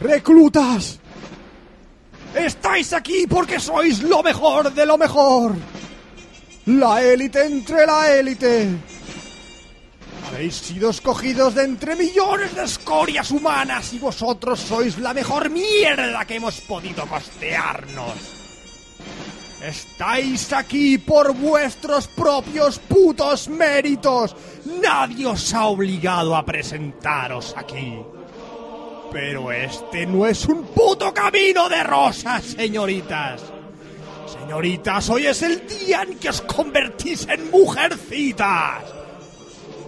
¡Reclutas! ¡Estáis aquí porque sois lo mejor de lo mejor! ¡La élite entre la élite! Habéis sido escogidos de entre millones de escorias humanas y vosotros sois la mejor mierda que hemos podido costearnos. Estáis aquí por vuestros propios putos méritos. Nadie os ha obligado a presentaros aquí. Pero este no es un puto camino de rosas, señoritas. Señoritas, hoy es el día en que os convertís en mujercitas.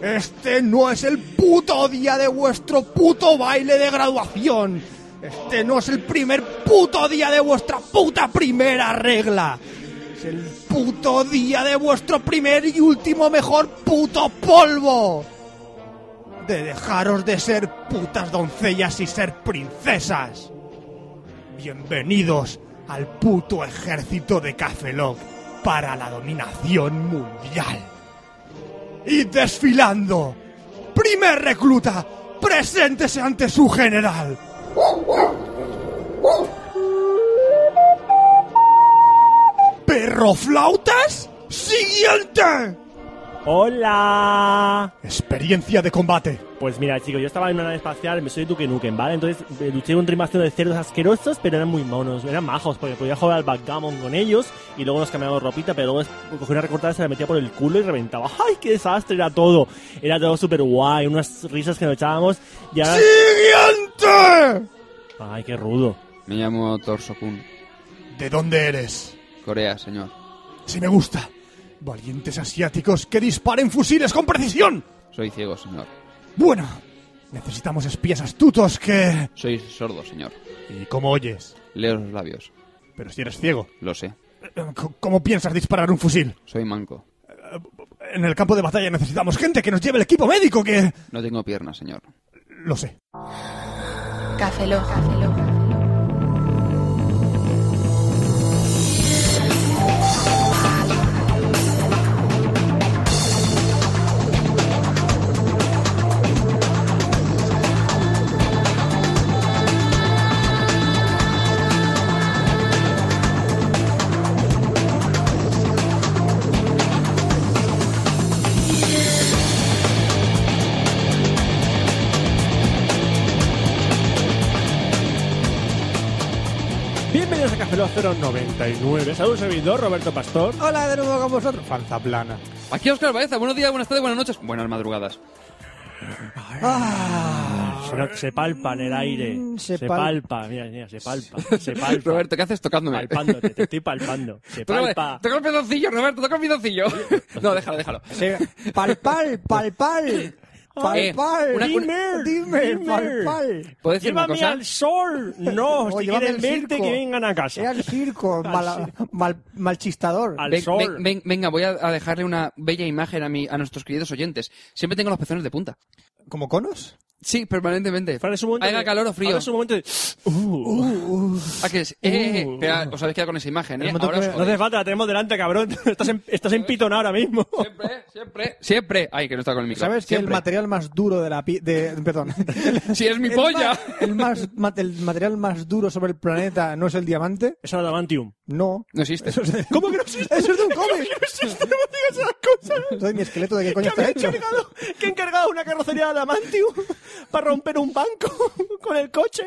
Este no es el puto día de vuestro puto baile de graduación. Este no es el primer puto día de vuestra puta primera regla. Es el puto día de vuestro primer y último mejor puto polvo. De dejaros de ser putas doncellas y ser princesas. Bienvenidos al puto ejército de Cafeloc para la dominación mundial y desfilando. Primer recluta, preséntese ante su general. ¿Perroflautas? ¡Siguiente! ¡Hola! Experiencia de combate. Pues mira, chicos, yo estaba en una nave espacial, me soy Duke Nukem, ¿vale? Entonces eh, luché contra un trimacio de cerdos asquerosos, pero eran muy monos, eran majos, porque podía jugar al backgammon con ellos y luego nos cambiamos ropita, pero luego es- cogía una recortada, se la metía por el culo y reventaba. ¡Ay, qué desastre! Era todo. Era todo súper guay, unas risas que nos echábamos y ahora... ¡Siguiente! ¡Ay, qué rudo! Me llamo Torso Kun. ¿De dónde eres? Corea, señor. Si me gusta. Valientes asiáticos que disparen fusiles con precisión. Soy ciego, señor. Bueno, necesitamos espías astutos que... Soy sordo, señor. ¿Y cómo oyes? Leo los labios. Pero si eres ciego. Lo sé. ¿Cómo- ¿Cómo piensas disparar un fusil? Soy manco. En el campo de batalla necesitamos gente que nos lleve el equipo médico que... No tengo piernas, señor. Lo sé. Café Lock. Bienvenidos a Café Lock 099. Saludos, servidor Roberto Pastor. Hola de nuevo con vosotros. Panza plana. Aquí Oscar Baeza. Buenos días, buenas tardes, buenas noches. Buenas madrugadas. Ah. Se, no- se palpa en el aire. Mm, Se, se pal- palpa, mira, mira, se palpa. Se palpa. Roberto, ¿qué haces tocándome? Palpándote, te estoy palpando. Se Tócame- palpa. Toca el pedoncillo, Roberto, toca el pedoncillo. No, déjalo, déjalo. Palpal, palpal. Eh, Palpal. una- Dimmer, Dime, Dimmer. palpal. ¿Puedo decir una Llévame cosa? al sol. No, O si llévame quieren al verte, circo. que vengan a casa. Era el circo, mala- mal, malchistador. Al Ven- sol. ven- ven- venga, voy a a dejarle una bella imagen a, mi, a nuestros queridos oyentes. Siempre tengo los pezones de punta. ¿Como conos? Sí, permanentemente. Fran, es un momento. Haga de- calor o frío. ahora es un momento. de- Uh, Ah, que es- eh, eh, eh, espera, os habéis quedado con esa imagen, ¿eh? Ahora os no hace falta, la tenemos delante, cabrón. Estás en, estás en pitón ahora mismo. jodéis. Siempre, siempre, siempre. Ay, que no está con el micro. ¿Sabes que el Siempre. material más duro de la pi- de, perdón. Si es mi El polla. ma- el más ma- el material más duro sobre el planeta no es el diamante? Es un adamantium. No. No existe. ¿Cómo que no existe? Eso es de un cómic. no existe, no digas esas cosas. Entonces mi esqueleto de qué coño está hecho. encargado, que he encargado una carrocería de adamantium para romper un banco con el coche.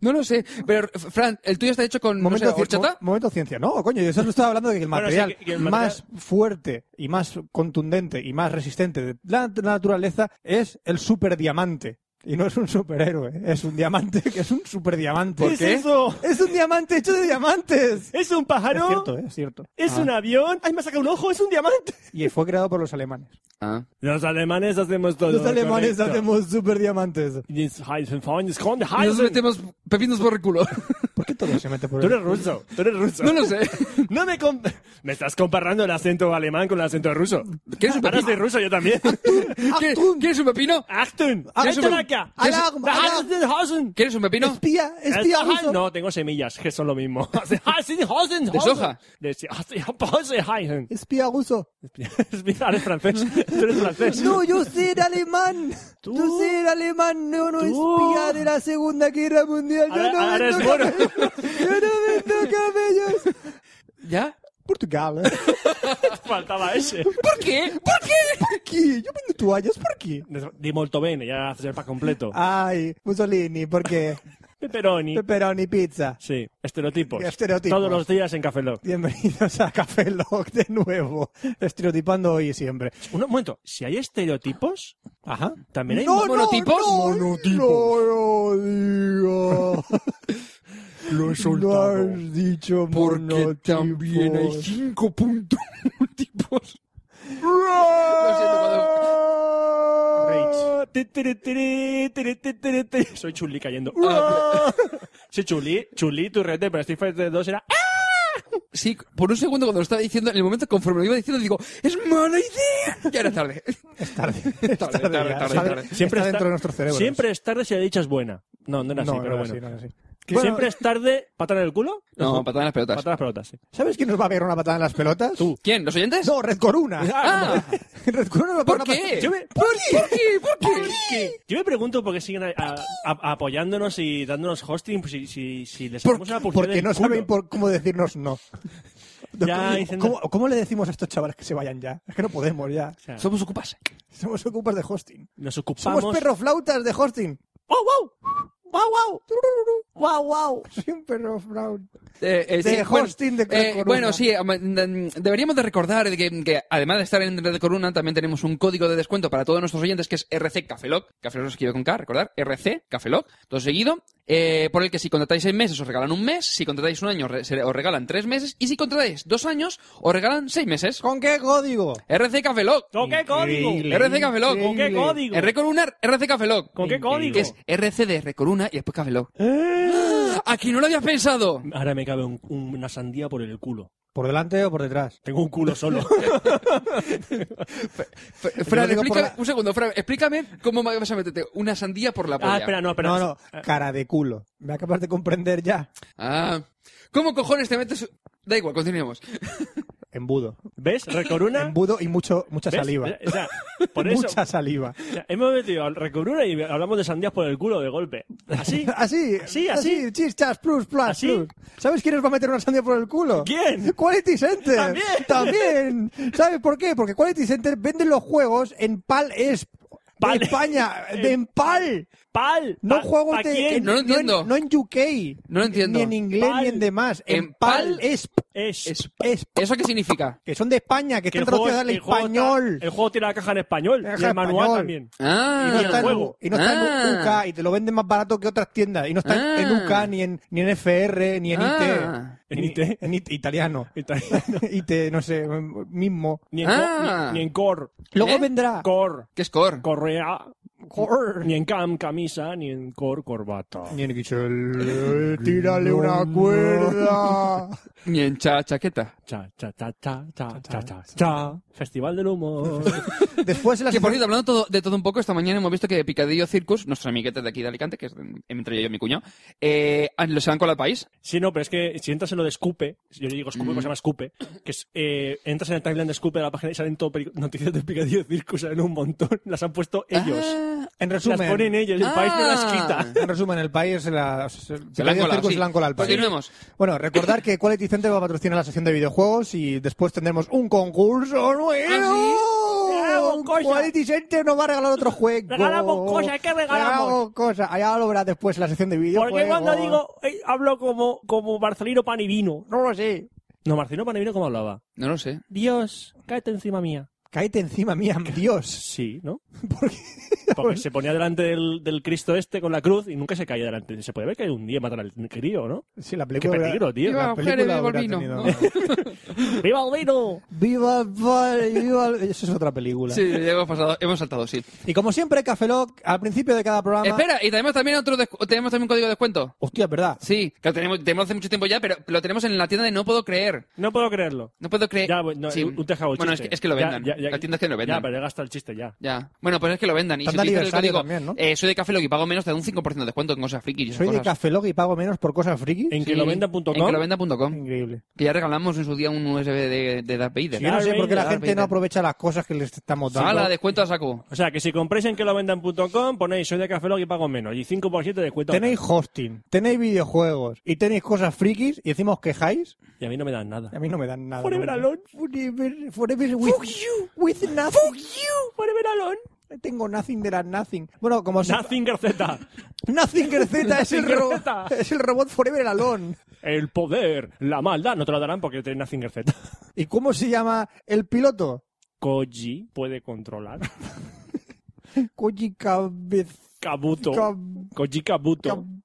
No lo sé. Pero, Fran, ¿el tuyo está hecho con no Momento, sé, cien- horchata? mo- momento ciencia. No, coño, yo solo estaba hablando de que el Bueno, material, sí, que- que el más fuerte y más contundente y más resistente de la nat- naturaleza es el superdiamante. Y no es un superhéroe, es un diamante que es un superdiamante. ¿Qué, es eso? Es un diamante hecho de diamantes. ¿Es un pájaro? Es cierto, eh, es cierto. ¿Es Ah. un avión? ¡Ay, me ha sacado un ojo! ¡Es un diamante! Y fue creado por los alemanes. Ah. Los alemanes hacemos todo. los alemanes hacemos superdiamantes. Ah, Y nos metemos pepinos por el culo. ¿Por qué todo se mete por Tú el... eres ruso, tú eres ruso. No lo sé. No me com- Me estás comparando el acento alemán con el acento ruso. ¿Qué es un Ahora pepino? soy ruso yo también. ¿Qué- ¿Quieres un pepino? ¡Achtung! ¿Qué es ¡Vete un- para acá! qué es- Alarm, ¡Da alarm. Hasenhausen! ¿Quieres un pepino? Espía, espía Ah, ruso. No, tengo semillas, que son lo mismo. Hasenhausen, ¿De soja? De si- Hasenhausen. Espía ruso. Espía- Espía, eres francés. Tú eres francés. No, yo sé de alemán. Yo sé de alemán no no Tú. espía de la Segunda Guerra Mundial. Yo Ahora- no ahora me es toco bueno. Yo no vendo cabellos. ¿Ya? Portugal. ¿eh? Faltaba ese. ¿Por qué? ¿Por qué? ¿Por qué? Yo vendo toallas, ¿por qué? Di molto bene, ya haces el pack completo. Ah. Ay, Mussolini, ¿por qué? Pepperoni. Pepperoni pizza. Sí, estereotipos. Estereotipos. Todos los días en Café Lock. Bienvenidos a Café Lock de nuevo. Estereotipando hoy y siempre. Un momento, si hay estereotipos, Ajá. también hay monotipos? No, Monotipos. No lo digas. Lo he No soltado. has dicho Porque también hay monotipos. cinco puntos múltiplos. Lo siento, cuando- Rage. Ti, tiri, tiri, tiri, ti, tiri, tiri. Soy Chulí cayendo. Uh, Ah. Sí, Chulí, Chulí, tu rete, pero Street Fighter 2 era. ¡Ah! Sí, por un segundo cuando lo estaba diciendo, en el momento conforme lo iba diciendo, digo, ¡es mala idea! Ya era tarde. Es tarde. Es tarde, tarde, ya, tarde, sabe- tarde. Siempre está dentro de nuestro cerebro. Siempre es tarde si la dicha es buena. No, no era así, no, pero no bueno. así, no así. ¿Que Bueno, siempre es tarde patada en el culo? No, patada en las pelotas. Patada en las pelotas, sí. ¿Sabes quién nos va a pegar una patada en las pelotas? Tú. ¿Quién? ¿Los oyentes? No, Red Coruna. Ah. Red Coruna nos va a ¿Por pegar una qué? patada. Yo me, ¿Por qué? ¿Por qué? yo me pregunto por qué siguen a- a- a- apoyándonos y dándonos hosting pues, si, si, si les Por- hacemos una pulsera porque del no culo. saben por cómo decirnos no. Ya, ¿Cómo- dicen- ¿Cómo, cómo le decimos a estos chavales que se vayan ya? Es que no podemos ya. O sea, Somos ocupas. Somos ocupas de hosting. nos Somos ocupamos. perroflautas de hosting. ¡Wow, wow! ¡Wow, wow! ¡Wow, wow! Soy un perro flaut. Eh, eh, De sí, bueno, hosting de Red eh, Corona. Bueno, sí, am- mm, deberíamos de recordar de que, que además de estar en Red Corona, también tenemos un código de descuento para todos nuestros oyentes que es RC Cafeloc. Cafeloc se escribe con K, recordar, RC Cafeloc, todo seguido, eh, por el que si contratáis seis meses os regalan un mes, si contratáis un año re- se- os regalan tres meses y si contratáis dos años os regalan seis meses. ¿Con qué código? RC Cafeloc. ¿Con qué código? Increíble. RC Cafeloc. ¿Con qué código? RC Corona, RC Cafeloc. ¿Con qué código? Que es RC de Recoruna y después Cafeloc. ¡Eh! Aquí no lo habías pensado. Ahora me cabe un- un- una sandía por el culo. ¿Por delante o por detrás? Tengo un culo solo. F- Yo lo Fran, digo por explícame, la- un segundo, Fran, explícame cómo me vas a meterte una sandía por la polla. ah, espera, no, espera. No, no, cara de culo. Me acabas de comprender ya. Ah, ¿cómo cojones te metes? Da igual, continuemos. Embudo. ¿Ves? Recoruna. Embudo y mucho, mucha ¿Eh? ¿ves? Eh, saliva. O sea, por eso. Mucha saliva. o sea, hemos metido al Recoruna y hablamos de sandías por el culo de golpe. Así. Así, Así, así. chichas, plus, plus, Así. plus. ¿Sabes quién nos va a meter una sandía por el culo? ¿Quién? Quality Center. También. También. ¿Sabes por qué? Porque Quality Center vende los juegos en PAL es Pal. de España, de en PAL. ¡Pal! No ¿Pa- juegos pa' de, quién? en- No lo en- entiendo. No en, UK. No lo entiendo. Ni en inglés Pal. ni en demás. En, En PAL Pal. es Es. Es- es ¿Eso qué significa? que son de España, que que están traducidos al el juego está- español. el juego tiene la caja en español. La caja y el en manual español. también. Y Ah, no, está en, juego. y no está en Ah. UK y te lo venden más barato que otras tiendas. Y no está en- en Ah. UK, ni en, ni en FR, ni en Ah. IT. En Ni- IT. En IT, italiano. Italiano. IT, no sé, mismo. Ni en, Ah. co- ni, ni en core. Luego ¿Eh? vendrá. Core. ¿Qué es core? Correa. Cor- Ni en cam, camisa. Ni en core, corbata. Ni en Guichel. "Eh, Tírale una cuerda. Ni en cha chaqueta. Cha, cha, cha, cha, cha, cha, cha, cha. Festival del humor. Después en la Que por sección- cierto, hablando todo- de todo un poco, esta mañana hemos visto que Picadillo Circus, nuestros amiguetes de aquí de Alicante, que es de- entre ellos mi cuñado, eh, han- se han colado al país. Sí, no, pero es que si entras en lo de Scupe, yo le digo Scupe, pues se llama Scupe, que es, eh, entras en el timeline de Scupe de la página y salen todo peri- noticias de Picadillo Circus, salen un montón, las han puesto ellos. Ah, en las resumen, ponen ellos, el Ah. país no las quita. en resumen, el país se la, se, se la han colado, sí. Pues se la han colado al país. Continuemos. Bueno, recordar que Quality Center va a patrocinar la sección de videojuegos y después tendremos un concurso nuevo. Regalamos cosas. Quality Center nos va a regalar otro juego. Regalamos cosas, ¿qué regalamos? Regalamos cosas. Allá lo verás después en la sección de videojuegos. Porque cuando digo, eh, hablo como, como Marcelino Panivino. No lo sé. No, Marcelino Panivino, ¿cómo hablaba? No lo sé. Dios, cáete encima mía. Cáete encima mía, Dios. Sí, ¿no? ¿Por qué? Porque se ponía delante del, del Cristo este con la cruz y nunca se caía delante. Se puede ver que un día matan al crío, ¿no? Sí, la Qué película. peligro, tío. Viva, la mujeres, película viva el habrá vino. tenido- ¡Viva el vino! Viva, el Val- viva. el- Eso es otra película. Sí, ya hemos, pasado, hemos saltado, sí. Y como siempre, Café Lock, al principio de cada programa. Espera, y tenemos también otro descu- tenemos también un código de descuento. Hostia, es verdad. Sí, que lo tenemos, tenemos hace mucho tiempo ya, pero lo tenemos en la tienda de No Puedo Creer. No puedo creerlo. No puedo creer. Ya, bueno, no, Sí. un tejado Bueno, es que, es que lo vendan. Ya, ya, ya- La tienda es que no Ya, vendan. pero ya gasta el chiste ya. Ya. Bueno, pues es que lo vendan. Y Tan si de utilizas el aniversario código también, ¿no? eh, soy de Café Lock y pago menos, te da un 5% de descuento en cosas frikis y esas Soy de cosas. Café Lock y pago menos por cosas frikis. En Sí. que lo venda.com. En que lo venda.com. Increíble. Que ya regalamos en su día un USB de, de Darth Vader. Yo no sé por qué la Darth gente no Vader. aprovecha las cosas que les estamos dando. Ala, descuento a saco. O sea, que si compráis en que lo vendan.com, ponéis soy de Café Lock y pago menos. Y 5% de descuento. Tenéis hosting, tenéis videojuegos y tenéis cosas frikis y encima os quejáis. Y a mí no me dan nada. A mí no me dan nada. Forever ¿no? alone. Forever, forever with, with nothing. Forever alone. Tengo nothing de las nothing. Bueno, como si- Nothing Garceta. Nothing Greceta es, el Nothing ro- Greceta. es el robot Forever Alone. El poder, la maldad. No te lo darán porque tenéis Nothing Garceta. ¿Y cómo se llama el piloto? Koji puede controlar. Koji Cabez... Kabuto. Cab- Koji Kabuto. Cab-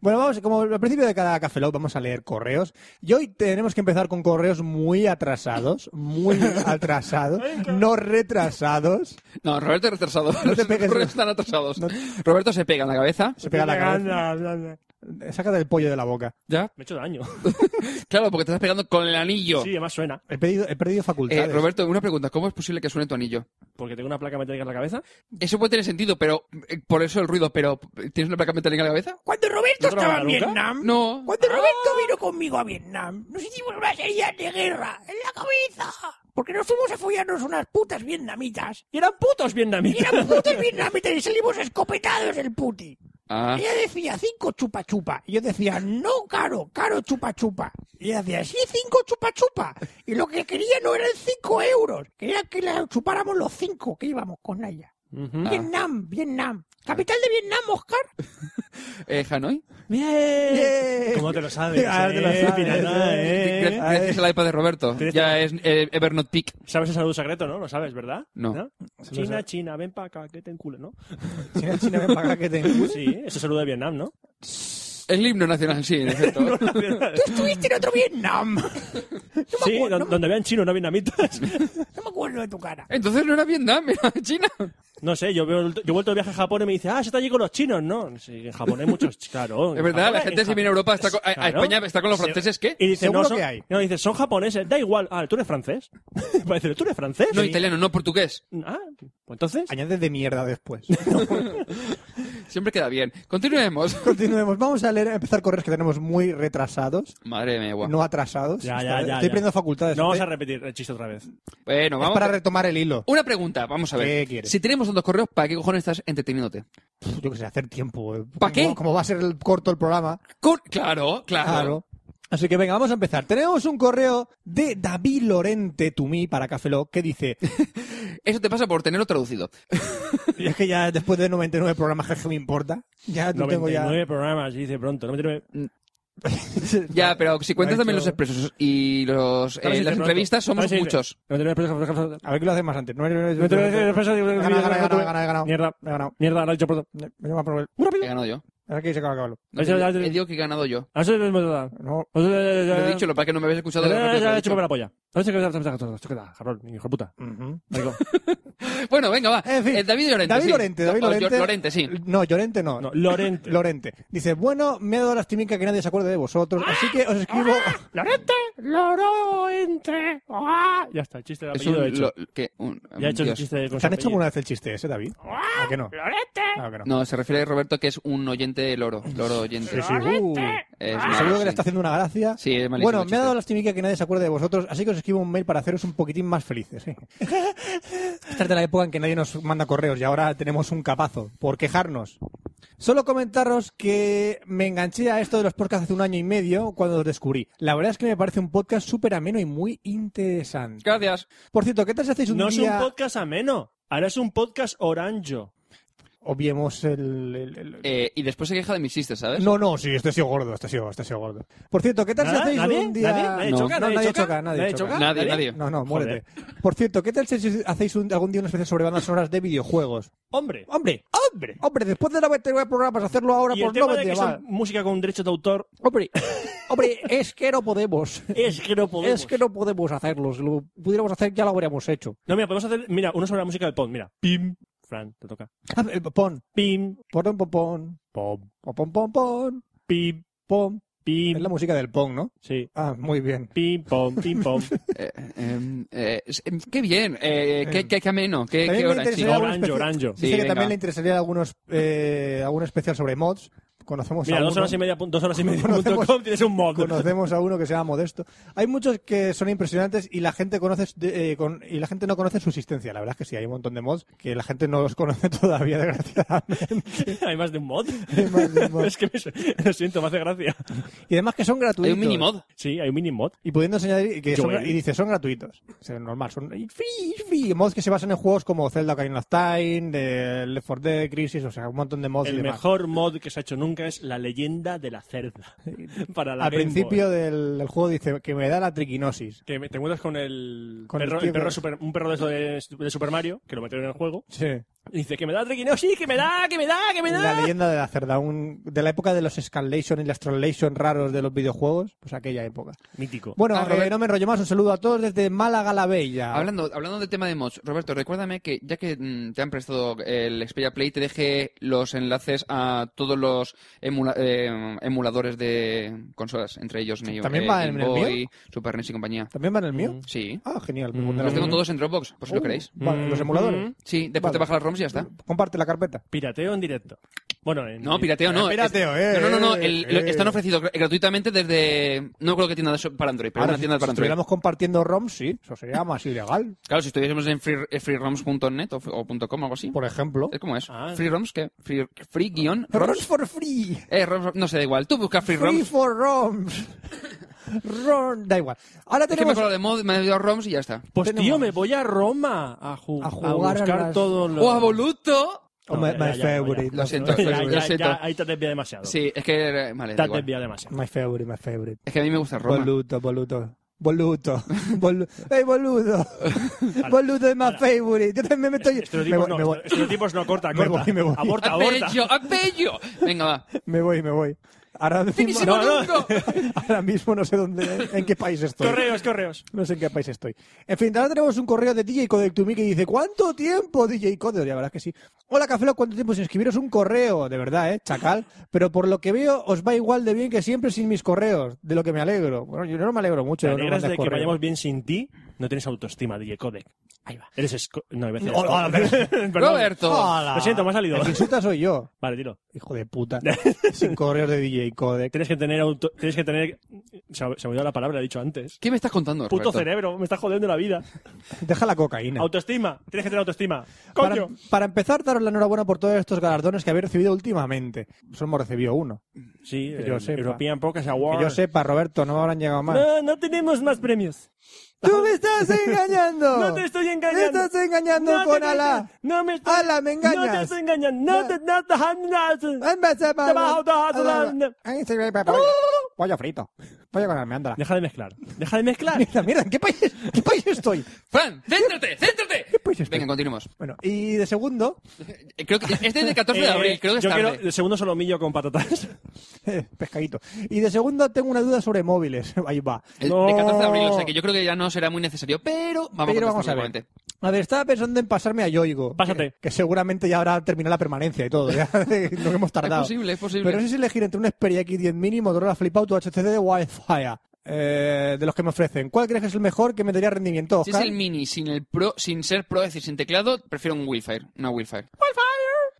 Bueno, vamos, como al principio de cada Café Lock vamos a leer correos. Y hoy tenemos que empezar con correos muy atrasados, muy atrasados, no retrasados. No, Roberto es retrasado. No te pegues. están atrasados. Roberto se pega en la cabeza. Se pega la cabeza. Sácate el pollo de la boca. Ya. Me he hecho daño. Claro, porque te estás pegando con el anillo. Sí, además suena. He, pedido- he perdido Eh, facultades. Roberto, una pregunta. ¿Cómo es posible que suene tu anillo? Porque tengo una placa metálica en la cabeza. Eso puede tener sentido, pero eh, por eso el ruido. Pero ¿tienes una placa metálica en la cabeza? Cuando Roberto ¿No trabaja estaba en nunca? Vietnam, No. cuando Roberto vino conmigo a Vietnam, nos hicimos una serie de guerra en la cabeza. Porque nos fuimos a follarnos unas putas vietnamitas. Y eran putos Y vietnamitas. eran putas vietnamitas y salimos escopetados del puti. Ah. Ella decía cinco chupa chupa. Y yo decía, no, caro, caro chupa chupa. Y ella decía, sí, cinco chupa chupa. Y lo que quería no eran cinco euros. Quería que la chupáramos los cinco que íbamos con ella. Ujú. Ah. Vietnam, Vietnam. Capital de Vietnam, Oscar. Eh, ¿Hanoi? Yeah. ¿Cómo te lo sabes? Ah, te lo eh, sabes, pirata, eh. eh? Gra- Gracias al iPad de Roberto. Tienes Ya es eh, Evernote Peak. ¿Sabes el saludo secreto, no? Lo sabes, ¿verdad? No. China, China, ven para acá, que te enculo, ¿no? Pues China, China, ven para acá que te- Sí, ese saludo de Vietnam, ¿no? El himno nacional, sí, en efecto. Tú estuviste en otro Vietnam. Sí, don- donde habían chinos, no vietnamitas. No me acuerdo de tu cara. Entonces no era Vietnam, era China. No sé, yo, veo, yo he vuelto de viaje a Japón y me dice, ah, se está allí con los chinos, ¿no? Sí, en Japón hay muchos, claro. Es en verdad, Japón la hay- gente en si viene a Japón- Europa está con- a, a Claro. España está con los franceses, ¿qué? Y dice, Seguro no, son, que hay. no, dice, son japoneses, da igual. Ah, tú eres francés. Va a decir, tú eres francés. No, Sí. italiano, no portugués. Ah, pues entonces. Añades de mierda después. Siempre queda bien. Continuemos. Continuemos. Vamos a leer, a empezar correos que tenemos muy retrasados, Madre mía, guau. no atrasados. Ya, Está- ya, ya, Estoy ya. perdiendo facultades. ¿eh? No vamos Estoy- a repetir el chiste otra vez. Bueno, Es vamos. para retomar el hilo. Una pregunta, vamos a ver. ¿Qué quieres? Si tenemos tantos correos, ¿para qué cojones estás entreteniéndote? Pff, Yo qué sé, hacer tiempo. eh. ¿Pa Como- qué? Como va a ser el- corto el programa. Con- Claro, claro. Claro. Así que venga, vamos a empezar. Tenemos un correo de David Lorente Tumí para Café Lock que dice, Eso te pasa por tenerlo traducido. y es que ya después de 99 programas es que me importa. Ya no tengo ya... 99 programas, y dice pronto. 99. Ya, pero si cuentas Ha también los hecho- expresos ¿eh? y los, eh, Ahora sí, las pronto. entrevistas, somos Ahora sí, muchos. 99 personas- A ver qué lo haces más antes. He ganado, he 99 ganado, he ganado, he ganado. ganado. Mierda, He ganado. mierda, lo he dicho pronto. Me llama por el- Muy He rápido. ganado yo. Ahora que se acaba, acábalo. No, Eso- te- te digo que he ganado yo. Eso es verdad. No, Lo he dicho, lo para que no me habéis escuchado. de lo que os he dicho. Chúpame la polla. No sé qué es la Chúpala, cabrón, hijo de puta. Ujú. Marico. Bueno, venga, va. En fin, Eh, David Llorente. David sí. Lorente, David O, yo- Lorente. Lorente, sí. No, Llorente no. No, Lorente. Lorente. Dice, bueno, me ha dado la estimica que nadie se acuerde de vosotros, así que os escribo... ¡Lorente! ¡Lorente! ¡Ah! Ya está, el chiste de Es apellido un, hecho. lo- que- un- Ya he hecho el Dios. chiste con ¿Te su han hecho apellido. alguna vez el chiste ese, David? ¿A que no? ¡Lorente! Claro que Ah. no. No, se refiere Roberto que es un oyente loro. Loro oyente. Sí, sí. Uh, Es malo, seguro que sí. le está haciendo una gracia. Sí, es malísimo Bueno, el me ha dado chiste. la estimica que nadie se acuerde de vosotros, así que os escribo un mail para haceros un poquitín más felices. ¿eh? Esta es de la época en que nadie nos manda correos y ahora tenemos un capazo por quejarnos. Solo comentaros que me enganché a esto de los podcasts hace un año y medio cuando los descubrí. La verdad es que me parece un podcast súper ameno y muy interesante. Gracias. Por cierto, ¿qué tal si hacéis un No es día... un podcast ameno. Ahora es un podcast oranjo. Obviemos el- el- el- Eh, y después se queja de mis chistes, ¿sabes? No, no, sí, este ha sido gordo, este ha sido, este ha sido gordo. Por cierto, ¿qué tal si ¿Nada? hacéis ¿Nadie? un día... ¿Nadie? ¿Nadie no, choca? no, ¿Nadie choca? nadie, ¿Nadie choca. choca? Nadie, ¿Nadie? nadie. No, no, Joder. muérete. Por cierto, ¿qué tal si hacéis un- algún día una especial sobre bandas sonoras de videojuegos? Hombre. Hombre, hombre, hombre, después de la 29 programas, hacerlo ahora Y el por no tema de me que son música con derechos de autor Hombre, hombre, es que no podemos. es que no podemos. Es que no podemos hacerlo. Si lo pudiéramos hacer, ya lo habríamos hecho. No, mira, podemos hacer... Mira, uno sobre la música del pod. Mira. Pim. Fran, te toca. Ah, eh, Pon, Pim. pon, pon, pon, Pom. pon, pon, pon, pon, Pim. pon, Pim, Es la música del Pong, ¿no? sí. Ah, muy bien. Pim, pom, pim, pom. Eh, eh, eh, es- eh, qué bien, eh, qué, qué, qué ameno, qué, También qué me hora, interesaría chico. algún Oranjo, especial- oranjo. Dice Sí, que venga. también le interesaría algunos, eh, algún especial sobre mods. Conocemos Mira, a dos uno. horas y media, pun- dos horas y media punto Conocemos- com, tienes un mod. Conocemos a uno que se llama Modesto. Hay muchos que son impresionantes y la gente conoce eh, con- y la gente no conoce su existencia. La verdad es que sí, hay un montón de mods que la gente no los conoce todavía, desgraciadamente. Hay más de un mod. Hay más de un mod. es que me, lo siento, me hace gracia. Y además que son gratuitos. Hay un mini mod. Sí, hay un mini mod. Y pudiendo añadir que son, Joel. y dice, son gratuitos. O sea, normal, son y free, free. Mods que se basan en juegos como Zelda Ocarina of Time, de Left 4 Dead, Crisis, o sea, un montón de mods y El demás. mejor mod que se ha hecho nunca es la leyenda de la cerda. Para la Al Game Boy. principio del, del juego dice que me da la triquinosis. Que me- te encuentras con el, Con el perro, tío el perro que- super- un perro de, eso de, de Super Mario, que lo metieron en el juego. Sí. Y dice que me da sí, que me da, que me da, que me La da. leyenda de la cerda, un- de la época de los Scanlation y las Translation raros de los videojuegos, pues aquella época. Mítico. Bueno, Ah, eh, Robert- no me enrollo más, un saludo a todos desde Málaga la Bella. Hablando, hablando del tema de mods, Roberto, recuérdame que ya que mm, te han prestado el Xperia Play, te dejé los enlaces a todos los emula- eh, emuladores de consolas, entre ellos Neo, ¿También eh, va Game en el Boy, mío? Super NES y compañía. ¿También van el mío? Mm, Sí. Mm. Ah, genial. me pondré Los la- tengo todos en Dropbox, por si lo Uh, queréis. vale, los emuladores. Sí, después Vale. te bajas las ROMs y ya está. Comparte la carpeta. Pirateo en directo. Bueno, en- No, pirateo no. Pirateo, Es- eh, No, no, no. eh, el- eh. lo- Están ofrecidos gr- gratuitamente desde. No creo que tienda de so- para Android, pero Ahora, una si- tienda para si Android. estuviéramos compartiendo ROMs, sí, eso sería más ilegal, Claro, si estuviésemos en free- eh, freeroms.net o, f- o punto .com o algo así. por ejemplo. Es como es. Ah. ¿Freeroms qué? Free, free guión ROMs Eh, roms. for free. Eh, roms, no sé, da igual. Tú buscas free Free roms. for ROMs. ROM, da igual. Ahora Es que me tenemos acuerdo de mod, me he ido a roms y ya está. Pues tenemos- tío, me voy a Roma a, ju- A jugar a buscar las- todos los. ¡Oh, voluto! Oh, my- my favorite. Lo siento, Ya, lo ya, siento. ya, ahí te has desviado demasiado. Sí, es que. eh, Vale, Te da has igual. desviado demasiado. My favorite, my favorite. Es que a mí me gusta Roma. Boluto, boluto. Boluto. Bolu- ¡Ey, boludo! boludo es my favorite. Yo también me meto... Me Estereotipos voy, me no, voy, estereotipos no, corta, Me corta. voy, me voy. Aborta, aborta. ¡Apello! ¡Apello! Venga, va. me voy, me voy. Ahora mismo, ¡Finísimo no. nungo! ahora mismo no sé dónde, en qué país estoy. Correos, correos. No sé en qué país estoy. En fin, ahora tenemos un correo de DJ Codec to me que dice ¿Cuánto tiempo, DJ Codec? La verdad es que sí. Hola, Cafelo, ¿cuánto tiempo sin escribiros un correo? De verdad, ¿eh? Chacal. Pero por lo que veo, os va igual de bien que siempre sin mis correos. De lo que me alegro. Bueno, yo no me alegro mucho. Te de no alegras mandar de que correo. vayamos bien sin ti. No tienes autoestima, DJ Codec. Ahí va. Eres esco... No, iba a decir No, esco- no, no. Perdón. Ah. ¡Roberto! ¡Hala! Lo siento, me ha salido. El que insulta soy yo. Vale, tiro. Hijo de puta. sin correos de DJ Codec. Tienes que tener auto... Tienes que tener... Se ha- se me ha olvidado la palabra, la he dicho antes. ¿Qué me estás contando, Puto Roberto? cerebro, me estás jodiendo la vida. Deja la cocaína. Autoestima. Tienes que tener autoestima. Para, Coño. para empezar, daros la enhorabuena por todos estos galardones que habéis recibido últimamente. Solo hemos recibido uno. Sí, Que yo el sepa. European Podcast Que Award. yo sepa, Roberto, no me habrán llegado más. No, no tenemos más premios. ¡Tú me estás engañando! No te estoy engañando. ¡Me estás engañando No te con estoy- Alá! No me estoy... ¡Alá, me engañas! No te estoy engañando. No te... No te... no te- bajo, te bajo, te bajo. Pollo frito. Pollo con almeandra. Deja de mezclar. Deja de mezclar. Mierda, mierda, ¿en qué país, qué país estoy? ¡Fran, céntrate! ¡Céntrate! país estoy? Venga, continuemos. Bueno, y de segundo, Eh, Creo que este es del 14 de Eh, abril, creo que es yo tarde. quiero el segundo solomillo con patatas. pescadito. Y de segundo tengo una duda sobre móviles. Ahí va. El No. de 14 de abril, o sea que yo creo que ya no será muy necesario, pero vamos Pero a vamos a contestarlo ver. igualmente. A ver, estaba pensando en pasarme a Yoigo. Pásate. Que, que seguramente ya habrá terminado la permanencia y todo, ya de lo que hemos tardado. Es posible, es posible. Pero no sé si elegir entre un Xperia X10 Mini, Motorola Flip-Out o HTC de Wildfire. eh, de los que me ofrecen. ¿Cuál crees que es el mejor que me daría rendimiento, Si Oscar? es el mini sin el pro, sin ser pro, es decir, sin teclado, prefiero un Wi-Fi, una Wi-Fi.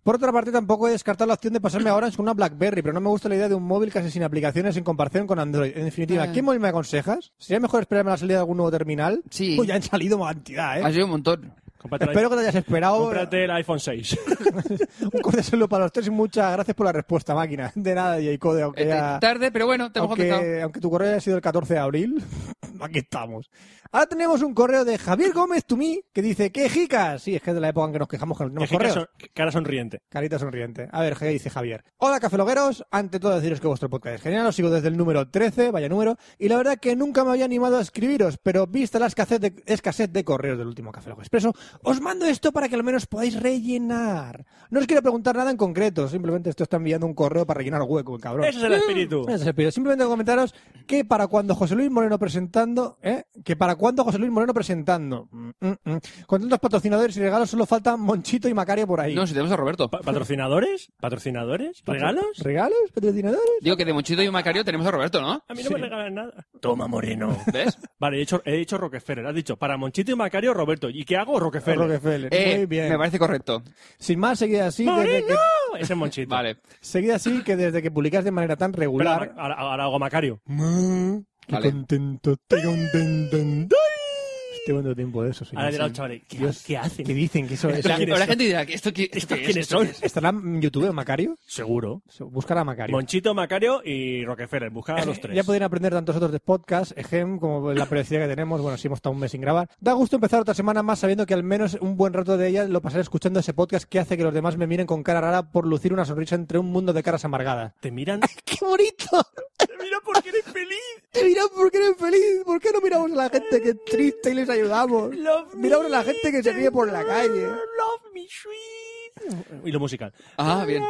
Por otra parte, tampoco he descartado la opción de pasarme ahora con una BlackBerry, pero no me gusta la idea de un móvil casi sin aplicaciones en comparación con Android. En definitiva, Ah. ¿qué móvil me aconsejas? ¿Sería mejor esperarme a la salida de algún nuevo terminal? Sí. Pues ya han salido cantidad, ¿eh? Ha sido un montón. Cómprate el Espero que te hayas esperado. Cómprate el iPhone 6. Un corte saludo para los tres y muchas gracias por la respuesta, máquina. De nada, J-Code, aunque Eh, ya- tarde, pero bueno, te hemos contestado. Aunque, aunque tu correo haya sido el 14 de abril, aquí estamos. Ahora tenemos un correo de Javier Gómez Tumí que dice, ¡qué jicas! Sí, es que es de la época en que nos quejamos que no tenemos Que cara correos. son- cara sonriente. Carita sonriente. A ver, ¿qué dice Javier? Hola, cafelogueros. Ante todo, deciros que vuestro podcast es genial. Os sigo desde el número 13, vaya número. Y la verdad que nunca me había animado a escribiros, pero vista la escasez de, escasez de correos del último Café Lock Expreso, os mando esto para que al menos podáis rellenar. No os quiero preguntar nada en concreto, simplemente esto está enviando un correo para rellenar el hueco, el cabrón. Ese es el espíritu. Ese es el pedido. Simplemente comentaros que para cuando José Luis Moreno presentan- preguntando ¿eh? que para cuándo José Luis Moreno presentando. Mm, mm, mm. Con tantos patrocinadores y regalos solo faltan Monchito y Macario por ahí. No, si tenemos a Roberto. Pa- ¿Patrocinadores? ¿Patrocinadores? ¿Regalos? ¿Regalos? ¿Patrocinadores? Digo que de Monchito y Macario tenemos a Roberto, ¿no? A mí no me regalan nada. Toma, Moreno. ¿Ves? Vale, he hecho, he hecho Rockefeller. Has dicho, para Monchito y Macario, Roberto. ¿Y qué hago? Rockefeller. Rockefeller. Eh, Muy bien. Me parece correcto. Sin más, seguid así. Desde que, ¡Moreno! Ese Monchito. Vale. seguid así que desde que publicas de manera tan Pero regular. ahora, ahora- ahora hago Macario. Mm, qué Vale. contento, estoy contento. Este buen tiempo de eso, sí. Ahora dirá Sí. el chaval, ¿qué, Dios, qué hacen? ¿Qué dicen? que eso es? La, la gente dirá, que ¿esto, qué, esto qué es? ¿Quiénes ¿Esto son? qué es? ¿Estará en YouTube Macario? Seguro. Buscar a Macario. Monchito, Macario y Rockefeller. Busca a los tres. Ya podrían aprender tantos otros de podcast, ejem, como la periodicidad que tenemos. Bueno, si hemos estado un mes sin grabar. Da gusto empezar otra semana más sabiendo que al menos un buen rato de ella lo pasaré escuchando ese podcast que hace que los demás me miren con cara rara por lucir una sonrisa entre un mundo de caras amargadas. Te miran. ¡Qué bonito! Te miran porque eres feliz. Te miran porque eres feliz. ¿Por qué no miramos a la gente que es triste y les ayudamos? Love me, Miramos a la gente que se ríe por la calle. Love me, sweet. Y lo musical. Ah, bien.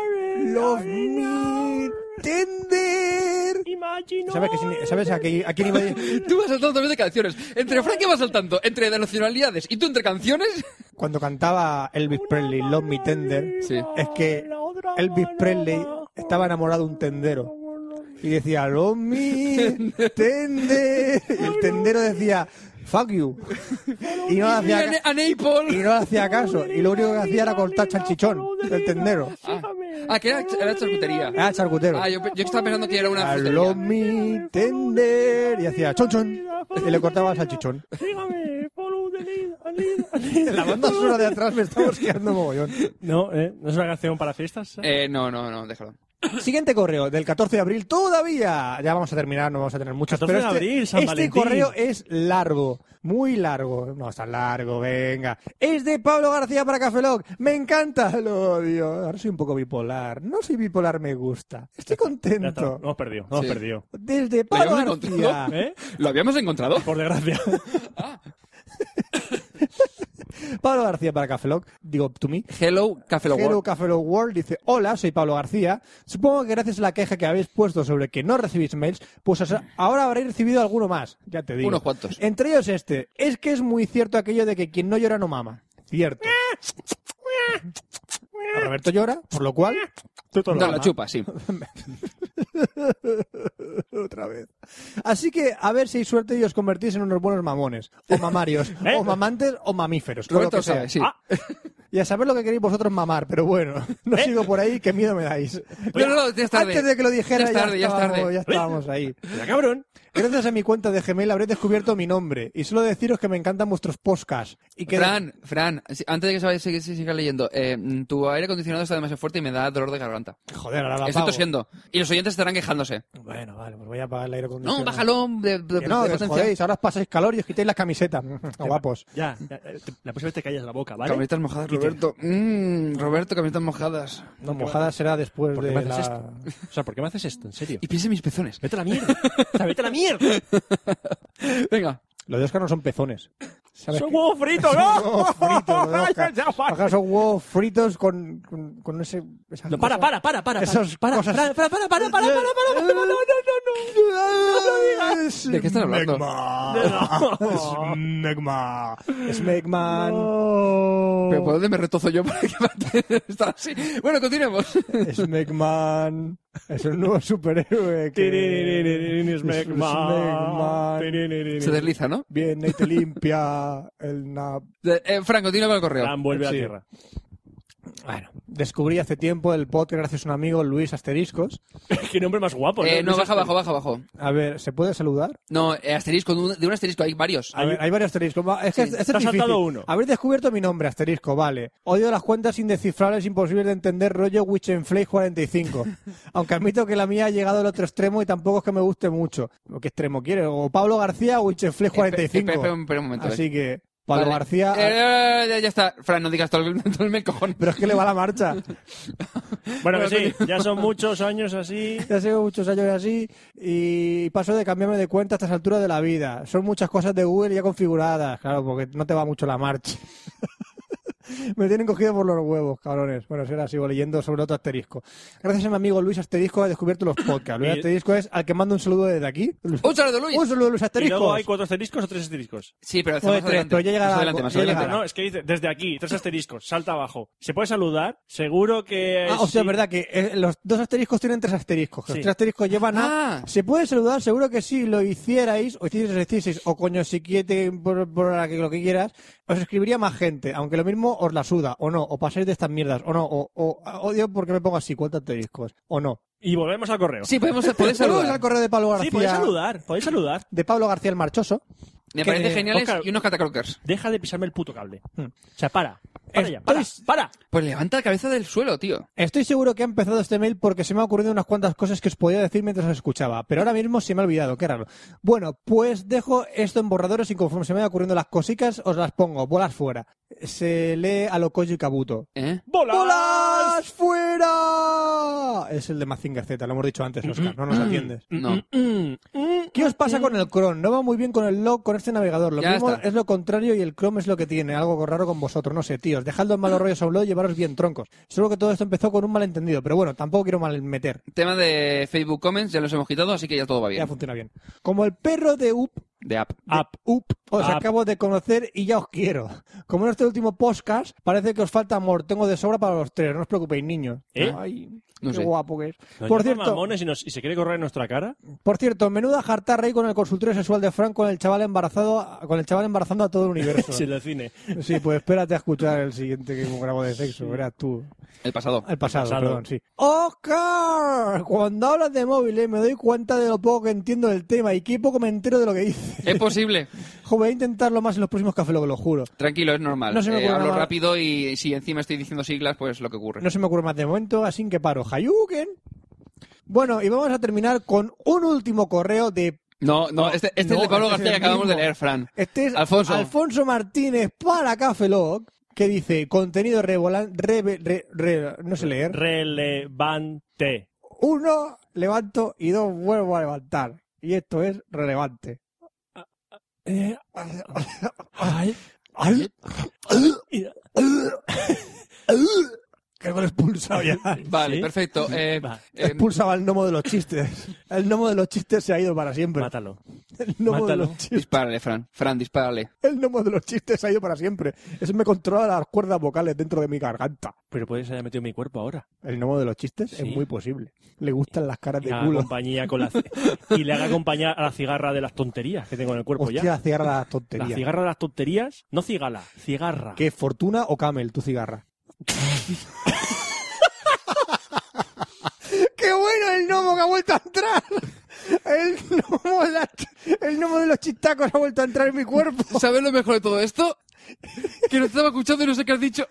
Love me tender. Imagino. ¿Sabes, qué signi- ¿Sabes a qué, a qué nivel? Tú vas saltando también de canciones. Entre Frank vas saltando, entre de nacionalidades y tú entre canciones. Cuando cantaba Elvis Presley, Love me tender, Sí. es que Elvis Presley estaba enamorado de un tendero. Y decía, Love me tender. Y el tendero decía, fuck you. Y no le hacía, Viene ca- a y Naples. no le hacía caso. Y lo único que hacía era cortar salchichón del tendero. Ah, que era, era charcutería. Ah, charcutero. Ah, yo, pe- yo estaba pensando que era una A frutería. lo mi tender. Y hacía chon chon. Y le cortaba el salchichón. La banda sonora de atrás me está mosqueando mogollón. No, ¿eh? ¿No es una canción para fiestas? Eh, no, no, no, déjalo. Siguiente correo, del 14 de abril todavía. Ya vamos a terminar, no vamos a tener muchos. 14 pero de este, abril, San este Valentín. correo es largo, muy largo. No, está largo, venga. Es de Pablo García para Cafelog. Me encanta, lo odio. Ahora soy un poco bipolar. No soy bipolar, me gusta. Estoy Ya está, contento. Hemos perdido, hemos Sí. perdido. Desde ¿Lo Pablo habíamos García. encontrado? ¿Eh? ¿Lo habíamos encontrado? Por desgracia. Pablo García para Cafelog. Digo, to me. Hello, Café Lock Hello World. Café Lock World dice, hola, soy Pablo García. Supongo que gracias a la queja que habéis puesto sobre que no recibís mails, pues os- ahora habréis recibido alguno más, ya te digo. Unos cuantos. Entre ellos este, es que es muy cierto aquello de que quien no llora no mama. Cierto. Roberto llora, por lo cual... Tú todo lo No, demás. la chupa, sí. Otra vez. Así que a ver si hay suerte y os convertís en unos buenos mamones. O mamarios, ¿Eh? o mamantes, o mamíferos. o lo Roberto que sea. sabe, sí. Ah, Y a saber lo que queréis vosotros mamar, pero bueno, no sigo por ahí, qué miedo me dais. No, ¿Eh? no, no, ya es tarde. Antes de que lo dijera, Ya es tarde, ya es estábamos, tarde. ya estábamos ahí. mira, cabrón. Gracias a mi cuenta de Gmail habréis descubierto mi nombre. Y solo deciros que me encantan vuestros podcasts. Y que Fran, Fran, sí, antes de que se vaya, siga, siga leyendo, eh, mm, tu aire acondicionado está demasiado fuerte y me da dolor de garganta. Joder, ahora la Estoy apago. tosiendo. Y los oyentes estarán quejándose. Bueno, vale, pues voy a apagar el aire acondicionado. No, bájalo de, de- Que no, de que os potencia. jodéis, ahora os pasáis calor y os quitáis las camisetas. Guapos. Ya, ya, eh, te- la próxima vez te callas la boca, ¿vale? Camisetas mojadas, Roberto. Mm, Mmm, Roberto, camisetas mojadas. No, mojada será después ¿Por qué de me haces la- esto? O sea, ¿por qué me haces esto? En serio. Y piensa en mis pezones. Vete a la mierda. O sea, vete a la mierda. Venga. Los de Oscar no son pezones. ¿Sabes Son qué? huevos fritos, Son Oh, ¿no? huevos fritos, los de Oscar. Ya, ya, para. Oscar son huevos fritos con, con, con ese... esas No, para, cosas. para, para, para. Esas para, cosas- para, para, para, para, para, para, para, para, no, no, no, Eh, ¿De qué están hablando? No. Smegma. Smegman. ¿Pero por dónde me retozo yo para que mantenga- estar así? Bueno, continuemos. Smegman. Es un nuevo superhéroe que... no. Smegman. Se desliza, ¿no? Viene y te limpia el nap. De- eh, Fran, continúa con el correo. Fran vuelve a Sí. tierra. Bueno, descubrí hace tiempo el podcast gracias a un amigo, Luis Asteriscos. Qué nombre más guapo. Eh, no, baja, baja, baja, bajo. A ver, ¿se puede saludar? No, eh, asterisco, de un- de un asterisco hay varios. Eh, A ver, hay varios asteriscos. Va, Es que Sí, es- es te has difícil. saltado uno. Habéis descubierto mi nombre, asterisco, vale. Odio las cuentas indescifrables, imposibles de entender, rollo Witchenflay 45. Aunque admito que la mía ha llegado al otro extremo y tampoco es que me guste mucho. ¿Qué extremo quiere? O Pablo García o Witchenflay Eh, pe- eh, pe- 45. pe- Espera un momento. eh. Así que, Pablo Vale. García... Eh, ya- ya está. Fran, no digas todo el, todo el mail, cojones. Pero es que le va la marcha. Bueno, que sí, ya son muchos años así. Ya llevo muchos años así y paso de cambiarme de cuenta a estas alturas de la vida. Son muchas cosas de Google ya configuradas, claro, porque no te va mucho la marcha. Me tienen cogido por los huevos, cabrones. Bueno, si ahora sigo leyendo sobre otro asterisco. Gracias a mi amigo Luis Asterisco ha descubierto los podcasts. Luis Y- Asterisco es al que mando un saludo desde aquí. Un saludo, Luis. Un saludo de Luis Y Asterisco. luego hay cuatro asteriscos o tres asteriscos. Sí, Bueno, pero hacemos tres, adelante. pero ya llegará Más algo, adelante, más ya adelante. llegará. No, es que dice, desde aquí, tres asteriscos, salta abajo. ¿Se puede saludar? Seguro que... Ah, o sea, sí. verdad que eh, los dos asteriscos tienen tres asteriscos. que Los Sí. tres asteriscos llevan a. Ah. Se puede saludar, seguro que sí, lo hicierais, o hicierais, hicierais, o coño, si quiete, por, por la que- lo que quieras, os escribiría más gente, aunque lo mismo os la suda, o no, o pasáis de estas mierdas, o no, o, o ah, odio porque me pongo así, cuatro asteriscos, o no. Y volvemos al correo. Sí, podemos poder Saludos saludar. al correo de Pablo García. Sí, podéis saludar, podéis saludar. De Pablo García el Marchoso. Me que- parece geniales Oscar- y unos catacrockers. Deja de pisarme el puto cable. Hmm. O sea, para. Para Eh, ya, para, Estoy- para. Pues levanta la cabeza del suelo, tío. Estoy seguro que ha empezado este mail porque se me ha ocurrido unas cuantas cosas que os podía decir mientras os escuchaba, pero ahora mismo se me ha olvidado, qué raro. Bueno, pues dejo esto en borradores y conforme se me vayan ocurriendo las cositas, os las pongo, bolas fuera. Se lee a lo Koji Kabuto. ¿Eh? ¡Bolas! ¡Bolas fuera! Es el de Mazinger Z, lo hemos dicho antes, Oscar, no nos atiendes. No. Mm, mm. ¿Qué os pasa con el Chrome? No va muy bien con el log, con este navegador. Lo Ya mismo está. es lo contrario y el Chrome es lo que tiene. Algo raro con vosotros. No sé, tíos. Dejad los Ah. malos rollos a un lado y llevaros bien troncos. Solo que todo esto empezó con un malentendido. Pero bueno, tampoco quiero mal meter. Tema de Facebook Comments, ya los hemos quitado, así que ya todo va Ya bien. funciona bien. Como el perro de Up, De app. Up. Up, os Up. acabo de conocer y ya os quiero. Como en este último podcast, parece que os falta amor. Tengo de sobra para los tres. No os preocupéis, niños. ¿Eh? Ay, No qué sé. guapo que es. Nos Por llaman cierto, mamones y, nos- y se quiere correr en nuestra cara. Por cierto, menuda jarta rey con el consultorio sexual de Frank con el chaval embarazado, con el chaval embarazando a todo el universo. Se lo cine. Sí, pues espérate a escuchar el siguiente que grabo de sexo, verás tú. El pasado. El pasado, pasado. perdón, sí. ¡Oscar! Cuando hablas de móviles me doy cuenta de lo poco que entiendo del tema y qué poco me entero de lo que dices. Es posible. Jo, voy a intentarlo más en los próximos cafés, lo lo juro. Tranquilo, es normal. No se me Eh, ocurre hablo nada. rápido y si encima estoy diciendo siglas, pues lo que ocurre. No se me ocurre más de momento, así que paro. ¡Hayuken! Bueno, y vamos a terminar con un último correo de... No, no, este, este es No, de Pablo este es García que el acabamos de mismo. leer, Fran. Este es Alfonso. Alfonso Martínez para Café Lock, que dice contenido revolan... reve- re- re- no sé leer. Relevante. Uno, levanto y dos, vuelvo a levantar. Y esto es relevante. Creo que lo he expulsado ya. Vale, ¿Sí? perfecto. Eh, Va. eh, Expulsaba el gnomo de los chistes. El gnomo de los chistes se ha ido para siempre. Mátalo. El gnomo, de mátalo. los chistes, dispárale, Fran. Fran, dispárale. el gnomo de los chistes se ha ido para siempre. Eso me controla las cuerdas vocales dentro de mi garganta. Pero puedes haber metido en mi cuerpo ahora. El gnomo de los chistes Sí. es muy posible. Le gustan las caras Y de haga culo. compañía con la y le haga acompañar a la cigarra de las tonterías que tengo en el cuerpo Hostia, ya. la cigarra las La tonterías. cigarra de las tonterías, no cigala, cigarra. ¿Qué? ¿Fortuna o Camel, tu cigarra? ¡Qué bueno el gnomo que ha vuelto a entrar! El gnomo, de la- el gnomo de los chistacos ha vuelto a entrar en mi cuerpo. ¿Sabes lo mejor de todo esto? Que no te estaba escuchando y no sé qué has dicho.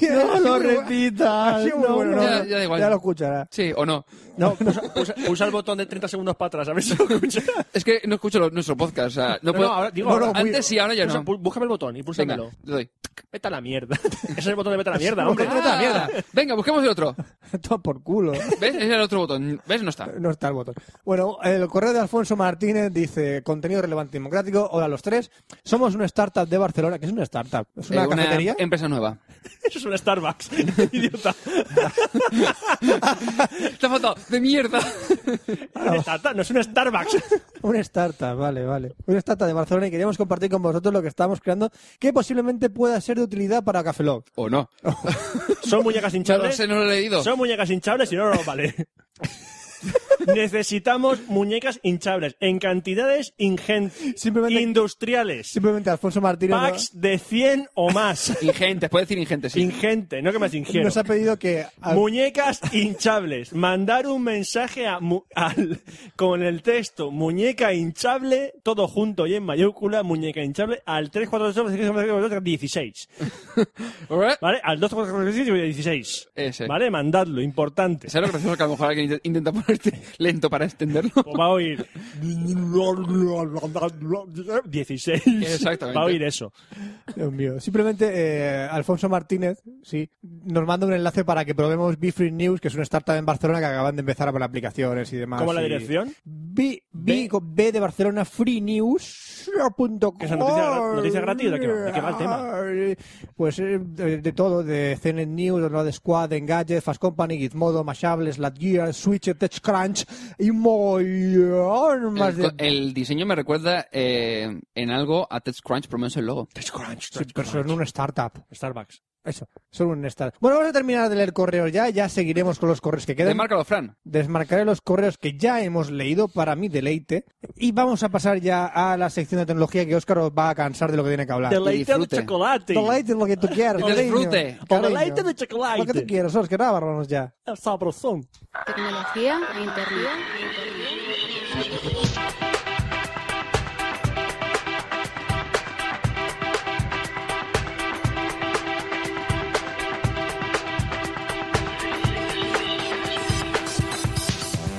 No lo repitas. no, no. Ya, ya da igual. lo ¿eh? escucharás. Sí o no. No, usa, usa- usa el botón de 30 segundos para atrás, a ver si lo escuchas. Es que no escucho lo- nuestro podcast. o sea, no No, puedo- no, ahora- digo, no, no, ahora- muy- Antes sí, ahora ya pulsa- no. pul- búscame el botón y Venga, púlsamelo. le doy. Vete a la mierda. Ese es el botón de vete a la mierda, un hombre. botón de vete a la mierda. Venga, busquemos el otro. Todo por culo. ¿Ves? Es el otro botón. ¿Ves? No está. No está el botón. Bueno, el correo de Alfonso Martínez dice contenido relevante y democrático. Hola a los tres. Somos una startup de Barcelona. ¿Qué es una startup? ¿Es una Eh, cafetería? empresa nueva. Eso es un Starbucks. Idiota. Te ha faltado. ¡De mierda! Un startup, No es un Starbucks. Una startup, vale, vale. Una startup de Barcelona y queríamos compartir con vosotros lo que estamos creando que posiblemente pueda ser de utilidad para Cafelog. ¿O no? Son muñecas No lo hinchables. sé, no lo he leído. Son muñecas hinchables y no nos vale. Necesitamos muñecas hinchables en cantidades ingentes, Simplemente- industriales, Simplemente Alfonso Martínez packs de 100 o más. Ingentes, puedes decir ingentes, sí. Ingente, no que me no- ingiero. nos ha pedido que... a- Muñecas hinchables. Mandar un mensaje a mu- al- con el texto muñeca hinchable, todo junto y en mayúscula, muñeca hinchable, al 346 ¿Eh? ¿Vale? Al 246 16. Ese. ¿Vale? Mandadlo, importante. ¿Sabes lo gracioso que a lo mejor alguien intenta poner este- lento para extenderlo. O va a oír 16. Exactamente. Va a oír eso. Dios mío. Simplemente eh, Alfonso Martínez, sí, nos manda un enlace para que probemos BeFree News, que es una startup en Barcelona que acaban de empezar a poner aplicaciones y Ah, demás. ¿Cómo la y- dirección? B, B, con B de Barcelona Free News. punto ¿Qué es la noticia gra- com. noticia gratis? ¿De qué va? ¿De qué va el tema? Ay, Pues eh, de, de todo, de CNN News, de Node Squad, de Engadget, Fast Company, Gizmodo, Mashable, Slatgear, Switch, TechCrunch y mogollón El, más de... co- el diseño me recuerda eh, en algo a TechCrunch, por lo menos el logo. TechCrunch, sí, pero son una startup. Starbucks. Eso, son un startup. Bueno, vamos a terminar de leer correos ya, ya seguiremos con los correos que quedan. Demárcalo, Fran. Desmarcaré los correos que ya hemos leído para mi deleite y vamos a pasar ya a la sección de tecnología que Óscar os va a cansar de lo que tiene que hablar. Deleite de Ah, disfrute. chocolate. Deleite es lo que tú quieras. Que te cariño, disfrute. cariño. O deleite de chocolate. Lo que tú quieras, Óscar, ah, vámonos ya. El sabrosón. Tecnología e internet.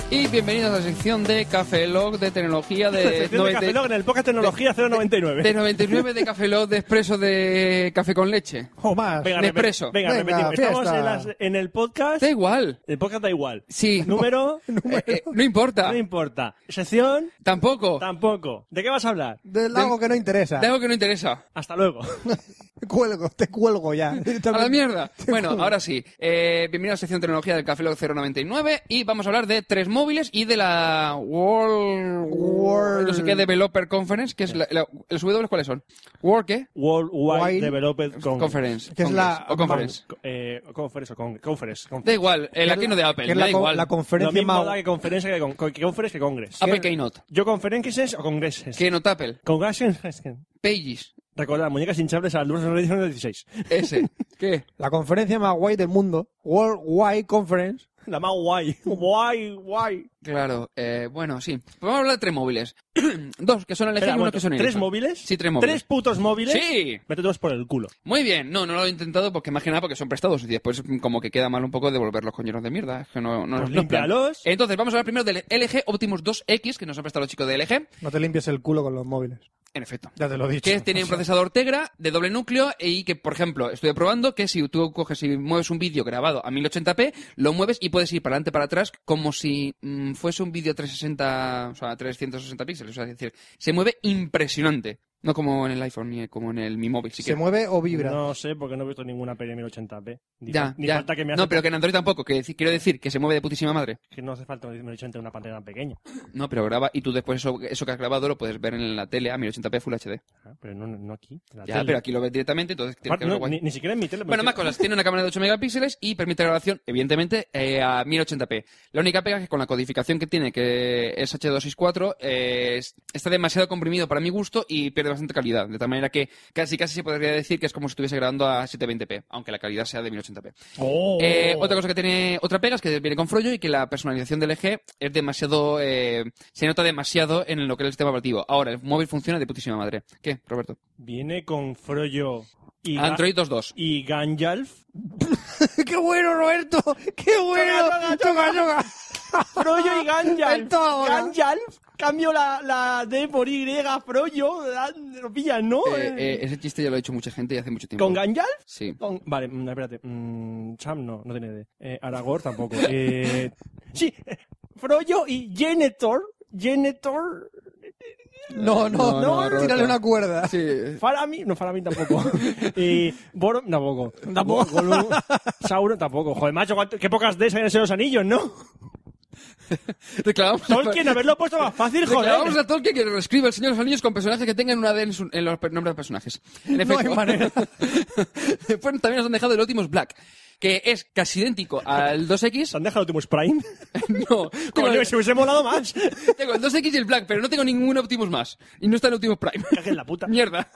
Y bienvenidos a la sección de Café Log de tecnología de, Sección de Eh, noventa- Café Log en el podcast Tecnología 099. de 99 de Café Log de expreso de café con leche. O más. Venga, de repet- preso. Venga, Venga, repetimos. Estamos fiesta. en, las- en el podcast. Da igual. El podcast da igual. Sí. Número. Eh, eh, no importa. No importa. Sección. Tampoco. Tampoco. ¿De qué vas a hablar? Del algo que no interesa. De algo que no interesa. Hasta luego. Te cuelgo, te cuelgo ya. A la mierda. Bueno, ahora sí. Eh, bienvenido a la sección tecnología del Café Log 099 y vamos a hablar de tres móviles y de la World, World- no sé qué Developer Conference, que es la, la- los W cuáles son? World qué? World Wide Wide Development Con- Conference. Que es la- Congress, o conference. Con- eh, conference o con- conference. con- Da igual, el aquí no de Que Apple, es la, da co- igual. la Lo conferencia mismo más... da que conferencia que, con, con- que conference que congres. Apple Keynote. Yo conferencias o congreses. Keynote Apple. Congreses. Pages. Recordad, muñecas hinchables a las luces de la edición del 16. Ese. ¿Qué? La conferencia más guay del mundo. World Wide Conference. La más guay. Guay, guay. Claro, eh, bueno, sí. Pues vamos a hablar de tres móviles. Dos que son LG Espera, y uno aguanta. que son ¿Tres Ericsson. móviles? Sí, tres móviles. ¿Tres putos móviles? Sí. Métetelos por el culo. Muy bien, no, no lo he intentado porque más que nada porque son prestados y después mm, como que queda mal un poco devolver los coñeros de mierda. Es que no, no, Pues no es plan. límpialos. Entonces, vamos a hablar primero del LG Optimus 2X que nos han prestado los chicos de LG. No te limpies el culo con los móviles. En efecto. Ya te lo he dicho. Que tiene un procesador Tegra de doble núcleo y que, por ejemplo, estoy probando que si tú coges y mueves un vídeo grabado a 1080p, lo mueves y puedes ir para adelante, para atrás, como si mm, fuese un vídeo 360, o sea, 360 píxeles. O sea, es decir, se mueve impresionante. No como en el iPhone ni como en el Mi Móvil. sí ¿Se que- mueve o vibra? No sé, porque no he visto ninguna peli en 1080p. Ni, Ya, fa- ni ya. falta que me hace No, pero que en Android tampoco. Que deci- quiero decir que se mueve de putísima madre. que no hace falta un 1080 en una pantalla tan pequeña. No, pero graba y tú después eso, eso que has grabado lo puedes ver en la tele a 1080p Full HD. Ah, Pero no, no aquí. en la Ya, tele. pero aquí lo ves directamente, entonces tienes Aparte, que verlo no, guay. ni, ni siquiera en mi tele. Bueno, porque- más cosas. Tiene una cámara de 8 megapíxeles y permite grabación, evidentemente, eh, a 1080p. La única pega es que con la codificación que tiene, que es H264, eh, es- está demasiado comprimido para mi gusto y pierde bastante calidad. De tal manera que casi casi se podría decir que es como si estuviese grabando a 720p, aunque la calidad sea de 1080p. Oh. Eh, otra cosa que tiene, otra pega es que viene con Froyo y que la personalización del eje es demasiado, eh, se nota demasiado en lo que es el sistema operativo. Ahora, el móvil funciona de putísima madre. ¿Qué, Roberto? Viene con Froyo y Ga- Android 2.2. y Ganjalf. ¡Qué bueno, Roberto! ¡Qué bueno! ¡Choca, choca! Froyo y Ganjalf. Esto ahora. Ganjalf. Cambio la, la D por Y, Froyo. la- Lo pillas, ¿no? Eh, eh, ese chiste ya lo ha hecho mucha gente y hace mucho tiempo. ¿Con Ganjalf? Sí. Con- Vale, mm, espérate. mm, Sam no, no tiene D. Eh, Aragor tampoco. Eh, sí, eh, Froyo y Genetor. Genetor. Oh, No, no, No, no, no. Roberto. tírale una cuerda. Sí. Faramir, no Faramir tampoco. y Borom tampoco. Tampoco. Go- Gollum, Sauron tampoco. Joder, macho, cuánto- qué pocas Ds hay en el Señor de los anillos, ¿no? Reclamamos, Tolkien, ¿eh? haberlo puesto más fácil, reclamamos joder. a Tolkien que reescriba el Señor de los Anillos con personajes que tengan una D en, su- en los per- nombres de personajes. En efecto. hay manera. Después también nos han dejado el Optimus Black, que es casi idéntico al 2X. ¿Se han dejado Optimus Prime? No, tengo- Coño, si hubiese molado más. Tengo el 2X y el Black, pero no tengo ningún Optimus más. Y no está el Optimus Prime. en la puta. Mierda.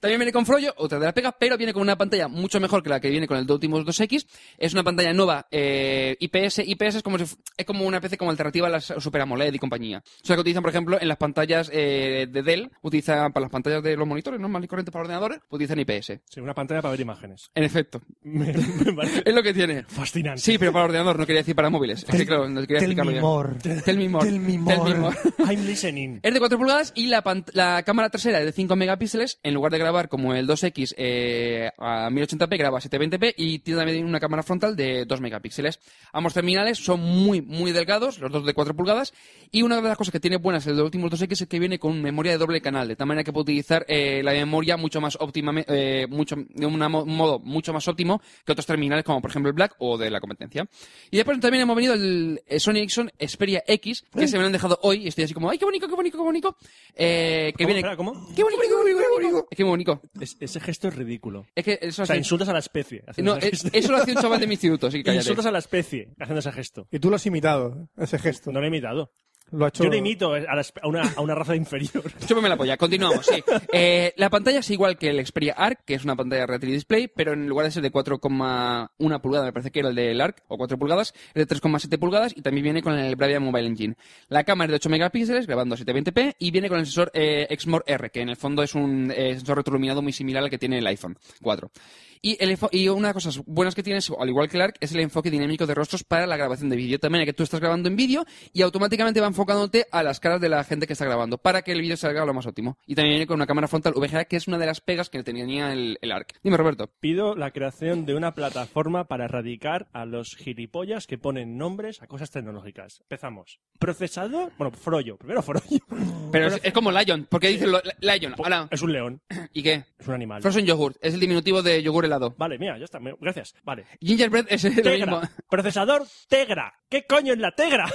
También viene con Froyo, otra de las pegas, pero viene con una pantalla mucho mejor que la que viene con el Optimus 2X. Es una pantalla nueva eh, IPS. IPS es como, si fu- es como una especie como alternativa a las Super AMOLED y compañía. O sea, que utilizan, por ejemplo, en las pantallas eh, de Dell, utilizan para las pantallas de los monitores normales y corrientes para ordenadores, utilizan IPS. Sí, una pantalla para ver imágenes. En efecto. Me- me parece Es lo que tiene. Fascinante. Sí, pero para ordenador, no quería decir para móviles. Es que claro, no quería Tell explicarlo me bien. more. Tell me more. Tell me Tell more. me more. I'm listening. Es de 4 pulgadas y la, pant- la cámara trasera es de 5 megapíxeles. En lugar de grabar como el 2X eh, a 1080p, graba a 720p y tiene también una cámara frontal de 2 megapíxeles. Ambos terminales son muy, muy delgados, los dos de 4 pulgadas. Y una de las cosas que tiene buenas el de últimos 2X es que viene con memoria de doble canal, de tal manera que puede utilizar eh, la memoria mucho más óptima, eh, mucho, de una mo- un modo mucho más óptimo que otros terminales como por ejemplo el Black o de la competencia. Y después también hemos venido el eh, Sony Ericsson Xperia X, que se me lo han dejado hoy y estoy así como, ¡ay, qué bonito, qué bonito, qué bonito! Eh, que ¿Cómo? viene... Espera, ¿cómo? ¡Qué bonito, qué bonito, qué bonito! Es que muy bonito. Es- ese gesto es ridículo. Es que eso, O sea, hace- insultas a la especie. haciendo no, ese es- gesto. eso lo hacía un chaval de mi instituto, así que cállate. Insultas a la especie haciendo ese gesto. Y tú lo has imitado, ese gesto. No lo he imitado. Lo ha hecho... Yo lo imito a, la espe- a una, a una raza inferior. Chúpame la polla, continuamos, sí. Eh, la pantalla es igual que el Xperia ARC, que es una pantalla Retina Display, pero en lugar de ser de 4,1 pulgadas, me parece que era el del ARC, o 4 pulgadas, es de 3,7 pulgadas y también viene con el Bravia Mobile Engine. La cámara es de 8 megapíxeles, grabando a 720p, y viene con el sensor eh, Exmor R, que en el fondo es un eh, sensor retroiluminado muy similar al que tiene el iPhone 4. Y, el enfo- y una de las cosas buenas que tienes, al igual que el ARC, es el enfoque dinámico de rostros para la grabación de vídeo. También que tú estás grabando en vídeo y automáticamente va enfocándote a las caras de la gente que está grabando para que el vídeo salga lo más óptimo. Y también viene con una cámara frontal VGA, que es una de las pegas que tenía el, el ARC. Dime, Roberto. Pido la creación de una plataforma para erradicar a los gilipollas que ponen nombres a cosas tecnológicas. Empezamos. Procesador, bueno, Frollo. Primero Frollo. Pero es, es como Lion, porque dice lo- Lion. Ahora, Es un león. ¿y qué? Es un animal. Frozen Yogurt, es el diminutivo de yogur helado. Vale, mira, ya está. me- Gracias. Vale. Gingerbread es el mismo. Tegra. Procesador Tegra. ¿Qué coño es la Tegra?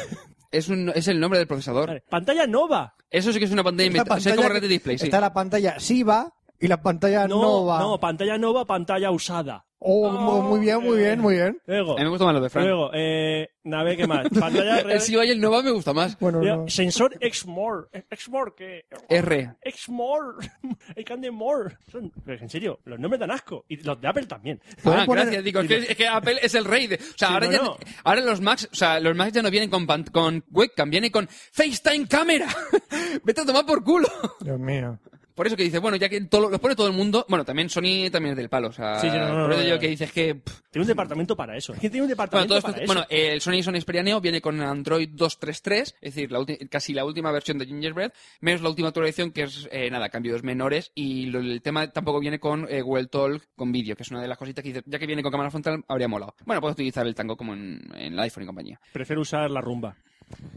Es, un- es el nombre del procesador. Vale. Pantalla Nova. Eso sí que es una pantalla Esta inventada. O sea, es como pantalla- Retina Display, sí. Está la pantalla sí va y la pantalla no, va. no, pantalla Nova, pantalla usada. Oh, mu- Ah. muy bien, muy bien, muy bien. Luego, A mí me gusta más lo de Frank. luego, eh, nave, ¿qué más? Pantalla re- El Siva y el Nova me gusta más. Bueno, Mira, no. Sensor Exmore. Exmore, ¿qué? R. Exmore. I can do more. Son- pero En serio, los nombres dan asco. Y los de Apple también. ¿Pueden Ah, poner- gracias, digo, es que, es que Apple es el rey de... O sea, Sí, ahora, no, ya, no. ahora los Macs, o sea, los Macs ya no vienen con, pan- con webcam, viene con FaceTime cámara. Vete a tomar por culo. Dios mío. Por eso que dices, bueno, ya que todo, lo- los pone todo el mundo, bueno, también Sony también es del palo, o sea, Sí, sí, no, no, por no, eso no, yo no. que dices que pff, Tiene un departamento para eso. Es que tiene un bueno, departamento todo esto- para eso. bueno, el Sony Sony Xperia Neo viene con Android 2.3.3, es decir, la ulti- casi la última versión de Gingerbread, menos la última actualización que es, eh, nada, cambios menores y lo- el tema tampoco viene con eh, Google Talk con vídeo, que es una de las cositas que dices, ya que viene con cámara frontal, habría molado. Bueno, puedes utilizar el tango como en, en el iPhone y compañía. Prefiero usar la rumba.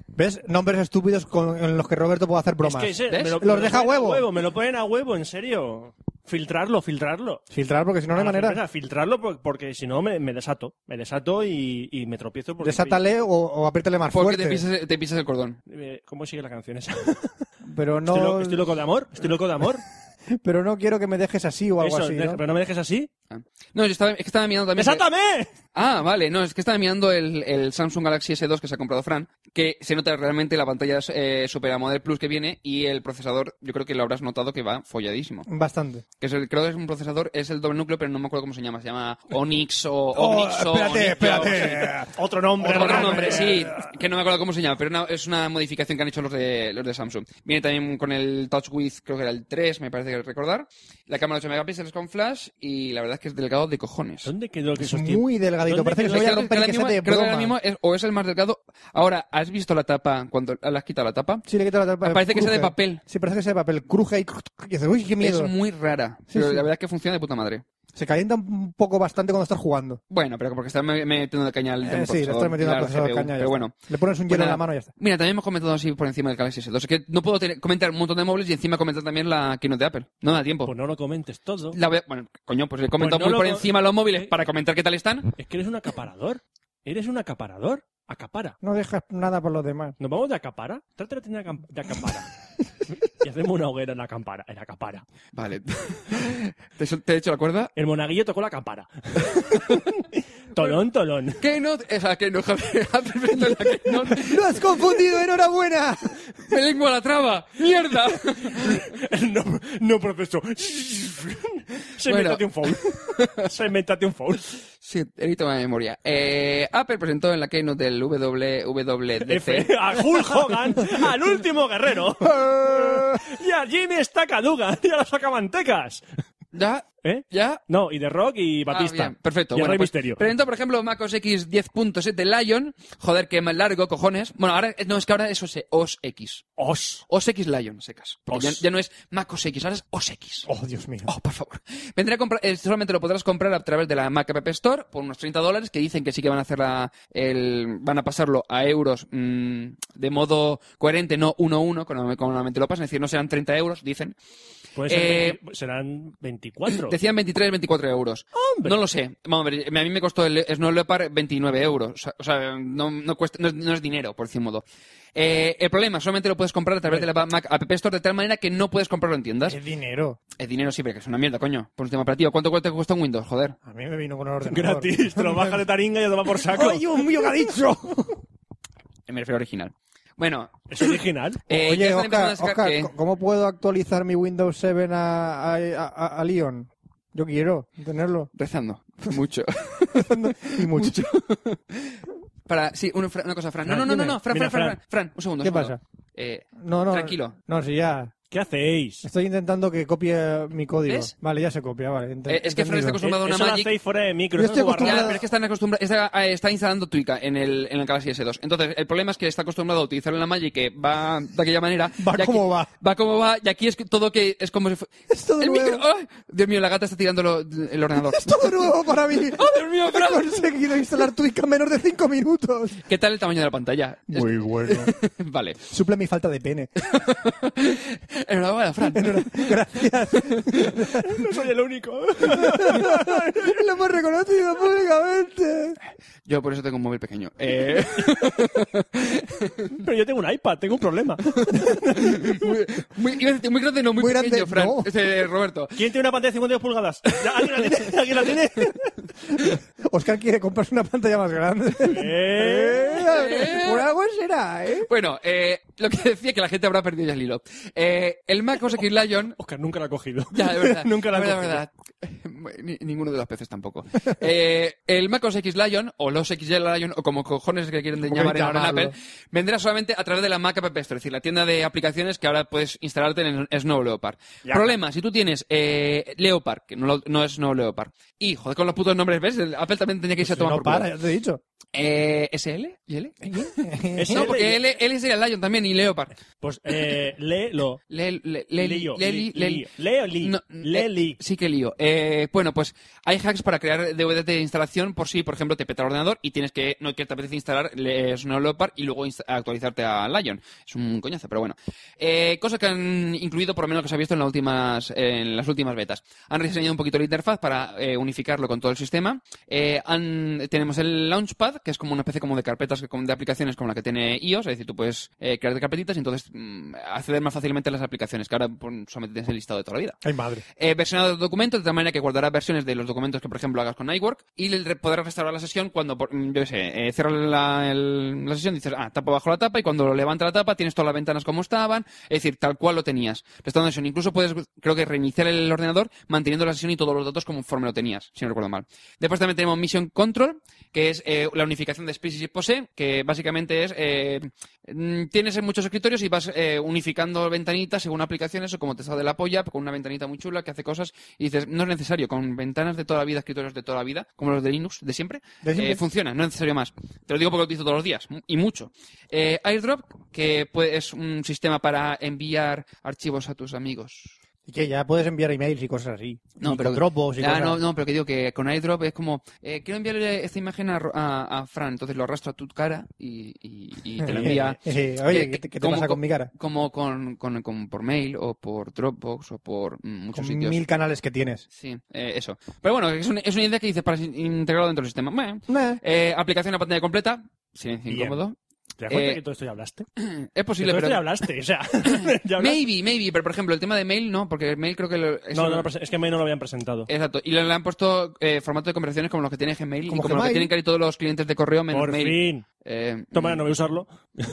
¿Ves? Nombres estúpidos con en los que Roberto puede hacer bromas. Es que ese- ¿Ves? me lo, Los me lo deja ponen a huevo. Me lo ponen a huevo, en serio. Filtrarlo, filtrarlo. Filtrar porque si Ah, no no hay A la manera. cerveza, filtrarlo por- porque si no me, me desato. Me desato y, y me tropiezo. Porque, Desátale o, o apriétale más Porque fuerte. te pisas, te pisas el cordón. Eh, ¿Cómo sigue la canción esa? Pero no, Estoy, loco, estoy loco de amor. Estoy loco de amor. pero no quiero que me dejes así o algo Eso, así. deja- ¿no? Pero no me dejes así. Ah. No, yo estaba, es que estaba mirando también... ¡Desátame! Ah, vale, no, es que estaba mirando el, el Samsung Galaxy S2 que se ha comprado Fran, que se nota realmente la pantalla eh, Super AMOLED Plus que viene y el procesador, yo creo que lo habrás notado que va folladísimo. Bastante. Que es el, creo que es un procesador, es el doble núcleo, pero no me acuerdo cómo se llama, se llama Onyx o Oh, Onyx o espérate, Onyx, yo- espérate. Otro nombre. Otro nombre, sí, que no me acuerdo cómo se llama, pero una- es una modificación que han hecho los de, los de Samsung. Viene también con el Touch With, creo que era el 3, me parece que recordar. La cámara de 8 megapíxeles con flash y la verdad es que es delgado de cojones. ¿Dónde quedó que Es esos muy tiempos- delgadito. ¿Dónde Parece que quedó se voy a Creo que romper y ahora que sea mismo- de creo que ahora mismo broma. es- o es el más delgado. Ahora, ¿has visto la tapa? Cuando le has quitado la tapa, Sí, le quito la tapa. Parece que sea de cruje. papel. Sí, parece que sea de papel. Cruje y, y hace, uy, qué miedo. es muy rara. Sí, Pero sí. la verdad es que funciona de puta madre. Se calienta un poco bastante cuando estás jugando. Bueno, pero porque estás me- metiendo de caña al Eh, tema sí, le procesador, estás metiendo la al procesador GPU, caña. ya Pero está. bueno. Le pones un Pues hielo en nada. la mano y ya está. Mira, también hemos comentado así por encima del Galaxy S2. Es que no puedo tener- comentar un montón de móviles y encima comentar también la keynote de Apple. No me da tiempo. Pues no lo comentes todo. La voy a- bueno, coño, pues he comentado no muy lo por co- Eh, encima los móviles para comentar qué tal están. Es que eres un acaparador. Eres un acaparador. Acapara. No dejas nada por los demás. ¿Nos vamos de acapara? Trata de tener acam- de acapara. y hacemos una hoguera en la campara, en la acapara. Vale. ¿Te, sol- te he hecho la cuerda? El monaguillo tocó la campara. tolón, tolón. Que no, o sea, que no, Javier, ha perfecto la que no. ¡Lo has confundido! ¡Enhorabuena! Me lengua la traba, mierda. no, no, profesor. Se Bueno. inventate un foul. Se inventate un foul. Sí, edito de memoria. Eh, Apple presentó en la keynote del WWDC. F. A Hulk Hogan, al último guerrero. y a Jimmy está caduga. Y a las sacamantecas. Ya, ¿Eh? ¿Ya? No, y The Rock y Ah, Batista. bien, perfecto. Y el bueno, Rey pues, Misterio. Presentó, por ejemplo, MacOS X 10.7 Lion. Joder, que más largo, cojones. Bueno, ahora, eh, no, es que ahora es OS, OS X. Os. OS X Lion, secas. Porque Os. Ya, ya no es MacOS X, ahora es OS X. Oh, Dios mío. Oh, por favor. Vendrá a comprar, eh, solamente lo podrás comprar a través de la Mac App Store por unos 30 dólares, que dicen que sí que van a hacer la, el, van a pasarlo a euros mm, de modo coherente, no 1-1, como como normalmente lo pasan, es decir, no serán 30 euros, dicen. Puede ser Eh, que serán 24. Decían 23, 24 euros. Hombre. No lo sé. Vamos a ver, a mí me costó el Snow Leopard 29 euros. O sea, o sea, no, no cuesta, no, es- no es dinero, por decir un modo. Eh, el problema, solamente lo puedes comprar a través de la Mac App Store de tal manera que no puedes comprarlo en tiendas. Qué dinero. El dinero sí, pero que es una mierda, coño. Por un sistema operativo. ¿Cuánto cuesta cuesta un Windows? Joder. A mí me vino con un ordenador. Gratis, te lo bajas de taringa y ya te va por saco. ¡Ay, Dios mío, qué ha dicho! eh, Me refiero original. Bueno, ¿Es original? eh, ya Oye, están empezando Oscar, a sacar Oscar, que- ¿cómo- ¿cómo puedo actualizar mi Windows 7 a, a, a, a Leon? Yo quiero tenerlo. rezando. Mucho. Y mucho. Para, sí, una, fra- una cosa, Fran. No, Fran, no, no, no, dime. no. Fran, Mira, Fran, Fran, Fran. Fran, un segundo. ¿Qué un segundo. pasa? Eh, No, no. Tranquilo. No, si ya. ¿Qué hacéis? Estoy intentando que copie mi código. ¿Ves? Vale, ya se copia, vale. ent- Eh, es que Fran entendido. está acostumbrado- Tomado una Eso lo Magic. hacéis fuera de micro. Yo eso estoy es guarrada. Ya, acostumbrado- pero es que están acostumbra- está, eh, está instalando Twika en el, en el Galaxy S2. Entonces, el problema es que está acostumbrado a utilizarlo en la Magic, que va de aquella manera. Va Y aquí- como va. Va como va, y aquí es que todo que es como si fue- Es todo el nuevo. micro- ¡Ay! Dios mío, la gata está tirando lo- el ordenador. Es todo nuevo para mí. ¡Oh, Dios mío, He Fran! conseguido instalar Twitch en menos de 5 minutos. ¿Qué tal el tamaño de la pantalla? Es- Muy bueno. vale. Suple mi falta de pene. Enhorabuena, Fran. Gracias. No soy el único. Lo hemos reconocido públicamente. Yo por eso tengo un móvil pequeño. Eh, Pero yo tengo un iPad, tengo un problema. muy, muy- iba a decir muy grande, no muy, Muy grande, pequeño, Fran. no. Este, Roberto. ¿Quién tiene una pantalla de 52 pulgadas? Ya, ¿Alguien la tiene? ¿Alguien la tiene? Oscar quiere comprarse una pantalla más grande. Eh. Por algo será, ¿eh? Bueno, eh, lo que decía que la gente habrá perdido ya el hilo. Eh, el Mac OS X Lion Oscar nunca la ha cogido. Ya, de verdad. nunca la ha de cogido. verdad, de verdad. Ni- ninguno de los peces tampoco. Eh, el macOS X Lion, o los XL Lion, o como cojones que quieren Como llamar en, queréis ahora en llamarlo. Apple, vendrá solamente a través de la Mac App Store, es decir, la tienda de aplicaciones que ahora puedes instalarte en el Snow Leopard. Problema, si tú tienes eh, Leopard, que no, lo- no es Snow Leopard, y joder con los putos nombres, ¿ves? El Apple también tenía que irse a tomar No por culo. para, ya te he dicho. Eh, ¿SL? ¿Y L? Ese- No, porque L, L sería Lion también y Leopard. Pues, eh, léelo. Le, le, le- Leo. Leli- Leli- Leo. Leo. Leo. No, eh, Leli. sí que lío. Eh, bueno, pues hay hacks para crear DVDs de instalación por si, por ejemplo, te peta el ordenador y tienes que, no que te apetece instalar eh, Snow Leopard y luego insta- actualizarte a Lion. Es un coñazo, pero bueno. Eh, cosas que han incluido, por lo menos que se ha visto en las últimas, en las últimas betas. Han rediseñado un poquito la interfaz para eh, unificarlo con todo el sistema. Eh, han- tenemos el Launchpad, que es como una especie como de carpetas que- como de aplicaciones como la que tiene iOS, es decir, tú puedes eh, crear de carpetitas y entonces mm, acceder más fácilmente a las aplicaciones, que ahora pues, solamente tienes el listado de toda la vida. Ay, madre. Eh, versionado los documentos de tal manera que guardará versiones de los documentos que, por ejemplo, hagas con iWork y le re- podrás restaurar la sesión cuando, por- mm, yo qué sé, eh, cierras la, el- la sesión, dices, ah, tapa bajo la tapa y cuando lo levanta la tapa tienes todas las ventanas como estaban, es decir, tal cual lo tenías. Restaurando la sesión. Incluso puedes, creo que, reiniciar el ordenador manteniendo la sesión y todos los datos conforme lo tenías, si no recuerdo mal. Después también tenemos Mission Control, que es eh, la unificación de Species y Pose, que básicamente es, eh, mm, tienes en muchos escritorios y vas eh, unificando ventanitas según aplicaciones o como te sale de la polla, con una ventanita muy chula que hace cosas y dices, no es necesario, con ventanas de toda la vida, escritorios de toda la vida, como los de Linux de siempre, ¿De siempre? eh, funciona, no es necesario más. Te lo digo porque lo utilizo todos los días, y mucho. Eh, Airdrop, que puede- es un sistema para enviar archivos a tus amigos. Y que ya puedes enviar emails y cosas así. No, Y pero con Dropbox y Ah, cosas. no, no, pero que digo que con iDrop es como, eh, quiero enviarle esta imagen a, Ro- a- a Fran, entonces lo arrastro a tu cara y, y- y te lo envía. Eh, eh, oye, Eh, ¿qué te, qué te como- pasa con mi cara? Como con, con- con- por mail o por Dropbox o por mm, muchos Con sitios. mil canales que tienes. Sí, eh, eso. Pero bueno, es, un- es una idea que dices para in- integrarlo dentro del sistema. Bueno, eh, aplicación a pantalla completa, silencio Bien. incómodo. ¿Te das cuenta eh, que todo esto ya hablaste? Es Que posible, todo esto ya pero... hablaste, o sea. ya hablaste. Maybe, maybe, pero por ejemplo, el tema de mail no, porque el mail creo que... lo- eso No, no, lo- lo presen- es que May no lo habían presentado. Exacto. Y le, le han puesto eh, formato de eh, conversaciones como los que tiene Gmail y Como como los que Gmail. tienen casi todos los clientes de correo menos Por mail. Ah, fin. Eh, Toma, ya no voy a usarlo.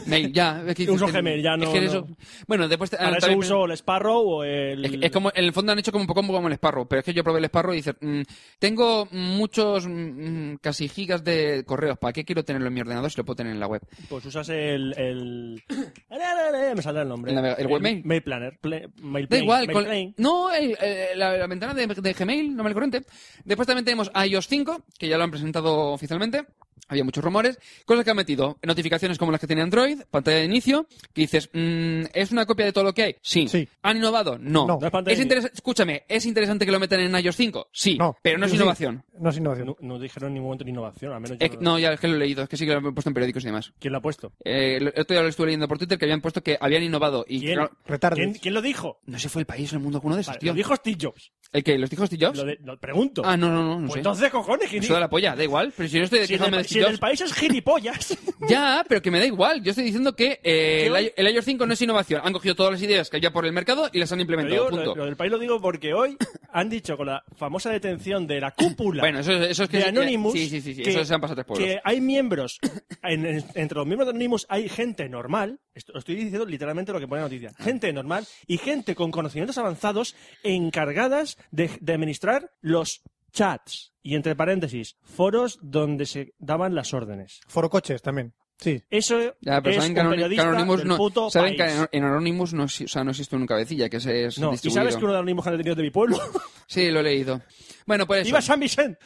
Mail, ya. Es que, Uso es que- Gmail, ya no- es que eso- no. Bueno, después... te- Para ah, eso también- uso el Sparrow o el... Es, que- es como, en el fondo han hecho como un poco como el esparro, pero es que yo probé el esparro y dices, mm, tengo muchos mm, mm, casi gigas de correos, ¿para qué quiero tenerlo en mi ordenador si lo puedo tener en la web? Pues usas el... el... Me saldrá el nombre. Eh, El navega- el webmail. Mail Planner. Pla- mail Da Plane, igual, Mail con- Plane. no, el- eh, la, la ventana de, de Gmail, no me corriente. Después también tenemos iOS 5, que ya lo han presentado oficialmente. Había muchos rumores. Cosas que han metido. Notificaciones como las que tiene Android, pantalla de inicio, que dices, mm, ¿es una copia de todo lo que hay? Sí. Sí. ¿Han innovado? No. No. No es pantalla ¿Es de inicio. interesa- Escúchame, ¿es interesante que lo metan en iOS 5? Sí. Pero no es Sí, sí. innovación. No es innovación. No, no dijeron en ningún momento de innovación, al menos yo Es- no, ya es que lo he leído, es que sí que lo han puesto en periódicos y demás. ¿Quién lo ha puesto? Eh, lo- esto ya lo estuve leyendo por Twitter, que habían puesto que habían innovado y... ¿Quién? claro, Retardos. ¿Quién, quién lo dijo? no sé, fue el país, el mundo, alguno de esos, Vale, tío. lo dijo Steve Jobs. ¿El que ¿Los dijo Steve Jobs? Lo, de- lo pregunto. Ah, no, no, no, no Pues sé. entonces, cojones, ¿quién Me dijo? suda la polla, da igual. Pero si yo estoy Si el, quejándome de del- si Steve el del Jobs. país es gilipollas. Ya, pero que me da igual. Yo estoy diciendo que eh, el, i- el iOS 5 no es innovación. Han cogido todas las ideas que había por el mercado y las han Lo, digo- implementado. punto. lo- lo del país lo digo porque hoy han dicho con la famosa detención de la cúpula Bueno, eso, eso es que. de sí, Anonymous Sí, sí, sí. sí, que- eso se han pasado tres pueblos. que hay miembros, en- en- entre los miembros de Anonymous hay gente normal, esto- estoy diciendo literalmente lo que pone la noticia, Ah. gente normal y gente con conocimientos avanzados encargadas de, de administrar los chats y entre paréntesis, foros donde se daban las órdenes. Foro coches también. Sí. Eso Ya, pero es saben un que, Anony- que periodista Anonymous del no, puto saben que país. en- en Anonymous no, exi- o sea, no existe un cabecilla, que se es No, y distribuido. sabes que uno de los mismos detenidos de mi pueblo Sí, lo he leído. Bueno, pues eso. iba a San Vicente.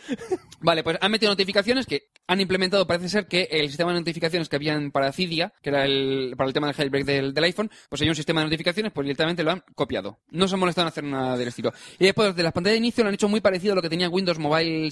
Vale, pues han metido notificaciones que han implementado, parece ser que el sistema de notificaciones que habían para Cydia, que era el, para el tema del jailbreak del, del iPhone, pues hay un sistema de notificaciones, pues directamente lo han copiado. No se han molestado en hacer nada del estilo. Y después de las pantallas de inicio lo han hecho muy parecido a lo que tenía Windows Mobile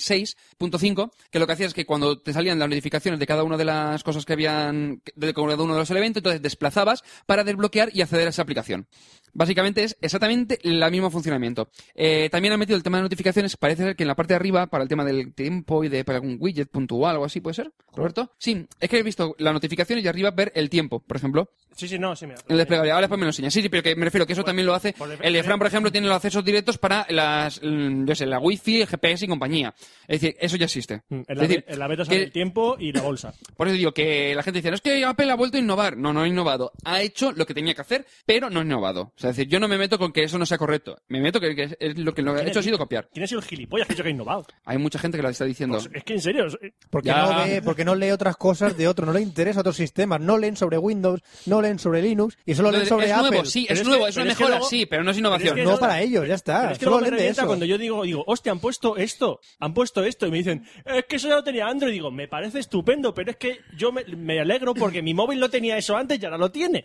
6.5, que lo que hacía es que cuando te salían las notificaciones de cada una de las cosas que habían, de cada uno de los elementos, entonces desplazabas para desbloquear y acceder a esa aplicación. Básicamente es exactamente el mismo funcionamiento. Eh, también han metido el tema de notificaciones. Parece ser que en la parte de arriba, para el tema del tiempo y de para algún widget puntual o algo así, ¿puede ser, Roberto? Sí, es que he visto las notificaciones y arriba ver el tiempo, por ejemplo, Sí, sí, no, sí, mira. el desplegable. Ahora después me lo enseñas. Sí, sí, pero que me refiero que eso también lo hace. por defecto, El de Fran, por ejemplo, tiene los accesos directos para las, mm, yo sé, la wifi, el GPS y compañía. Es decir, eso ya existe. Mm, En Es la, decir, en la beta sale que- el tiempo y la bolsa. por eso digo que la gente dice, no, es que Apple ha vuelto a innovar. No, no ha innovado. Ha hecho lo que tenía que hacer, pero no ha innovado. O sea, es decir, yo no me meto con que eso no sea correcto. Me meto que, que es- es lo que lo que ha hecho ha sido copiar. ¿Quién ha sido el gilipollas que ha dicho que ha innovado? Hay mucha gente que lo está diciendo. Pues es que en serio, es- Porque Ya. no, ve, porque no lee otras cosas de otros, no le interesa otros sistemas, no leen sobre Windows, no leen sobre Linux y solo Lo leen de- sobre es Apple. nuevo, sí, Pero es, es que- nuevo, es pero una es que mejora, luego- sí, pero no es innovación. pero es No que- para ellos, ya pero está. es que Solo luego me leen de revienta Ah, eso. cuando yo digo, digo, hostia, han puesto esto, han puesto esto, y me dicen, es que eso ya lo tenía Android. Digo, me parece estupendo, pero es que yo me, me alegro porque mi móvil no tenía eso antes y ahora lo tiene.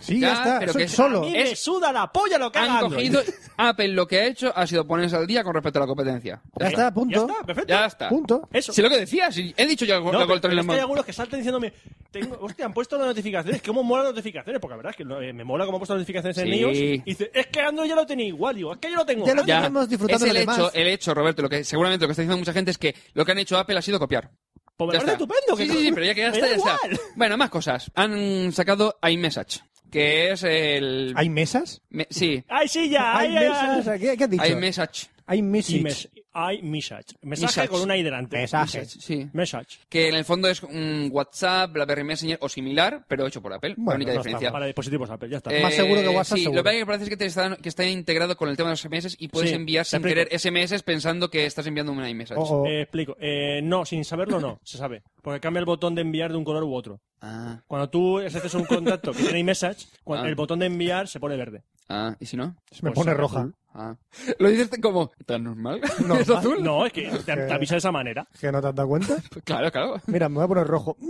Sí, Ya, ya, está. pero Eso que es es- A solo. mí Es- me suda la polla lo que haga Han Android. cogido, Apple lo que ha hecho ha sido ponerse al día con respecto a la competencia. Ya está, punto. Ya está, perfecto. Ya está. Punto. Eso. Si lo que decías, si he dicho yo algo, No, algo pero, al tren pero es que hay lemon. algunos que saltan diciéndome, tengo, hostia, han puesto las notificaciones, que cómo mola las notificaciones, porque la verdad es que no, eh, me mola cómo han puesto las notificaciones en Sí. ellos. Y dice, es que Android ya lo tenía igual, digo, es que yo lo tengo. Ya lo antes". Ya. tenemos disfrutando es el de hecho, los demás. el hecho, Roberto, lo que seguramente lo que está diciendo mucha gente es que lo que han hecho Apple ha sido copiar. Pues me parece Ya está. estupendo. Sí, que sí, sí, pero ya que ya Me está, da ya está. igual. Bueno, más cosas. Han sacado iMessage, que es el... ¿Hay mesas? me- Sí, Ay, sí, ya. ¿Hay Ay, ay, ay. mesas? ¿Qué, qué has dicho? iMessage. Hay Sí, mesas. mes- Hay message. Mensaje Message. con una I delante. Mensaje. Message. Sí. Message. Que en el fondo es un WhatsApp, BlackBerry Messenger o similar, pero hecho por Apple. la Bueno, única no diferencia. Para dispositivos Apple, ya está. Eh, Más seguro que WhatsApp, Sí, seguro. lo que hay que parece es que, te está, que está integrado con el tema de los SMS y puedes Sí, enviar te sin explico. querer SMS pensando que estás enviando un iMessage. O- o- Eh, explico. Eh, no, sin saberlo no, se sabe. Porque cambia el botón de enviar de un color u otro. Ah, Cuando tú haces un contacto que tiene iMessage, cuando Ah. el botón de enviar se pone verde. ah, ¿y si no? se me pues, pone roja. Ah. Lo dices como, ¿tan normal? Normal. ¿Es azul? No, es que te, te avisa de esa manera. ¿Que no te has dado cuenta? Pues Claro, claro. Mira, me voy a poner rojo. Mm,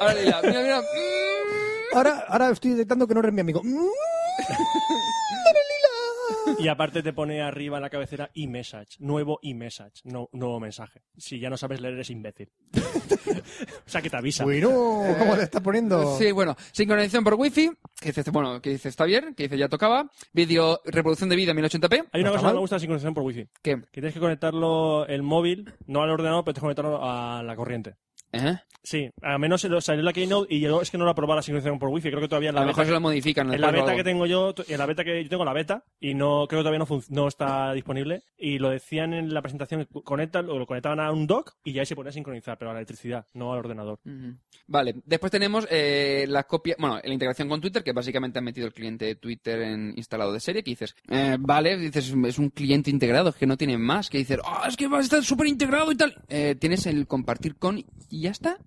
Ahora mira, mira, mira. Ahora, ahora estoy detectando que no eres mi amigo. Mm, Y aparte te pone arriba en la cabecera iMessage. Nuevo iMessage. No, nuevo mensaje. Si ya no sabes leer, eres imbécil. o sea, que te avisa. Bueno, ¿cómo te estás poniendo? Sí, bueno, sincronización por wifi, que dices, bueno, que dice está bien, que dice ya tocaba, vídeo, reproducción de vídeo 1080p, Hay ¿Está una cosa que mal? me gusta de la sincronización por wifi. que Que tienes que conectarlo el móvil, no al ordenador, pero tienes que conectarlo a la corriente. ¿Eh? Sí, a menos se lo salió la Keynote y yo es que no lo aprobaba la sincronización por wifi, creo que todavía en la A lo beta, mejor se lo modifican. en la después o beta que algo. tengo yo, en la beta que yo tengo la beta y no creo que todavía no, func- no está disponible y lo decían en la presentación que conectan o lo conectaban a un dock y ya ahí se ponía a sincronizar, pero a la electricidad, no al ordenador. Ujú. Vale, después tenemos eh, la copia, bueno, la integración con Twitter, que básicamente han metido el cliente de Twitter en, instalado de serie, que dices, eh, vale, dices, es un cliente integrado, es que no tiene más, que dices, ah, es que va a estar súper integrado y tal. Eh, tienes el compartir con y ya está.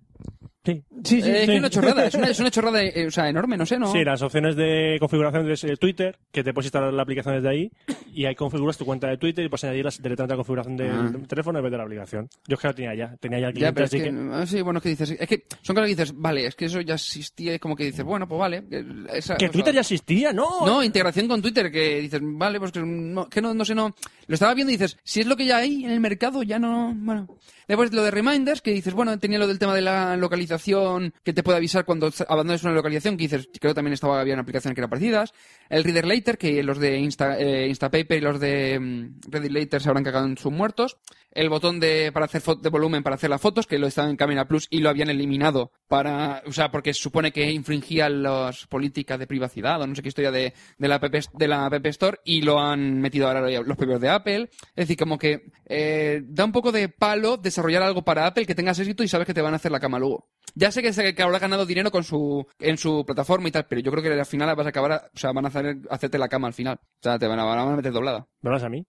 Sí. Sí, Eh, es una chorrada, es una, es una chorrada, eh, o sea, enorme, no sé, ¿no? Sí, las opciones de configuración de eh, Twitter, que te puedes instalar la aplicación desde ahí, y ahí configuras tu cuenta de Twitter y puedes añadirlas directamente a la configuración del Ah. teléfono en vez de la aplicación. Yo es que la tenía ya, tenía ya el Ya, cliente, pero es así que, que... ah, sí, bueno, es que dices, es que son cosas que dices, vale, es que eso ya existía, es como que dices, bueno, pues vale. que esa- Que o sea, Twitter ya existía, ¿no? No, integración con Twitter, que dices, vale, pues que no, que no, no sé, no. Lo estaba viendo y dices, si es lo que ya hay en el mercado, ya no. Bueno. Después lo de reminders, que dices, bueno, tenía lo del tema de la localización, que te puede avisar cuando s- abandones una localización, que dices, creo que también estaba, había una aplicación que eran parecidas. El Reader Later, que los de Insta, eh, Instapaper y los de mm, Reader Later se habrán cagado en sus muertos. El botón de, para hacer fo- de volumen para hacer las fotos, que lo estaba en Camera Plus y lo habían eliminado para, o sea, porque supone que infringía las políticas de privacidad o no sé qué historia de, de la app, de la app Store y lo han metido ahora los propios de Apple. Es decir, como que eh, da un poco de palo desarrollar algo para Apple que tengas éxito y sabes que te van a hacer la cama luego. Ya sé que, se- que habrá ganado dinero con su, en su plataforma y tal, pero yo creo que al final vas a acabar, a- o sea, van a hacer, hacerte la cama al final. O sea, te van a, van a meter doblada. ¿Me hablas a mí?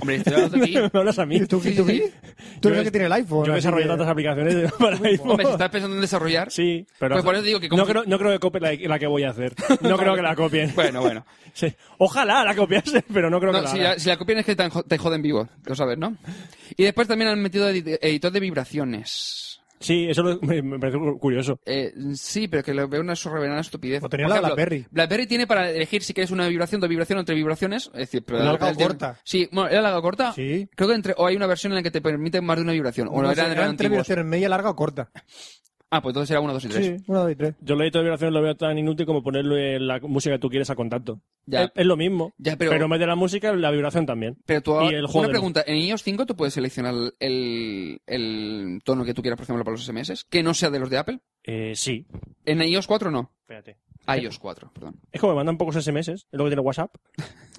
Hombre, estoy hablando aquí. ¿Me hablas a mí? ¿Tú, Sí, tú, tú, sí, sí. tú Yo eres el es- que tiene el iPhone. Yo así desarrollo que- tantas aplicaciones de- para iPhone. Hombre, si estás pensando en desarrollar. Sí, pero... Pues por eso digo que como no, si- creo, no creo que copien la, la que voy a hacer. No creo que la copien. Bueno, bueno. Sí. Ojalá la copiase, pero no creo No, que la si, hagan. la, si la copian es que te, han- te joden vivo, lo sabes, ¿no? Y después también han metido edi- editor de vibraciones. Sí, eso lo- me, me parece curioso. Eh, sí, pero que lo veo una sobreveniente estupidez. O tenía Por la ejemplo, BlackBerry. BlackBerry tiene para elegir si quieres una vibración, dos vibraciones, entre vibraciones. Es decir, pero Larga o tiene- corta. Sí, bueno, ¿era larga o corta? Sí. Creo que entre, o hay una versión en la que te permite más de una vibración. O No no, sé, eran, eran eran tres antiguos. versiones, media, larga o corta. Ah, pues entonces era uno, dos y tres. Sí, una, dos y tres. Yo la editor de vibraciones lo veo tan inútil como ponerle la música que tú quieres a contacto. Eh, Ya. Es, es lo mismo. Ya, pero- en vez de la música, la vibración también. Pero tú Y ahora, el juego una de pregunta, en iOS 5 tú puedes seleccionar el, el tono que tú quieras, por ejemplo, para los SMS, que no sea de los de Apple. Eh, sí. En iOS 4 no. Espérate. Ah, iOS 4, perdón. Es como me mandan pocos SMS, es lo que tiene WhatsApp.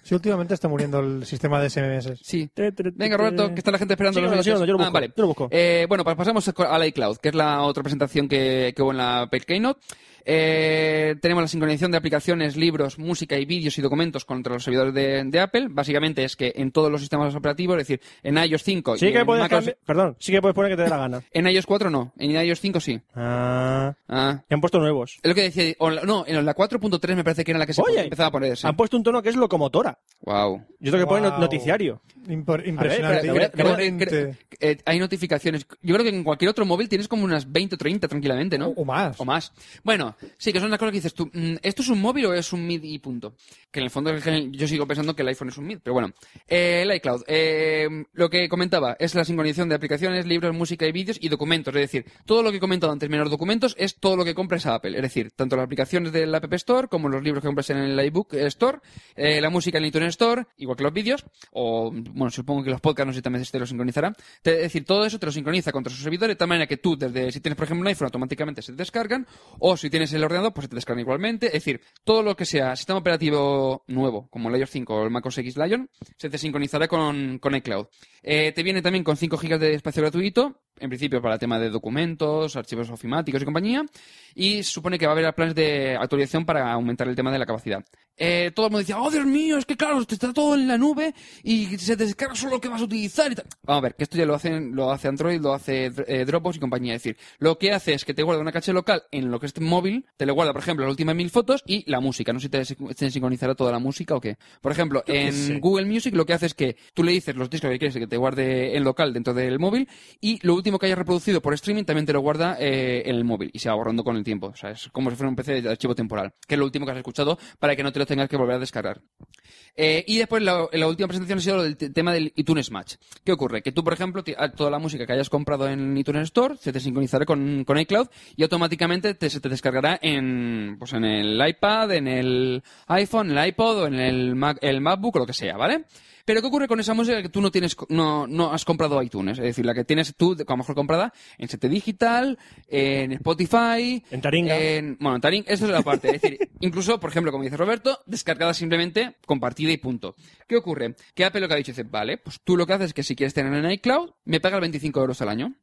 Sí, últimamente está muriendo el sistema de SMS. Sí. Te, te, te, Venga, Roberto, que está la gente esperando. Síguelo, los síguelo, yo lo Ah, busco, vale. yo lo busco. Eh, bueno, pues pasamos a la iCloud, que es la otra presentación que, que hubo en la Apple Keynote. Eh, tenemos la sincronización de aplicaciones, libros, música y vídeos y documentos contra los servidores de, de Apple. Básicamente es que en todos los sistemas operativos, es decir, en iOS 5 y Sí que en, puedes macOS- cambi- Perdón, sí que puedes poner que te dé la gana. en iOS 4 no, en iOS 5 sí. Ah, Ah. y han puesto nuevos. Es lo que decía, o la- no, en la 4.3 me parece que era la que se Oye. empezaba a poner. Sí. Han puesto un tono que es locomotora. Wow. Yo tengo que poner Wow. noticiario. Impor- Pero impresionante. creo- creo- creo- imponente. Eh, hay notificaciones. Yo creo que en cualquier otro móvil tienes como unas 20 o 30 tranquilamente, ¿no? O- o más. O más. Bueno, sí, que son las cosas que dices tú. mm, ¿Esto es un móvil o es un MID y punto? Que en el fondo es que yo sigo pensando que el iPhone es un MID, pero bueno. Eh, el iCloud. eh, lo que comentaba es la sincronización de aplicaciones, libros, música y vídeos y documentos. Es decir, todo lo que he comentado antes, menos documentos, es todo lo que compras a Apple. Es decir, tanto las aplicaciones del App Store como los libros que compras en el iBook Store, eh, la música en el iTunes Store, igual que los vídeos, o bueno, supongo que los podcasts, no sé si también te lo sincronizará. Te- Es decir, todo eso te lo sincroniza contra su servidor de tal manera que tú, desde si tienes, por ejemplo, un iPhone, automáticamente se te descargan, o si tienes el ordenador, pues se te descargan igualmente. Es decir, todo lo que sea sistema operativo nuevo, como el iOS 5 o el macOS X Lion, se te sincronizará con, con iCloud. Eh, te viene también con 5 GB de espacio gratuito, en principio para el tema de documentos, archivos ofimáticos y compañía, y se supone que va a haber planes de actualización para aumentar el tema de la capacidad. Eh, todo el mundo decía, oh Dios mío, es que claro, te está todo en la nube y se te descarga solo lo que vas a utilizar. y tal". Vamos a ver, que esto ya lo, hacen, lo hace Android, lo hace eh, Dropbox y compañía. Es decir, lo que hace es que te guarda una caché local en lo que es tu móvil, te lo guarda, por ejemplo, las últimas mil fotos y la música. No sé si te, sin- te sincronizará toda la música o qué. Por ejemplo, en sé. Google Music lo que hace es que tú le dices los discos que quieres que te guarde en local dentro del móvil y lo último que hayas reproducido por streaming también te lo guarda eh, en el móvil y se va borrando con el tiempo. O sea, es como si fuera un PC de archivo temporal, que es lo último que has escuchado para que no te lo tengas que volver a descargar. Eh, y después la, la última presentación ha sido lo del te- tema del iTunes Match. ¿Qué ocurre? Que tú, por ejemplo, ti- a- toda la música que hayas comprado en iTunes Store se te sincronizará con, con iCloud y automáticamente te- se te descargará en, pues en el iPad, en el iPhone, el iPod o en el, Mac- el MacBook o lo que sea, ¿vale? Pero ¿qué ocurre con esa música que tú no tienes, no, no has comprado iTunes? Es decir, la que tienes tú, a lo mejor comprada, en CT Digital, en Spotify. En Taringa. en- bueno, en Taringa, eso es la parte. Es decir, incluso, por ejemplo, como dice Roberto, descargada simplemente, compartida y punto. ¿Qué ocurre? Que Apple lo que ha dicho dice, vale, pues tú lo que haces es que si quieres tener en iCloud, me pagas 25 euros al año.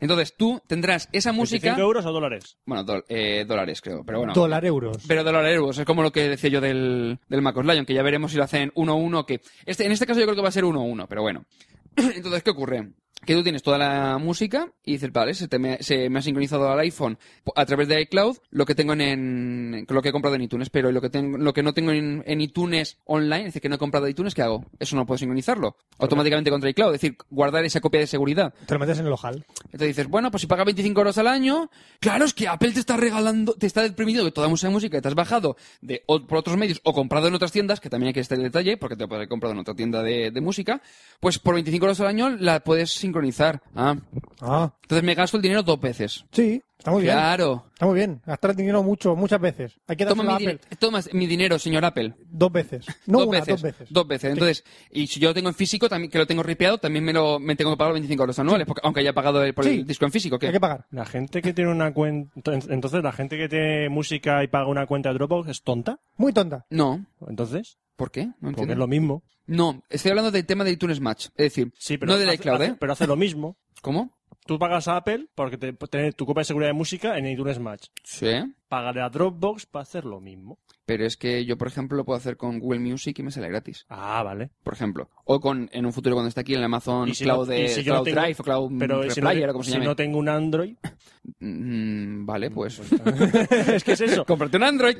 Entonces tú tendrás esa música. 25 euros o dólares. Bueno, dol- eh, dólares creo, pero bueno. Dólar euros. Pero de los euros, es como lo que decía yo del, del Macos Lion, que ya veremos si lo hacen 1-1, que este, en este caso yo creo que va a ser 1-1, pero bueno. Entonces, ¿qué ocurre? Que tú tienes toda la música y dices, vale, se, te me, se me ha sincronizado al iPhone po- a través de iCloud lo que tengo en, en- lo que he comprado en iTunes, pero lo que, tengo, lo que no tengo en, en iTunes online, es decir, que no he comprado iTunes, ¿qué hago? Eso no puedo sincronizarlo automáticamente contra iCloud, es decir, guardar esa copia de seguridad. Te lo metes en el ojal. Entonces dices, bueno, pues si pagas 25 euros al año, claro, es que Apple te está regalando, te está permitiendo que toda esa música que te has bajado de, o- por otros medios o comprado en otras tiendas, que también hay que estar el detalle, porque te lo puedes haber comprado en otra tienda de, de música, pues por 25 euros al año la puedes sincronizar. Ah, Ah, entonces me gasto el dinero dos veces. sí, está muy bien. Claro. Está muy bien. Gastar el dinero mucho, muchas veces. Hay que Toma dárselo a mi, Apple din- toma mi dinero, señor Apple. dos veces. No dos, una, veces, dos veces. Entonces, y si yo lo tengo en físico, también que lo tengo ripeado, también me lo me tengo que pagar 25 euros anuales, porque, aunque haya pagado el- por Sí. el disco en físico. ¿qué? Hay que pagar. La gente que tiene una cuenta. Entonces, la gente que tiene música y paga una cuenta de Dropbox es tonta. Muy tonta. No. Entonces, ¿Por qué? No porque entiendo. es lo mismo. No, estoy hablando del tema de iTunes Match. Es decir, Sí, pero. no del hace- iCloud, hace- ¿eh? Pero hace lo mismo. ¿Cómo? Tú pagas a Apple porque te, tener tu copia de seguridad de música en iTunes Match. Sí. Pagaré a Dropbox para hacer lo mismo. Pero es que yo, por ejemplo, lo puedo hacer con Google Music y me sale gratis, Ah, vale. por ejemplo. O con, en un futuro cuando esté aquí, en el Amazon Y si Cloud, no- de, y si yo no Cloud tengo- Drive o Cloud Pero Replayer si no, o como se si llame. no tengo un Android. Mm, vale, pues... es que es eso. Cómprate un Android.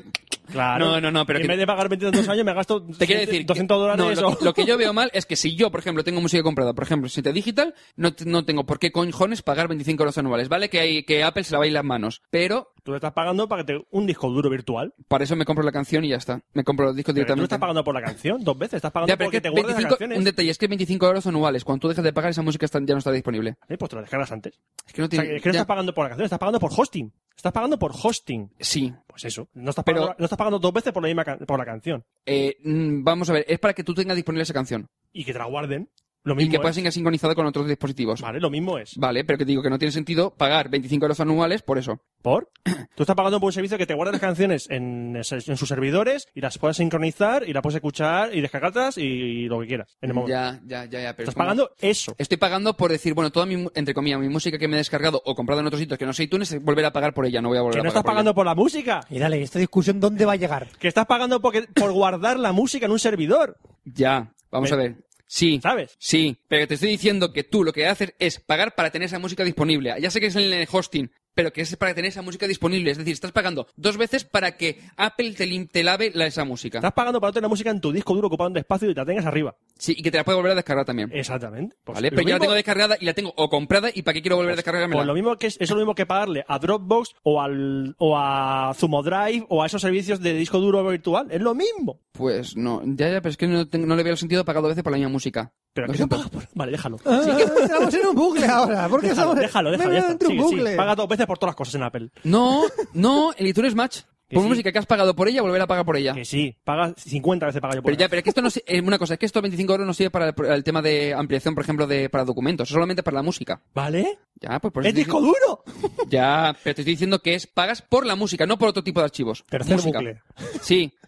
Claro. No, no, no, pero en que- vez de pagar 22 años, me gasto Te quiero decir... que- 200 dólares no, lo, o... que- lo que yo veo mal es que si yo, por ejemplo, tengo música comprada, por ejemplo, si te digital, no, te- no tengo por qué cojones pagar 25 euros anuales. Vale que, hay, que Apple se la va a ir las manos, pero Tú le estás pagando para que te un disco duro virtual. para eso me compro la canción y ya está. Me compro los discos Pero tú no directamente. estás pagando por la canción dos veces. Estás pagando Ya, pero es porque que te guardas 25 las canciones. un detalle es que 25 euros anuales. Cuando tú dejas de pagar, esa música está- ya no está disponible. Eh, pues te lo descargas antes. Es que no O sea, tiene. que es que no ya- estás pagando por la canción, estás pagando por hosting. Estás pagando por hosting. sí. Pues eso. No estás Pero- pagando, no estás pagando dos veces por la misma can- por la canción. Eh, mm, vamos a ver, es para que tú tengas disponible esa canción Y que te la guarden. Lo y mismo ¿eh? que es. puedas ser sincronizada con otros dispositivos. Vale, lo mismo es. Vale, pero que te digo que no tiene sentido pagar 25 euros anuales por eso. ¿Por? Tú estás pagando por un servicio que te guarda las canciones en, en sus servidores y las puedes sincronizar y las puedes escuchar y descargarlas y, lo que quieras. En el momento. Ya, ya, ya, ya. estás Pero es como- pagando eso. Estoy pagando por decir, bueno, toda mi, mu- entre comillas, mi música que me he descargado o comprado en otros sitios que no sé iTunes, volver a pagar por ella, no voy a volver Que a no pagar. estás por pagando por la música. Y dale, ¿esta discusión dónde va a llegar? Que estás pagando porque- por guardar la música en un servidor. ella. Ya, vamos Me- a ver. Sí. ¿Sabes? Sí, pero te estoy diciendo que tú lo que haces es pagar para tener esa música disponible. Ya sé que es en el hosting, pero que es para tener esa música disponible. Es decir, estás pagando dos veces para que Apple te, lim- te lave la- esa música. Estás pagando para tener la música en tu disco duro ocupando espacio y la tengas arriba. Sí, y que te la pueda volver a descargar también. Exactamente. Pues ¿Vale? lo Pero yo la mismo- tengo descargada y la tengo o comprada y ¿para qué quiero volver a Pues lo descargármela? mismo que es, es lo mismo que pagarle a Dropbox o al o a Zumo Drive o a esos servicios de disco duro virtual, es lo mismo. Pues no, ya, ya, pero es que no, tengo- no le veo el sentido pagar dos veces por la misma música. Pero Lo que no siento. pagas por... Vale, déjalo. estamos en un bucle ahora. ¿Por qué Déjalo, estamos déjalo, déjalo, Me veo ya está. dentro de Sigue, un sigue. bucle? Paga dos veces por todas las cosas en Apple. No, no, el iTunes Match. Que Por sí. música que has pagado por ella, volver a pagar por ella. Que sí, pues pagas 50 veces paga yo por Pero ya, ella. pero es que esto no si- eh, una cosa, es que estos 25 euros no sirve para el, para el tema de ampliación, por ejemplo, de para documentos, solamente para la música. ¿Vale? Ya, pues por eso ¡Es te disco digo- duro! Ya, pero te estoy diciendo que es pagas por la música, no por otro tipo de archivos. Tercer música. bucle. Sí.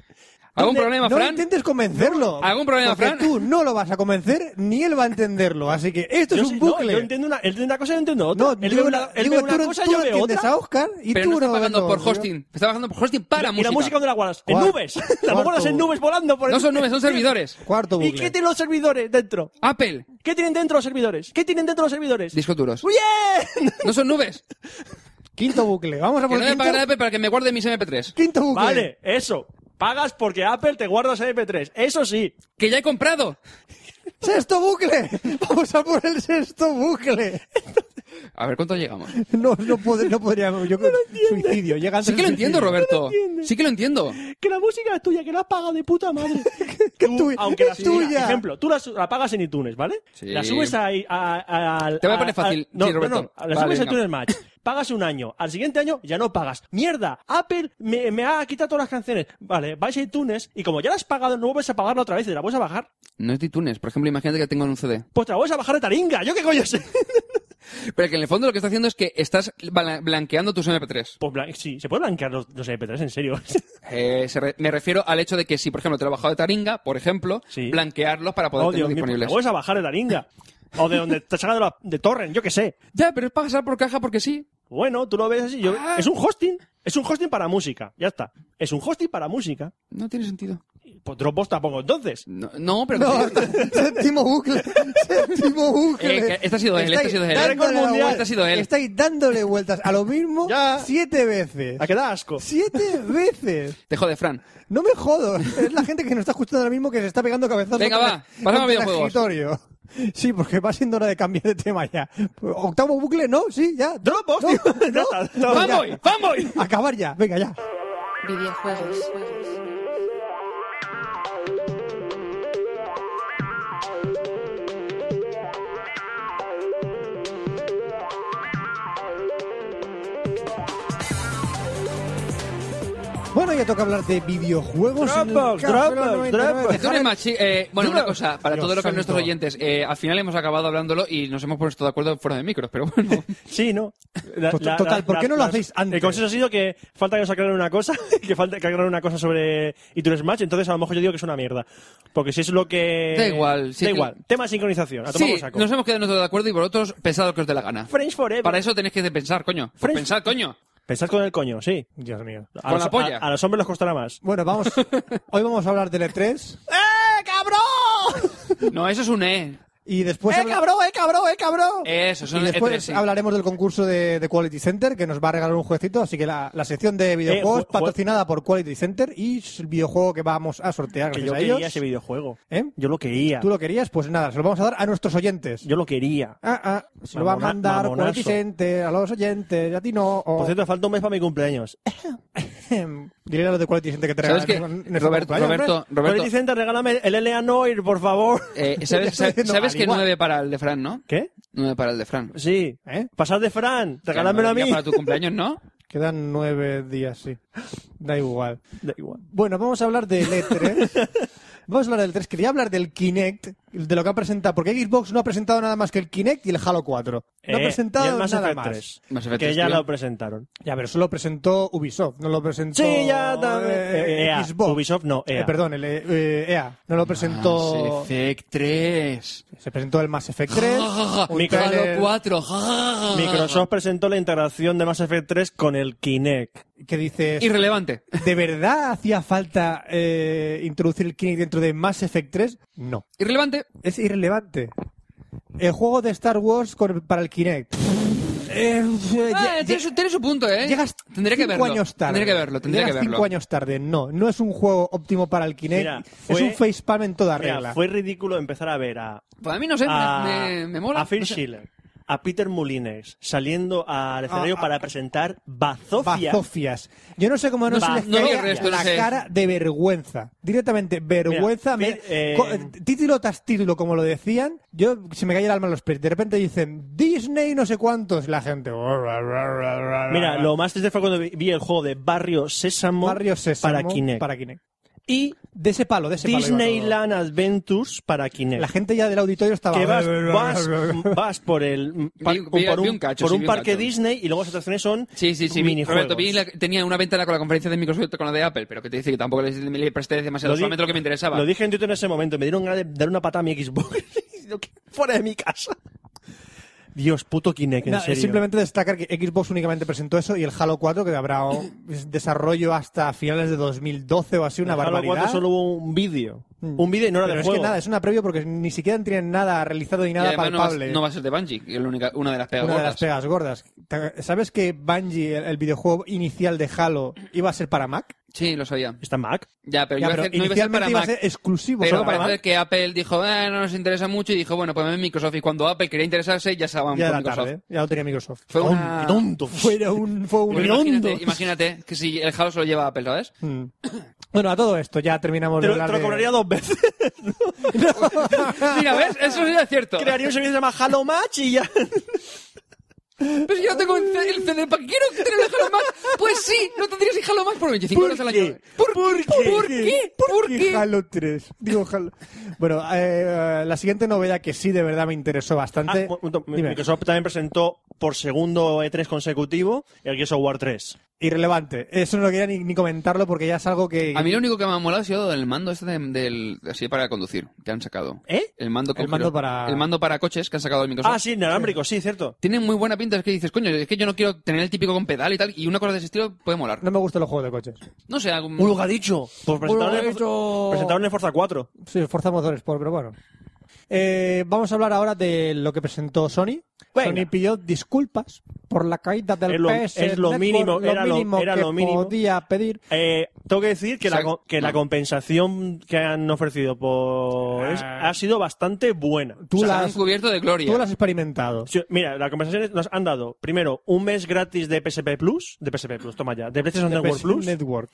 ¿Algún ¿Dónde- problema, no Fran? intentes convencerlo. ¿Algún problema, porque Fran? tú no lo vas a convencer ni él va a entenderlo. Así que esto Yo es sí- un no, bucle. yo entiendo una, él entiende una cosa y yo entiendo otra. No, yo él ve no- una, él digo, ve tú una no- cosa, tú yo no veo entiendes otra. a Oscar y pero tú no estás no pagando no, por yo- hosting, está pagando por hosting para ¿Y música. la música dónde la guardas? En Cuarto. nubes. La guardas en nubes volando por el- No son nubes, son servidores. Cuarto bucle. ¿Y qué tienen los servidores dentro? Apple, ¿Qué tienen dentro los servidores? ¿Qué tienen dentro los servidores? discos duros. ¡Bien! No son nubes. Quinto bucle. Vamos a Que por no el me pagan a quinto, Apple para que me guarde mis MP3. quinto bucle. Vale, eso. Pagas porque Apple te guarda ese MP3. Eso sí. Que ya he comprado. Sexto bucle. Vamos a por el sexto bucle. A ver cuánto llegamos. No, no, pod- no podría. Yo suicidio. Llega antes Sí que lo del entiendo, suicidio. Roberto. Sí que lo entiendo. Que la música es tuya, que la has pagado de puta madre. que tú, tuya. aunque la es subas- tuya. Ejemplo, tú la, su- la pagas en iTunes, ¿vale? Sí. La subes a, a- a- Te voy a a- poner fácil, no, sí, no, Roberto. no, la Vale, subes a venga. iTunes Match. Pagas un año, al siguiente año ya no pagas. ¡Mierda! Apple me, me ha quitado todas las canciones. Vale, vais a iTunes y como ya la has pagado, no vuelves a pagarla otra vez, te la vuelves a bajar. No es de iTunes. Por ejemplo, imagínate que tengo en un CD. Pues te la vuelves a bajar de taringa, yo qué coño sé. Pero que en el fondo lo que está haciendo es que estás bla- blanqueando tus MP3. Pues blan- sí, se puede blanquear los, los MP3, en serio. Eh, se re- me refiero al hecho de que si, por ejemplo, te lo he bajado de Taringa, por ejemplo, Sí. blanquearlos para poder Oh, Dios tenerlos mío, pues te disponibles. la vuelves a bajar de taringa. O de donde te has sacado la- de torrent, yo qué sé. Ya, pero es pasar por caja porque sí. Bueno, tú lo ves así. yo- Ah. Es un hosting. Es un hosting para música. Ya está. Es un hosting para música. No tiene sentido. Pues Dropbox tampoco. Entonces, No, no, pero... No, séptimo bucle. Séptimo bucle. Eh, que este ha sido él, Estáis este ha sido él. dándole Récord la mundial, vuelta. este ha sido él. Estáis dándole vueltas a lo mismo Ya. siete veces. ¿a qué da asco? Siete veces. Te jode, Fran. No me jodo. Es la gente que nos está escuchando ahora mismo que se está pegando cabezazos. Venga, contra- va, pasamos a contra el videojuegos. escritorio. Sí, porque va siendo hora de cambiar de tema ya. Octavo bucle, no, sí, ya. Dropbox, No, tío. no. Ya está. No, Vamos. ¡Fanboy! ¡Fanboy! Acabar ya, venga ya. videojuegos, Bueno, ya toca hablar de videojuegos. en el Dropbox, Café Dropbox, 99. Dropbox. Tú eres machi- eh, bueno, una cosa, para Dios todo lo que santo. nuestros oyentes, eh, al final hemos acabado hablándolo y nos hemos puesto de acuerdo fuera de micros, pero bueno. Sí, no. Pues, total, ¿por qué no lo hacéis antes? El consenso ha sido que falta que nos aclaren una cosa, que falta que aclaren una cosa sobre iTunes Match, entonces a lo mejor yo digo que es una mierda. Porque si es lo que... Da igual, sí da que- igual. Tema de sincronización, a tomar sí, por saco. nos hemos quedado nosotros de acuerdo y vosotros pensad lo que os dé la gana. French Forever. Para eso tenéis que pensar, coño. Pues French- Pensad, coño. Pensad con el coño, sí. Dios mío. A Con los, la polla. A, a los hombres les costará más. Bueno, vamos. hoy vamos a hablar E del E3 ¡Eh, cabrón! No, eso es un E. y después. habla- eh, cabrón, eh, cabrón! Eso, son Y E3, después sí. hablaremos del concurso de, de Quality Center que nos va a regalar un jueguecito. Así que la, la sección de videojuegos Eh, jue- jue- patrocinada por Quality Center y el videojuego que vamos a sortear Que gracias yo a quería ellos. ese videojuego. ¿Eh? Yo lo quería. ¿Tú lo querías? Pues nada, se lo vamos a dar a nuestros oyentes. Yo lo quería. Ah, ah, se lo va a Mamona- mandar mamonazo. Quality Center a los oyentes, a ti no. o- Por cierto, falta un mes para mi cumpleaños. Dile a los de Quality Center que te ¿Sabes regalen. qué? en- en- en- Roberto, Vaya, hombre. Roberto, Roberto Roberto. Vicente, regálame el LA Noir, por favor. eh, Ya ¿Sabes, estoy sabes, diciendo, sabes al que igual. 9 para el de Fran, no? ¿Qué? 9 para el de Fran. Sí. ¿Eh? Pasar de Fran, regálamelo a Ya mí. Para tu cumpleaños, ¿no? Quedan nueve días, sí. Da igual. Da igual. Bueno, vamos a hablar del E3. vamos a hablar del 3. Quería hablar del Kinect, de lo que ha presentado, porque Xbox no ha presentado nada más que el Kinect y el Halo 4. No ha Eh, presentado y el Mass nada Effect más. 3, Mass Effect que 3, ya tío. lo presentaron. Ya, pero eso lo presentó Ubisoft, no lo presentó Sí, ya también. eh, Eh, EA. Xbox. Ubisoft E Ah, no, ah. Eh, EA. perdón, el eh, eh, EA. No lo presentó... Mass Effect 3. se presentó el Mass Effect 3. un Micro- trailer- Halo 4. Microsoft presentó la integración de Mass Effect 3 con el Kinect. Que dices... Irrelevante. ¿De verdad hacía falta eh, introducir el Kinect dentro de Mass Effect 3? No. Irrelevante. Es irrelevante. El juego de Star Wars con- para el Kinect. Eh, eh, Ah, lle- tiene, su, tiene su punto, ¿eh? Llegas tendré que cinco verlo. años tarde. Tendré que verlo, tendré que Llegas verlo. cinco años tarde. No, no es un juego óptimo para el Kinect. Mira, fue- es un facepalm en toda Mira, regla. fue ridículo empezar a ver a, Para Pues mí, no sé, me- a, me, me mola. a Phil no sé. Schiller, a Peter Mullines saliendo al escenario a- para presentar Bazofia. Bazofias. Yo no sé cómo no se Ba- les no caía vi el resto, la no sé. cara de vergüenza. Directamente, vergüenza. Mira, me- eh, co- eh, título tras título, como lo decían, yo se me caía el alma en los pies. De repente dicen Disney no sé cuántos. y La gente... Mira, lo más triste fue cuando vi- vi el juego de Barrio Sésamo, Barrio Sésamo para Kinect. Para Kinect. Y De ese palo, de ese palo iba todo. Disneyland Adventures para Kinect. La gente ya del auditorio estaba... que vas, vas, vas por el par- Vi- vi- por vi un, un cacho, por sí, un vi un parque cacho. Disney y luego las atracciones son Sí, sí, sí. vi- minijuegos. Roberto, vi la- tenía una ventana con la conferencia de Microsoft con la de Apple, pero que te dice que tampoco le, le presté demasiado, di- solamente lo que me interesaba. Lo dije en Twitter en ese momento, me dieron ganas de dar una patada a mi Xbox Lo que- fuera de mi casa. Dios, puto Kinect, en No, serio. simplemente destacar que Xbox únicamente presentó eso y el Halo 4 que habrá o- desarrollo hasta finales de 2012 o así, una En Halo barbaridad. Mm. 4 solo hubo un vídeo. Un vídeo y no era Pero de es juego. que nada, es una previo porque ni siquiera tienen nada realizado ni Y nada además no va a- palpable. No va, a ser de Bungie, que es la única, una de las pegas una de gordas. las pegas gordas. Ta- ¿Sabes que Bungie, el, el videojuego inicial de Halo, iba a ser para Mac? Sí, lo sabía. Está en Ah. Mac. Ya, pero, Ya, iba a pero ser- no iba a ser inicialmente para iba Mac. a ser exclusivo Pero solo para parece Mac. que Apple dijo, "Ah, no nos interesa mucho, y dijo, bueno, pues Microsoft. Y cuando Apple quería interesarse, ya estaban Ya con era Microsoft. tarde, ¿eh? ya lo tenía Microsoft. Fue una... Tonto. Fuera un, fue un Pero imagínate, imagínate que si el Halo se lo lleva a Apple, ¿sabes? Mm. Bueno, a todo esto ya terminamos Te de lo, hablar te lo de- cobraría dos veces. Pues Mira, ¿ves? Eso sí es cierto. Crearía un servicio que se llama Halo Match y ya. Pero Pues si yo no tengo el C- el CD, ¿para qué quiero tener el Halo más? Pues sí, no tendrías el Halo más por 25 ¿Por horas al año. qué? ¿Por, qué? ¿Por qué? ¿Por qué? Halo 3? Digo Halo. Bueno, eh, la siguiente novela que sí de verdad me interesó Ah, bastante. un momento, Dime. Microsoft también presentó por segundo E3 consecutivo el Gears of War 3. Irrelevante. Eso no quería ni, ni comentarlo porque ya es algo que. A mí lo único que me ha molado ha sido el mando este de- del así para conducir que han sacado. ¿Eh? El mando, con El mando giro- para- el mando para coches que han sacado del Microsoft. Ah, sí, inalámbrico, sí, cierto. Tiene muy buena pinta, es que dices, coño, es que yo no quiero tener el típico con pedal y tal, y una cosa de ese estilo puede molar. No me gustan los juegos de coches. No sé, algún... Un lugar dicho. Pues presentaron, el, Urgadillo. presentaron el Forza 4. Sí, Forza Motorsport, pero bueno. Eh, vamos a hablar ahora de lo que presentó Sony. Venga. Sony pidió disculpas por la caída del Es lo- PS es lo Network, mínimo, era lo- era que lo mínimo. podía pedir. Eh, tengo que decir que, la, Sac- co- que la no. compensación que han ofrecido por es- ha sido bastante buena. Tú, Se la han has, cubierto de gloria. tú la has experimentado. Sí, Mira, la compensación nos han dado primero un mes gratis de PSP Plus, de PSP Plus, toma ya, de PlayStation Network PS Plus, Network.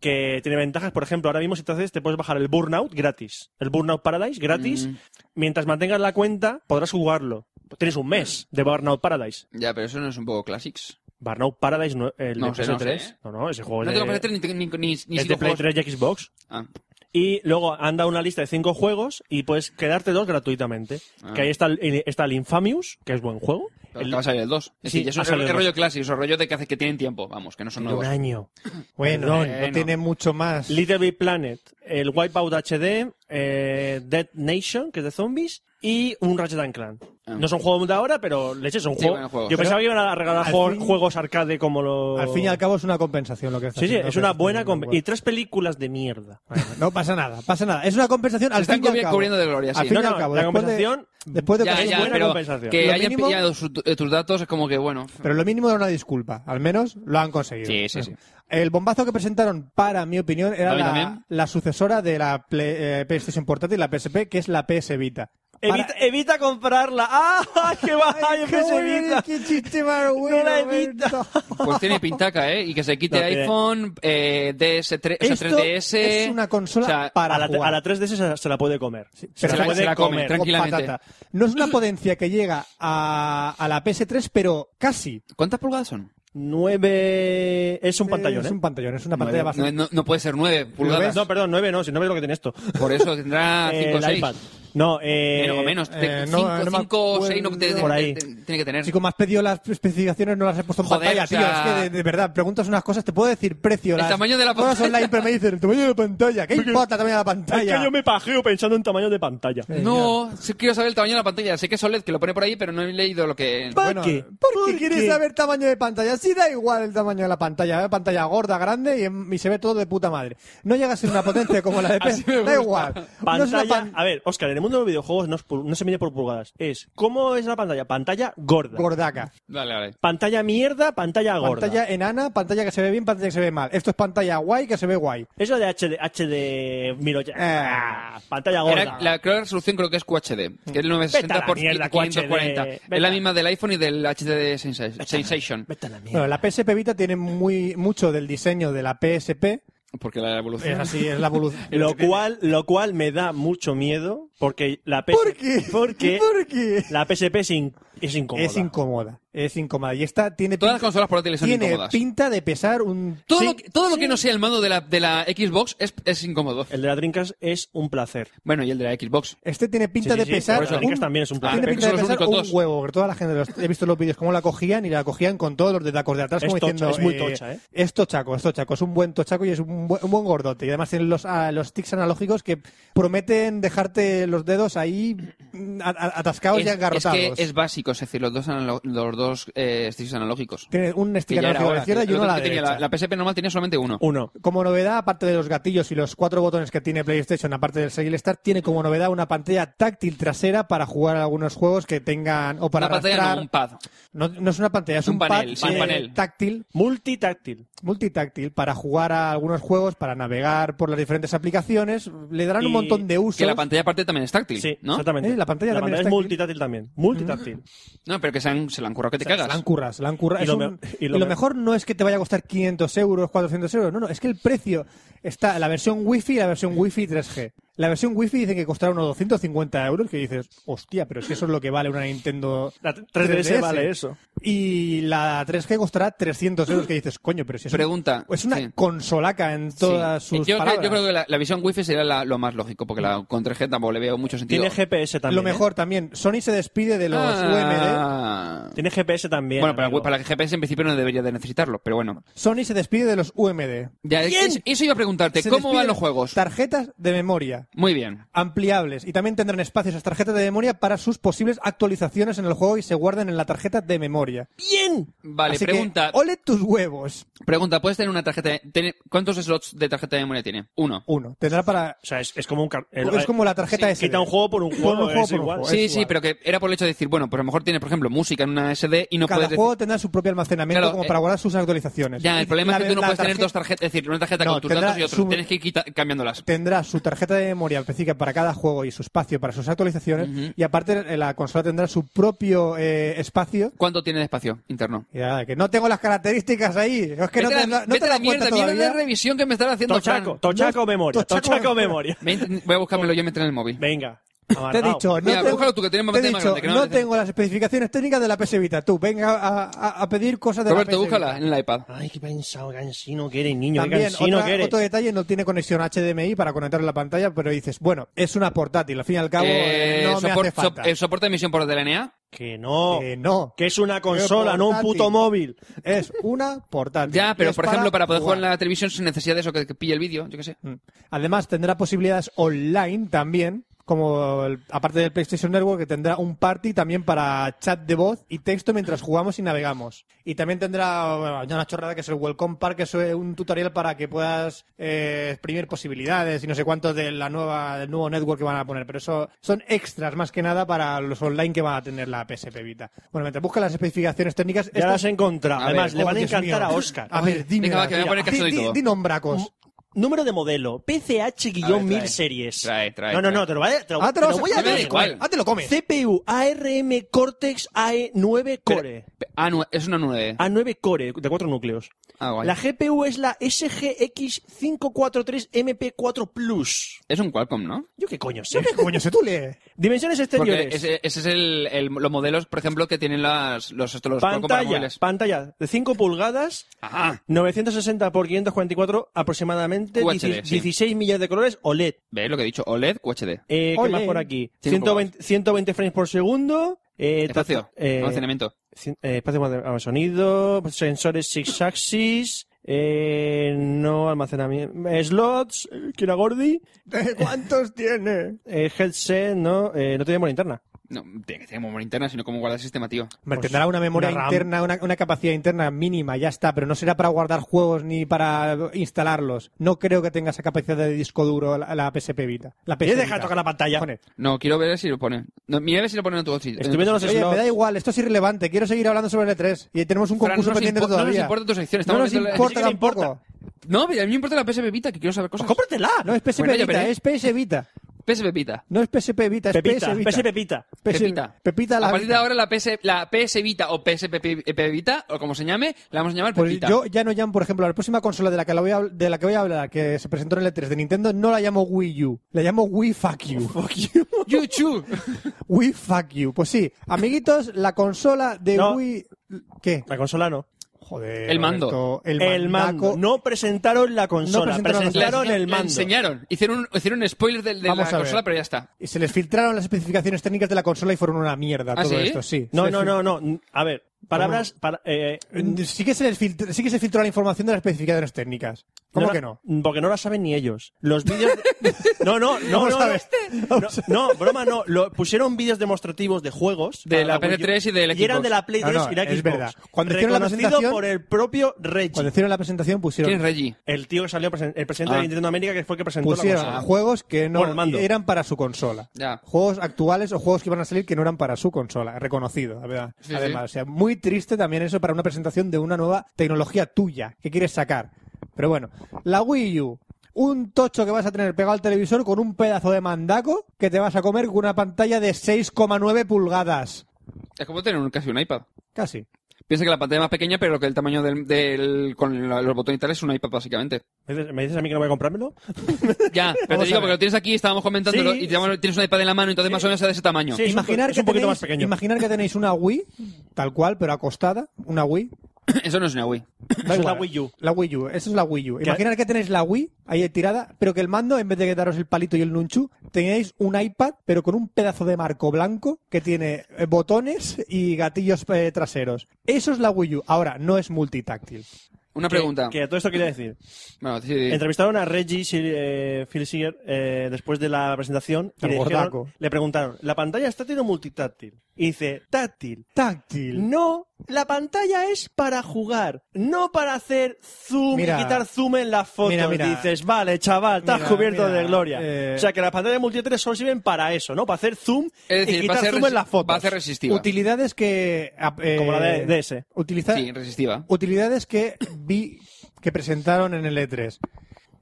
que tiene ventajas, por ejemplo, ahora mismo si te haces te puedes bajar el Burnout gratis, el Burnout Paradise gratis, Mm. mientras mantengas la cuenta podrás jugarlo. Tienes un mes de Burnout Paradise. Ya, pero eso no es un poco classics. Burnout Paradise no, el No de sé, PS3. no sé. ¿eh? No, no, ese juego No es tengo Pues de, PS3 ni, ni, ni, ni es de sigo Play juegos. 3 y Xbox. Ah. Y luego han dado una lista de cinco juegos y puedes quedarte dos gratuitamente. Ah. Que ahí está el, está el Infamous, que es buen juego. Pero El- acaba de salir el 2. Es Sí, decir, ya ha es un salido el rollo, dos. rollo clásico, es un rollo de que hace que tienen tiempo, vamos, que no son nuevos. un año. Bueno, Perdón. no tiene mucho más. Little Big Planet, el Wipeout HD, eh, Dead Nation, que es de zombies, y un Ratchet and Clank. Ah. No son juegos de ahora, pero leche, son Sí, juegos. buenos juegos. Yo Pero pensaba que iban a regalar al jue- fin- juegos arcade como los. Al fin y al cabo es una compensación lo que está Sí, sí, haciendo es una PlayStation buena. comp- Network. Y tres películas de mierda. No pasa nada, pasa nada. Es una compensación al están fin y al cubri- cabo. cubriendo de gloria, Al sí. fin No, y al no, cabo, la después de- compensación- después de Ya, Es ya, buena pero compensación. que Lo hayan mínimo- pillado su- eh, tus datos es como que, bueno... Pero lo mínimo era una disculpa. Al menos lo han conseguido. Sí, sí, sí. El bombazo que presentaron, para mi opinión, era ¿A mí la, también? la sucesora de la Play- eh, PlayStation Portátil, la PSP, que es la PS Vita. Para- Evita, evita comprarla. ¡Ah! ¡Qué baja! Ay, Yo qué pensé bueno, evita. qué chiste más bueno, No la Alberto. Pues tiene pintaca, ¿eh? Y que se quite No, tiene- iPhone, eh, DS3, o sea, Esto 3DS... es una consola o sea, para a la, jugar. a la 3DS se, se la puede comer. Se la- se la come, Con tranquilamente. patata. No es una potencia que llega a, a la PS3, pero casi. ¿Cuántas pulgadas son? 9 es un pantallón, Es ¿eh? un pantallón, es una pantalla bastante... No, no- no puede ser 9 pulgadas. No, perdón, 9 no, si no ves lo que tiene esto. Por eso tendrá Eh, 5 o el 6. iPad. No, eh, Ah, Menos o menos. eh, no, no me 5 o 6 no te- acuerdo. Por ahí. te- te- tiene que tener. Chico, me has pedido las especificaciones, no las he puesto en Joder, pantalla, o sea- tío. Es que de, de verdad, preguntas unas cosas, te puedo decir precio. El las tamaño de la cosas pantalla. online, pero me dicen, el tamaño de la pantalla. ¿Qué importa el tamaño de la Es pantalla? que yo me pajeo pensando en tamaño de pantalla. No, sí quiero saber el tamaño de la pantalla. Sé que es OLED que lo pone por ahí, pero no he leído lo que. ¿Para Bueno, qué? Porque quieres saber tamaño de pantalla. Sí, da igual el tamaño de la pantalla. ¿eh? Pantalla gorda, grande y, en- y se ve todo de puta madre. No llega a ser una potencia como la de Así me PS. Da gusta. igual. No es una Pantalla, pan- a ver, Oscar, en el mundo de los videojuegos no, es pul- no se mide por pulgadas. Es, ¿cómo es la pantalla? Pantalla gorda. gordaca. Vale, vale. Pantalla mierda, pantalla gorda. Pantalla enana, pantalla que se ve bien, pantalla que se ve mal. Esto es pantalla guay que se ve guay. Eso de HD, HD 1080. Ah. pantalla gorda. Era- la, creo que la resolución creo que es QHD, que es 960 Vete a la por mierda, 540. QHD. Es la Vete. misma del iPhone y del HD Sensa- Sensation. Vete a la mierda. Bueno, la PSP Vita tiene muy, mucho del diseño de la PSP. Porque la Es evolución. así, es la evolución. Lo cual, lo cual me da mucho miedo porque la PS ¿Por qué? porque ¿Por qué? la PSP es, in- es incómoda. Es incómoda. Es incómoda. Y esta tiene Todas las pinta- consolas portátiles son tiene incómodas. pinta de pesar un... Todo, Sí. lo, que, todo lo que no sea el mando de la, de la Xbox es, es incómodo. El de la Dreamcast es un placer. Bueno, y el de la Xbox. Este tiene pinta Sí, sí, de sí, pesar por eso un... Dreamcast también es un Ah, placer. Tiene pero pinta son de los pesar un únicos dos. huevo, que toda la gente, los- he visto los vídeos cómo la cogían y la cogían con todos los dedacos de atrás Es como tocha, diciendo... es muy tocha, ¿eh? Es tochaco, es tochaco, es un buen tochaco y es un buen, un buen gordote. Y además tienen los, ah, los tics analógicos que prometen dejarte los dedos ahí mm, a- a- atascados y Es, es agarrotados. que es básico, es decir, los dos, analo- los dos eh, sticks analógicos. Tiene un Que stick ya era analógico a la hora, tío. izquierda y El uno a otro la que tenía derecha. la, la PSP normal tenía solamente uno. Uno. Como novedad, aparte de los gatillos y los cuatro botones que tiene PlayStation, aparte del Sail Start, tiene como novedad una pantalla táctil trasera para jugar a algunos juegos que tengan o para Una pantalla arrastrar. no, un pad. No, no es una pantalla, es un, Un panel, pad, sí, un eh, panel. táctil, Multitáctil. multitáctil, para jugar a algunos juegos, para navegar por las diferentes aplicaciones. Le darán un Y montón de usos. Que la pantalla aparte también también es táctil, Sí, ¿no? exactamente. Eh, la pantalla también es es táctil. multitáctil también. Multitáctil. No, pero que se, han- se la han currado que te Se la cagas. han currado, se la han currado. Y Es lo un- Y, me- y lo lo me- mejor no es que te vaya a costar 500 euros, 400 euros. No, no, es que el precio está la versión Wi-Fi y la versión Wi-Fi 3G. La versión Wi-Fi dicen que costará unos 250 euros, que dices, hostia, pero si eso es lo que vale una Nintendo La 3DS vale eso. Y la 3G costará 300 euros, que dices, coño, pero si es, un- Pregunta, es una sí. consolaca en todas Sí. sus yo, creo palabras. que, yo creo que la, la visión wifi sería la- lo más lógico, porque la con 3G tampoco le veo mucho sentido. Tiene GPS también. ¿eh? lo ¿eh? mejor también, Sony se despide de los UMD. Ah. ¿eh? Tiene GPS también. Bueno, para, amigo. para el GPS en principio no debería de necesitarlo, pero bueno. Sony se despide de los UMD. Ya, es- Eso iba a preguntarte, Se ¿cómo despide van los juegos? Tarjetas de memoria. Muy bien. ampliables y también tendrán espacios las tarjetas de memoria para sus posibles actualizaciones en el juego y se guarden en la tarjeta de memoria. ¡Bien! Vale, Así que, pregunta, ole tus huevos. pregunta, ¿puedes tener una tarjeta de, tener- ¿Cuántos slots de tarjeta de memoria tiene? Uno. Uno. Tendrá para. O sea, es, es como un... car- el- Es como la tarjeta SD. Quita un juego por un Por juego, un juego es por un igual. juego, Sí, es sí, igual. pero que era por el hecho de decir, bueno, pues a lo mejor tiene, por ejemplo, música en una SD y no Cada puedes juego decir... tendrá su propio almacenamiento Claro, como eh, para guardar sus actualizaciones. Ya, el problema es La- que tú no la puedes tener tarjeta- dos tarjetas, es decir, una tarjeta No, con tus tendrá datos y otros. su- Tienes que ir quita- cambiándolas. Tendrá su tarjeta de memoria específica para cada juego y su espacio para sus actualizaciones. Ujú. Y aparte, eh, la consola tendrá su propio eh, espacio. ¿Cuánto tiene de espacio interno? Y nada, que no tengo las características ahí. Es que no Vete a te, la- no vete te a la das cuenta mierda, mira la todavía. revisión que me están haciendo. Fran. Tochaco, tochaco No, memoria, tochaco tochaco memoria. memoria. Ven, Voy a buscármelo yo y meteré en el móvil. Venga. Te he amarrao. dicho, no, Mira, tengo, búscalo tú, que tenemos te he tema dicho, grande, que no no merece- tengo las especificaciones técnicas de la PS Vita. Tú, venga a, a- a pedir cosas de Roberto, la PS Vita. búscala en el iPad. Ay, qué pensado, cansino que eres, niño, qué También, cansino otra- que eres. otro detalle, no tiene conexión HDMI para conectar a la pantalla, pero dices, bueno, es una portátil, al fin y al cabo eh, Eh, no me sopor- hace falta. sop- ¿El soporte de emisión por DLNA? Que no. Que no. Que es una consola, no un portátil. puto móvil. Es una portátil. Ya, Y pero es por ejemplo, para poder jugar en la televisión sin necesidad de eso, que, que pille el vídeo, yo qué sé. Mm. Además, tendrá posibilidades online también, como el- aparte del PlayStation Network, que tendrá un party también para chat de voz y texto mientras jugamos y navegamos. Y también tendrá bueno, ya una chorrada que es el Welcome Park, que es un tutorial para que puedas eh, exprimir posibilidades y no sé cuántos de la nueva, del nuevo network que van a poner. Pero eso son extras más que nada para los online que va a tener la PSP Vita. Bueno, mientras busca las especificaciones técnicas. Ya las he encontrado. A Además, ver, le van a oh, Dios encantar mío. a Oscar. A ver, dime. Venga, va, que me voy a poner cachondo y todo. Di nombracos. Número de modelo, A ver, PCH-1000 trae. series. Trae, trae, No, no, trae. no, te lo, voy a- te lo- Ah, te te lo lo vas voy me a da dar. igual. Ah, te lo comes. CPU ARM Cortex AE9 Core. Pero- ah, no, es una 9. A9 Core, de cuatro núcleos. Ah, guay. La GPU es la SGX543 MP4 Plus. Es un Qualcomm, ¿no? Yo qué coño sé. ¿Qué coño se tú lee? Dimensiones Porque exteriores. ese, ese es el, el- los modelos, por ejemplo, que tienen las, los, estos, los Qualcomm para pantalla, móviles. pantalla de 5 pulgadas, Ajá. 960 por 544 aproximadamente, UHD, 16 sí. 16 millas de colores OLED. ¿Veis lo que he dicho? E OLED QHD. Eh, ¿Qué Ole. más por aquí? Cinco 120, 120 frames por segundo. Eh, ta- Espacio. eh, Almacenamiento. cien- eh, espacio para para sonido. Sensores 6 axis. eh, no almacenamiento. eh, Slots. eh, Kira Gordi. ¿Cuántos tiene? eh, headset. No, eh, no tiene memoria interna. No, tiene que tener memoria interna, sino como guardar sistema, tío. Pues, tendrá una memoria una RAM. interna, una, una capacidad interna mínima, ya está, pero no será para guardar juegos ni para instalarlos. No creo que tenga esa capacidad de disco duro la, la PSP Vita. La PS Eh, Vita. deja de tocar la pantalla. Joder. No, quiero ver si lo pone. No, mira a ver si lo pone en tu Eh, sitio. Estoy viendo los Oye, me da slots. igual, esto es irrelevante. Quiero seguir hablando sobre el E3. Y tenemos un Fran, concurso no nos pendiente impo- todavía. No nos importa tu sección. No estamos nos viendo la- importa Sí que me importa. tampoco. No, mira, a mí me importa la PSP Vita, que quiero saber Pues cosas. cómpratela. No es PSP Bueno, ya Vita, veré. es PS Vita. PSP Vita. No es PSP Vita, es Pepita. PS Vita. PS Pepita. PS Pepita. Pepita la a partir de Vita. ahora la PS, la PS Vita o PSP P- Vita, o como se llame, la vamos a llamar Pues Pepita. yo ya no llamo, por ejemplo, a la próxima consola de la que la voy a, habl- de la que voy a hablar, que se presentó en el E3 de Nintendo, no la llamo Wii U, la llamo Wii Fuck You. YouTube. Wii Fuck You. Pues sí, amiguitos, la consola de No. Wii ¿qué? La consola no. Joder. El mando. Roberto, el, El mando. mandaco. No presentaron la consola, presentaron la presentaron La- el la mando. enseñaron. Hicieron un, hicieron un spoiler del- de, Vamos a la ver. consola, pero ya está. Y se les filtraron las especificaciones técnicas de la consola y fueron una mierda ¿Ah, todo sí? esto, sí. No, Se no, les no, no. A ver, palabras. para- eh, fil- Sí que, se les filtr- sí que se filtró la información de las especificaciones técnicas. ¿Cómo que no? la- Porque no la saben ni ellos. Los vídeos. No, no, no, Vamos no, a no. ver. No, no, broma, no. Lo- pusieron vídeos demostrativos de juegos. De para la Wii U, PS3 y del Y eran Xbox. de la Play No, 3 no, y la es Xbox. verdad. Cuando hicieron la Reconocido presentación- por el propio Reggie. Cuando hicieron la presentación pusieron ¿Quién es Reggie? El tío que salió, presen- el presidente Ah. de Nintendo América, que fue el que presentó la pusieron consola. juegos que no Bueno, el mando. eran para su consola. Ya. Juegos actuales o juegos que iban a salir que no eran para su consola. Reconocido, la verdad. Sí, Además, o sea, muy triste también eso para una presentación de una nueva tecnología tuya que quieres sacar. Pero bueno, la Wii U. un tocho que vas a tener pegado al televisor con un pedazo de mandaco que te vas a comer con una pantalla de 6,9 pulgadas. Es como tener un- casi un iPad. Casi. Piensa que la pantalla es más pequeña, pero que el tamaño del, del- con la- los botones y tal es un iPad básicamente. ¿Me dices, me dices a mí que no voy a comprármelo? Vamos a Ya, pero te digo, ver. porque lo tienes aquí, estábamos comentándolo, Sí, y digamos, tienes un iPad en la mano, entonces más o menos es de ese tamaño. Sí, es un imaginar po- es que un poquito tenéis- más pequeño. Imaginar que tenéis una Wii, tal cual, pero acostada, una Wii. Eso no es una Wii. Da Es igual. la Wii U. La Wii U, eso es la Wii U. Imaginar que tenéis la Wii ahí tirada, pero que el mando, en vez de daros el palito y el nunchu, tenéis un iPad, pero con un pedazo de marco blanco que tiene eh, botones y gatillos eh, traseros. Eso es la Wii U. Ahora, no es multitáctil. Una Que- pregunta. Que, a todo esto quería decir. Bueno, sí, sí. Entrevistaron a Reggie Shir- eh, Phil Seeger eh, después de la presentación y Al le, gordaco. dijeron- le preguntaron, ¿la pantalla es táctil o multitáctil? Y dice, táctil. Táctil. No, la pantalla es para jugar, no para hacer zoom Mira. y quitar zoom en las fotos. Mira, mira. Dices, vale, chaval, estás Mira, cubierto mira, de gloria. eh. O sea, que las pantallas multitáctiles solo sirven para eso, ¿no? Para hacer zoom Es y decir, va quitar a ser, zoom en resi- las fotos. va a ser resistiva. Utilidades que... ah, eh, Como la de DS. utiliza- Sí, resistiva. Utilidades que vi que presentaron en el E3.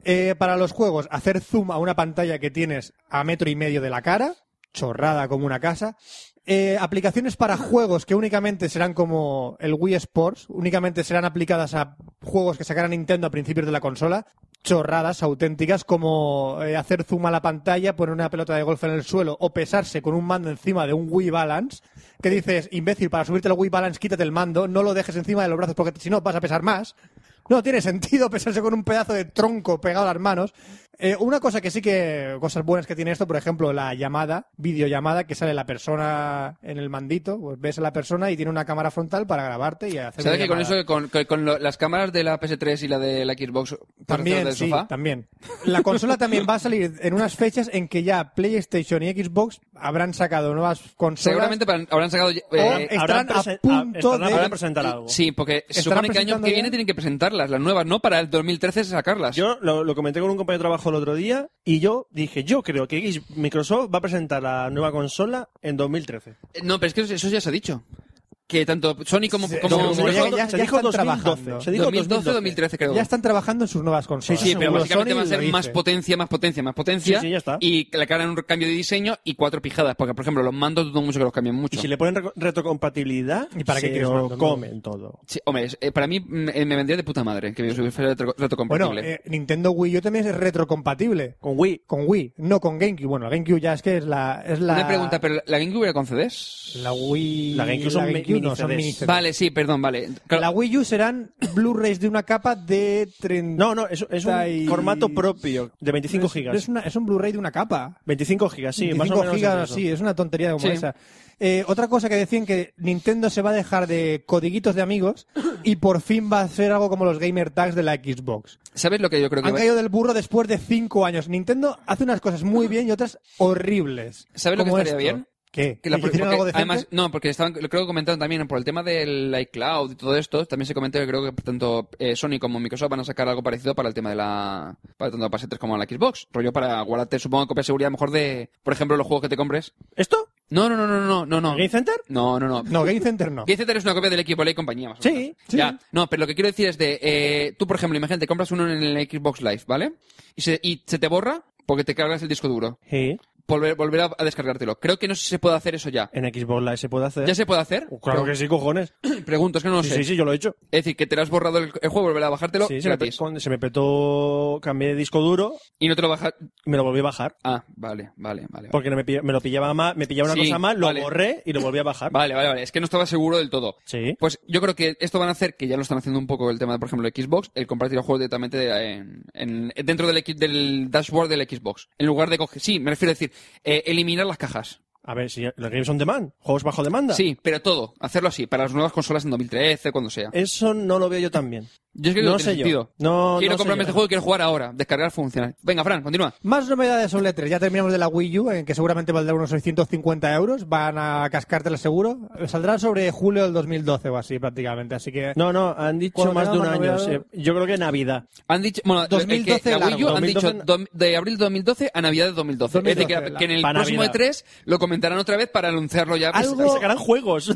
Eh, para los juegos, hacer zoom a una pantalla que tienes a metro y medio de la cara, chorrada como una casa. Eh, aplicaciones para juegos que únicamente serán como el Wii Sports, únicamente serán aplicadas a juegos que sacará Nintendo a principios de la consola, chorradas auténticas como eh, hacer zoom a la pantalla, poner una pelota de golf en el suelo o pesarse con un mando encima de un Wii Balance, que dices, imbécil, para subirte al Wii Balance quítate el mando, no lo dejes encima de los brazos porque si no vas a pesar más. No tiene sentido pesarse con un pedazo de tronco pegado a las manos. Eh, una cosa que sí que, cosas buenas que tiene esto, por ejemplo, la llamada, videollamada, que sale la persona en el mandito, pues ves a la persona y tiene una cámara frontal para grabarte y hacer ¿Sabes que con videollamada. eso, con, con- con lo- las cámaras de la PS3 y la de la Xbox por hacer También, del sí, sofá? también. La consola también va a salir en unas fechas en que ya PlayStation y Xbox habrán sacado nuevas consolas. Seguramente para- habrán sacado... eh, O- Habrán Están a presen- punto estarán de- para presentar algo. Sí, porque se ¿Estarán supone que el año presentando que ya? viene tienen que presentarlas, las nuevas, no para el 2013 sacarlas. Yo lo, lo comenté con un compañero de trabajo el otro día y yo dije, yo creo que X- Microsoft va a presentar la nueva consola en 2013. Eh, No, pero es que eso- eso ya se ha dicho. Que tanto Sony como, Sí, como pero se ya- dijo, Microsoft... ya- se ya dijo están 2012. trabajando. Se dijo 2012 2013 creo. Ya están trabajando en sus nuevas consolas. Sí, pero Seguro, básicamente Sony va a ser lo más dice. potencia, más potencia, más potencia. Sí, sí, ya está. Y le harán un cambio de diseño y cuatro pijadas. Porque, por ejemplo, los mandos dudo mucho que los cambien Y mucho. si le ponen re- retrocompatibilidad, ¿Y para qué se quieres lo mando, no? comen todo. Sí, hombre, es- eh, para mí mm, eh, me vendría de puta madre que fuera retro- retrocompatible. Bueno, eh, Nintendo Wii U también es retrocompatible. Con Wii. Con Wii, no con GameCube. Bueno, la GameCube ya es que es la... Es la Una pregunta, ¿pero la GameCube era con CDs? La Wii... La GameCube son mi- no, mini son CDs. mini CDs. Vale, sí, perdón, vale. Claro, La Wii U serán Blu-rays de una capa de 30... No, no, es, es un Tai- formato propio de 25 No es, gigas. una- es un Blu-ray de una capa. 25 gigas, sí, 25 más o menos. es gigas, eso. sí, es una tontería como Sí. esa. Eh, otra cosa que decían que Nintendo se va a dejar de codiguitos de amigos y por fin va a ser algo como los gamer tags de la Xbox. ¿sabes lo que yo creo que Han va- caído del burro después de cinco años. Nintendo hace unas cosas muy bien y otras horribles. ¿Sabes lo que Como estaría esto. bien? ¿Qué? que la- ¿Que hicieran porque algo decente? además, no, porque estaban, lo creo que comentaron también por el tema del iCloud y todo esto, también se comentó que creo que tanto eh, Sony como Microsoft van a sacar algo parecido para el tema de la, para tanto para S3 como la Xbox. Rollo para guardarte, supongo, copia de seguridad mejor de, por ejemplo, los juegos que te compres. ¿Esto? No, no, no, no, no, no, no. ¿Game Center? No, no, no. No, Game Center no. Game Center es una copia del equipo de la compañía, más o Sí, menos. sí. Ya. No, pero lo que quiero decir es de, eh, tú, por ejemplo, imagínate, compras uno en el Xbox Live, ¿vale? Y se, y se te borra porque te cargas el disco duro. Sí. Volver, volver a, a descargártelo. Creo que no sé si se puede hacer eso ya. En Xbox Live se puede hacer. Uh, ¿Ya se puede hacer? Claro que sí, cojones. Pregunto, es que no lo sí, sé. sí, sí, yo lo he hecho. Es decir, que te lo has borrado el, el juego, volver a bajártelo Sí, se, me pe- gratis. cuando se me petó, cambié de disco duro Y no te lo bajas. y me lo volví a bajar. Ah, vale, vale, vale. Porque no me, pi- me lo pillaba más, me pillaba una Sí, cosa más, lo vale. borré y lo volví a bajar. Vale, vale, vale. Es que no estaba seguro del todo. Sí. Pues yo creo que esto van a hacer, que ya lo están haciendo un poco el tema, de, por ejemplo, de Xbox, el compartir los juegos directamente de- en- en- dentro del, equi- del dashboard del Xbox. En lugar de coger. Sí, me refiero a decir, eh, eliminar las cajas. A ver, si los games on demand, juegos bajo demanda. Sí, pero todo. Hacerlo así, para las nuevas consolas en 2013, cuando sea. Eso no lo veo yo tan bien. Yo es que Eh, no no tiene sé yo. sentido. No- quiero no sé comprarme yo. este juego y quiero jugar ahora. Descargar funcional. Venga, Fran, continúa. Más novedades sobre el E3. Ya terminamos de la Wii U, en que seguramente valdrá unos 650 euros. Van a cascártela seguro. Saldrá sobre julio del 2012 o así, prácticamente. Así que. No, no, han dicho Cuando más de un tenga más año. novedad. sí. Yo creo que Navidad. Han dicho, bueno, el 2012 que la Wii U largo. han 2012 dicho dom- de abril de 2012 a Navidad de 2012. es decir, 2012, que, que en el pa' próximo Navidad. E3 lo comentarán otra vez para anunciarlo ya. pues, Algo- Sacarán juegos.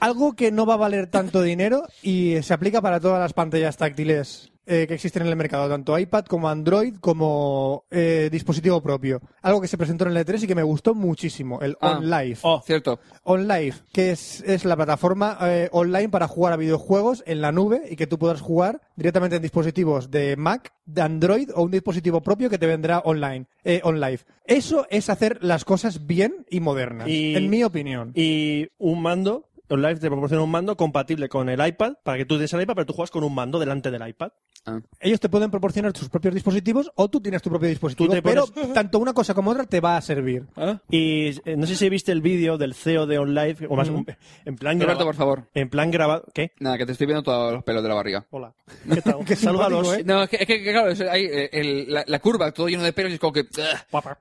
Algo que no va a valer tanto dinero y se aplica para todas las pantallas táctiles eh, que existen en el mercado, tanto iPad como Android como eh, dispositivo propio. Algo que se presentó en el E3 y que me gustó muchísimo, el Ah. OnLive. Oh. Cierto. OnLive, que es, es la plataforma eh, online para jugar a videojuegos en la nube y que tú puedas jugar directamente en dispositivos de Mac, de Android o un dispositivo propio que te vendrá online, eh, OnLive. Eso es hacer las cosas bien y modernas, Y- en mi opinión. Y un mando, OnLive te proporciona un mando compatible con el iPad para que tú tienes el iPad, pero tú juegas con un mando delante del iPad. Ah. Ellos te pueden proporcionar tus propios dispositivos o tú tienes tu propio dispositivo, te pero pones- tanto una cosa como otra te va a servir. ¿Ah? Y eh, no sé si viste el vídeo del CEO de OnLive, o más, en plan Roberto, graba- por favor. En plan grabado. ¿Qué? Nada, que te estoy viendo todos los pelos de la barriga. Hola. ¿Qué tal? Qué Salúdalos. simpático, ¿eh? No, es que, es que, claro, es- hay, eh, el- la, la curva, todo lleno de pelos, y es como que. ugh. Guapa.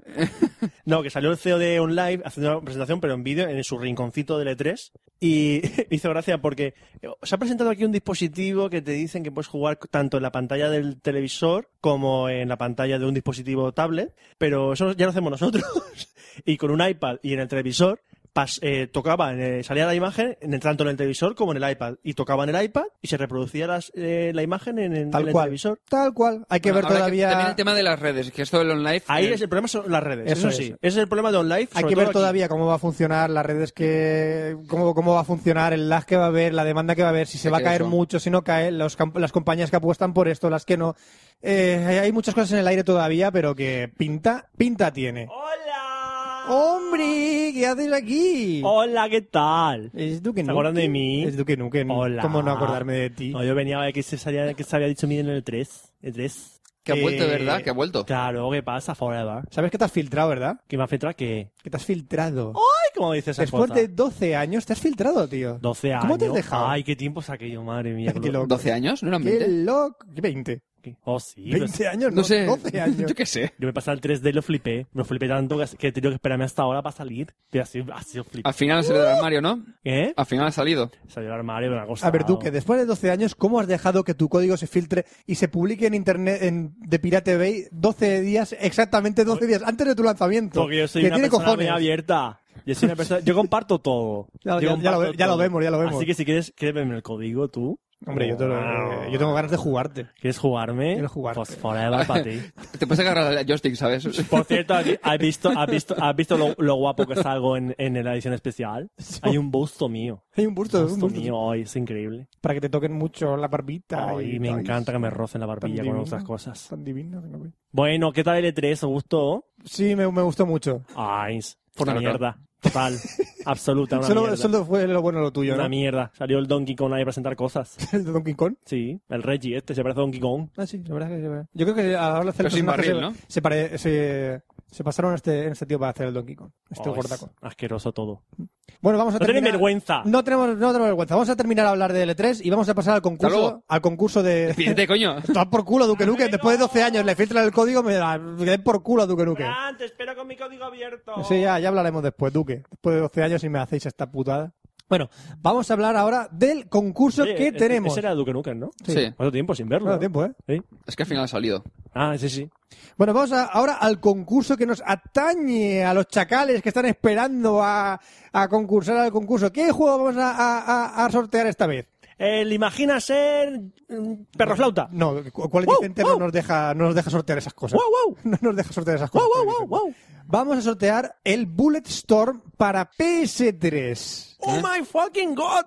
No, que salió el CEO de OnLive haciendo una presentación, pero en vídeo, en su rinconcito del E3. Y hizo gracia porque eh, se ha presentado aquí un dispositivo que te dicen que puedes jugar tanto en la pantalla del televisor como en la pantalla de un dispositivo tablet, pero eso ya lo hacemos nosotros. y con un iPad y en el televisor. pas- eh, tocaba, en el- salía la imagen en el- tanto en el televisor como en el iPad. Y tocaba en el iPad y se reproducía las- eh, la imagen en, en Tal el cual. televisor. Tal cual. Hay que Bueno, ver habrá todavía. también el tema de las redes, que esto del online. Ahí eh, es el problema son las redes. Eso, Eso es. sí. Ese es el problema de OnLive. Hay sobre que ver todo aquí. todavía cómo va a funcionar las redes que cómo, cómo va a funcionar el lag que va a haber, la demanda que va a haber, si se Es va a que caer eso. mucho, si no cae, los camp- las compañías que apuestan por esto, las que no. Eh, hay- hay muchas cosas en el aire todavía, pero que pinta, pinta tiene. ¡Hola! ¡Hombre! ¿Qué haces aquí? ¡Hola, qué tal! Es Duque ¿Se acuerdan Nukem? de mí? Es Duque Nukem. Hola. ¿Cómo no acordarme de ti? No, yo venía a ver qué se, sabía, qué se había dicho mí en el 3. El 3. Que ha vuelto, eh, ¿verdad? Que ha vuelto. Claro, ¿qué pasa? Forever. ¿Sabes que te has filtrado, verdad? ¿Qué me afecta? ¿Qué? Que te has filtrado. Ay, ¿cómo dices esa Después cosa? de 12 años te has filtrado, tío. 12 años. ¿Cómo te has dejado? Ay, qué tiempo saqué yo, madre mía. Qué loco. 12 años, ¿no eran Qué 20? loco. ¿Qué 20? Oh, sí. pero 20 años, no, No sé. 12 años. Yo qué sé. Yo me pasé al 3D y lo flipé. Me flipé tanto que, que he tenido que esperarme hasta ahora para salir. Pero ha sido, ha sido flip. Ah. Al final ha salido del armario, ¿no? ¿Eh? Al final ha salido. Salió el armario, me ha costado. A ver, Duque, después de 12 años, ¿cómo has dejado que tu código se filtre y se publique en internet en, de Pirate Bay 12 días, exactamente 12 días antes de tu lanzamiento? Porque yo soy que una tiene persona cojones. muy abierta. Yo soy una persona... Yo comparto todo. Ya- ya- Yo ya lo comparto ve- ya lo todo. vemos, ya lo vemos. Así que si quieres, créeme el código tú. Hombre, yo, te lo- eh, yo tengo ganas de jugarte. ¿Quieres jugarme? Quiero jugar. Pues forever para ti. Te puedes agarrar al joystick, ¿sabes? Por cierto, ¿has visto, has visto, has visto lo, lo guapo que salgo en, en la edición especial? Hay un busto mío. Hay un busto, un Busto busto mío hoy, es increíble. para que te toquen mucho la barbita. Ay, me ay, encanta que me rocen la barbilla con divino. otras cosas. Tan divino. que no ve. Bueno, ¿qué tal L3? ¿Os gustó? Sí, me, me gustó mucho. Ay, por una Claro, mierda. Total. Absoluta, una Solo, mierda. solo fue lo bueno lo tuyo, una ¿no? mierda. Salió el Donkey Kong ahí a presentar cosas. El de Donkey Kong. Sí, el Reggie este se parece a Donkey Kong. Ah, sí, la verdad que sí. Yo creo que ahora hacer Pero sin personajes barril, se, se, pare- se- se pasaron a este, en este tío para hacer el Donkey Kong. Este Oh, es gordaco. asqueroso todo. Bueno, vamos a No terminar. tenés vergüenza. No tenemos, no tenemos vergüenza. Vamos a terminar a hablar de L3 y vamos a pasar al Hasta concurso, luego. al concurso de. Pídete, coño. Está por culo Duque Nuke. Después de 12 años le filtran el código, me da me den por culo Duque Nuke. te espero Ah, con mi código abierto. Sí, ya, ya hablaremos después, Duque. Después de 12 años y me hacéis esta putada. Bueno, vamos a hablar ahora del concurso Oye, que ese- tenemos. Ese era Duke Nukem, ¿no? Sí. ¿Cuánto tiempo sin verlo? Bueno, no? tiempo, ¿eh? Sí. Es que al final ha salido. Ah, sí, sí. Bueno, vamos a- ahora al concurso que nos atañe a los chacales que están esperando a, a concursar al concurso. ¿Qué juego vamos a, a- a- a sortear esta vez? El imagina ser mm, perroflauta. No, cu- ¿cuál Vicente no nos deja no nos deja sortear esas cosas? Wow, No nos deja sortear esas Wow, cosas. wow, Vicente. wow, wow. Vamos a sortear el Bullet Storm para PS3. Oh my fucking god.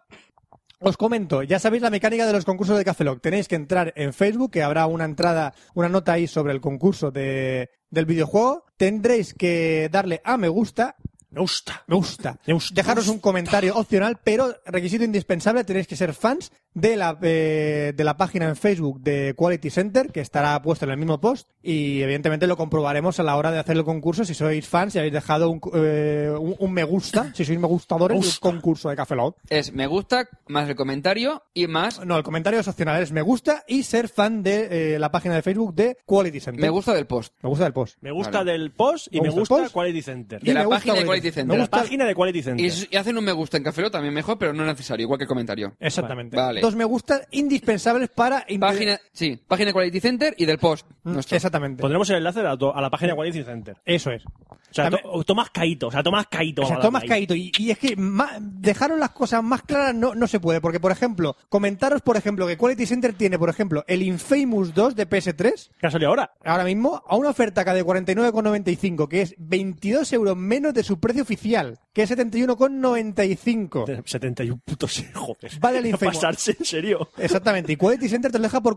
Os comento, ya sabéis la mecánica de los concursos de Café Lock. Tenéis que entrar en Facebook, que habrá una entrada, una nota ahí sobre el concurso de- del videojuego. Tendréis que darle a me gusta Me gusta. Me gusta. Me gusta. Dejaros un comentario opcional, pero requisito indispensable, tenéis que ser fans de la, eh, de la página en Facebook de Quality Center, que estará puesto en el mismo post, y evidentemente lo comprobaremos a la hora de hacer el concurso si sois fans y habéis dejado un, eh, un, un me gusta, si sois me gustadores del concurso de Café Lock. Es me gusta, más el comentario y más No, el comentario es opcional, es me gusta y ser fan de eh, la página de Facebook de Quality Center. me gusta del post. Me gusta el post. Me gusta Vale. del post y Me me, gusta gusta, el post. Quality Center. Y De la me gusta página de Quality Center. Me De la gusta- página de Quality Y, Center. s- y hacen un me gusta en Café Lock también mejor, pero no es necesario, igual que el comentario. Exactamente. Vale. dos me gustas indispensables para... impedir- Página, sí, página Quality Center y del post. Mm, nuestro. Exactamente. Pondremos el enlace a la, to- a la página Quality Center. Eso es. O sea, También- to- Tomás Caíto, o sea, Tomás Caíto. O sea, vamos a tomas hablar ahí. caído. Y, y es que ma- dejaros las cosas más claras no, no se puede. Porque, por ejemplo, comentaros, por ejemplo, que Quality Center tiene, por ejemplo, el Infamous 2 de PS3, ¿Qué ha salido ahora? ahora mismo, a una oferta acá de 49,95, que es 22 euros menos de su precio oficial, que es 71,95. 71 putos, joder. Vale el A infierno. pasarse, en serio. Exactamente, y Quality Center te lo deja por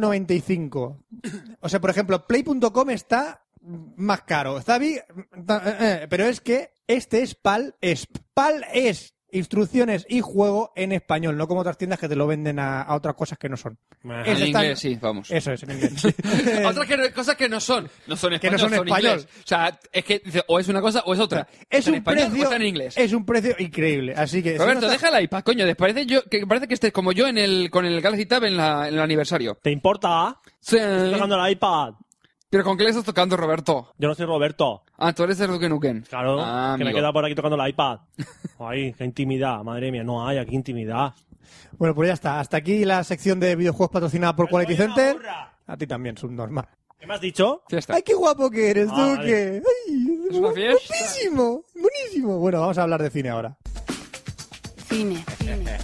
49,95. O sea, por ejemplo, Play.com está más caro. Zavi, eh, eh, pero es que este es PAL ESP. PAL es instrucciones y juego en español, no como otras tiendas que te lo venden a, a otras cosas que no son. En Eso está- inglés, sí, vamos. Eso es, en inglés. Otras que no- cosas que no son. No son español, Que no son español. inglés. O sea, es que dice, o es una cosa o es otra. es Está en un español o precio, está en inglés. es un precio increíble. Así que si Roberto, no está- deja el iPad, coño. des- Parece, yo, que, parece que estés como yo en el, con el Galaxy Tab en, la- en el aniversario. ¿Te importa? Sí. Estoy tocando el iPad. Pero ¿con qué le estás tocando, Roberto? Yo no soy Roberto. Ah, tú eres el Duke Nukem. Claro, Ah, que me he amigo. quedado por aquí tocando el iPad. Ay, qué intimidad, madre mía, no hay aquí intimidad. Bueno, pues ya está. Hasta aquí la sección de videojuegos patrocinada por Quality Oye, la Center. burra. A ti también, subnormal. ¿Qué me has dicho? Ya está. ¡Ay, qué guapo que eres, Ah, Duque! vale. ¡Ay, Es una fiesta. buenísimo! ¡Buenísimo! Bueno, vamos a hablar de cine ahora. Cine, cine.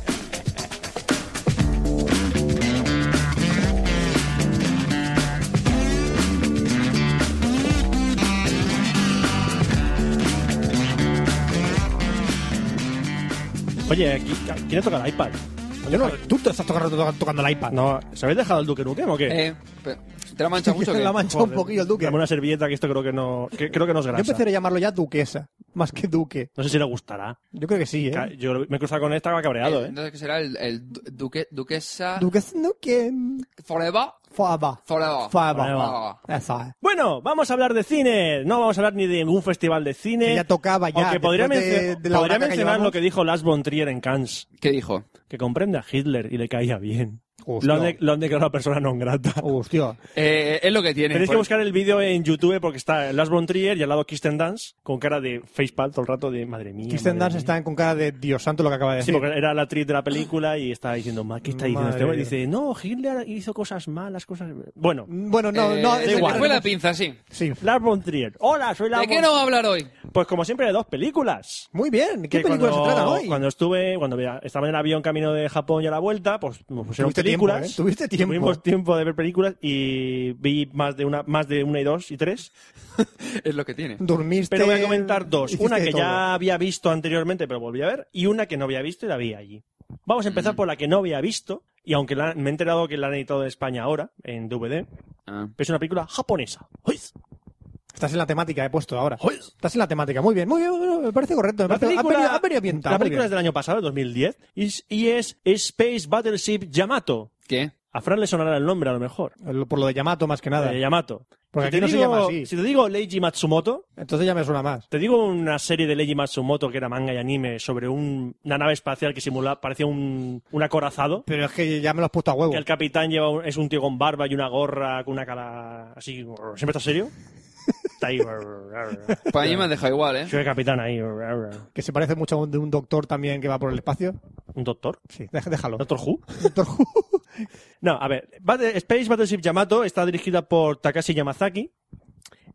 Oye, aquí, ¿quién ha tocado el iPad? Ah, Yo no, tú te estás tocando, to- tocando el iPad. No, ¿se habéis dejado el Duque Nukem o qué? Eh, pero, ¿Te la mancha mucho? o qué? la mancha un poquillo el Duque. Dame una servilleta que esto creo que no, que, creo que nos Yo grasa. empecé a llamarlo ya Duquesa, más que Duque. No sé si le gustará. Yo creo que sí, Ca- ¿eh? Yo me he cruzado con esta cabreado, ¿eh? Entonces, ¿qué será? El, el du- duque, duquesa... Duquesa no quien... forever. Faba. Forever. Faba. Faba. Esa ¿eh? es. Bueno, vamos a hablar de cine. No vamos a hablar ni de ningún festival de cine. Que ya tocaba, ya, Aunque podría, después de- mencio- de la podría baraca que mencionar llevamos. lo que dijo Lars von Trier en Cannes. ¿Qué dijo? Que comprende a Hitler y le caía bien. Hostia. Lo han, de- lo han declarado persona non grata. Hostia. Eh, es lo que tiene. Tenéis que Por- buscar el vídeo en YouTube porque está Lars von Trier y al lado Kirsten Dance con cara de facepalm todo el rato de madre mía. Kristen madre Dance mía". está con cara de Dios santo lo que acaba de Sí, decir. porque era la actriz de la película y estaba diciendo, "Ma, ¿qué está diciendo Madre este hombre?". mía. Dice, no, Hitler hizo cosas malas, cosas... Bueno, Mm, Bueno, no, Eh, no... se es le igual. fue la pinza, sí. Sí. Lars von Trier. Hola, soy Lars ¿De qué von- no va a hablar hoy? Pues como siempre, de dos películas. Muy bien. ¿Qué que película se cuando- trata hoy? Cuando estuve, cuando vea- estaba en el avión camino de Japón y a la vuelta, pues nos pusieron Tuviste tiempo, películas. ¿eh? Tuviste tiempo. Tuvimos tiempo de ver películas y vi más de una, más de una y dos y tres. Es lo que tiene. Dormiste... Pero voy a comentar dos. hiciste Una de que todo. ya había visto anteriormente, pero volví a ver, y una que no había visto y la vi allí. Vamos a Mm. empezar por la que no había visto, y aunque la- me he enterado que la han editado en España ahora, en DVD, Ah. pero es una película japonesa. ¡Ay! Estás en la temática, he puesto ahora. Estás en la temática, muy bien, muy bien, muy bien, me parece correcto. Me La parece, película, ha venido, ha venido ambientada, la muy película es bien. del año pasado, 2010, y es- y es Space Battleship Yamato. ¿Qué? A Fran le sonará el nombre, a lo mejor. Eh, Lo- Por lo de Yamato, más que nada. de Yamato. Porque Si aquí te no se digo- llama así. Si te digo Leiji Matsumoto, Entonces ya me suena más. te digo una serie de Leiji Matsumoto que era manga y anime sobre un- una nave espacial que simula, parecía un, un acorazado. Pero es que ya me lo has puesto a huevo. Que el capitán lleva un- es un tío con barba y una gorra con una cara así. ¿Siempre está serio? Está ahí. Para mí me han dejado igual, ¿eh? Yo de capitán ahí. Que se parece mucho a un, de un doctor también que va por el espacio. ¿Un doctor? Sí, dej- déjalo. ¿Doctor Who? Doctor Who. No, a ver, Battle- Space Battleship Yamato está dirigida por Takashi Yamazaki.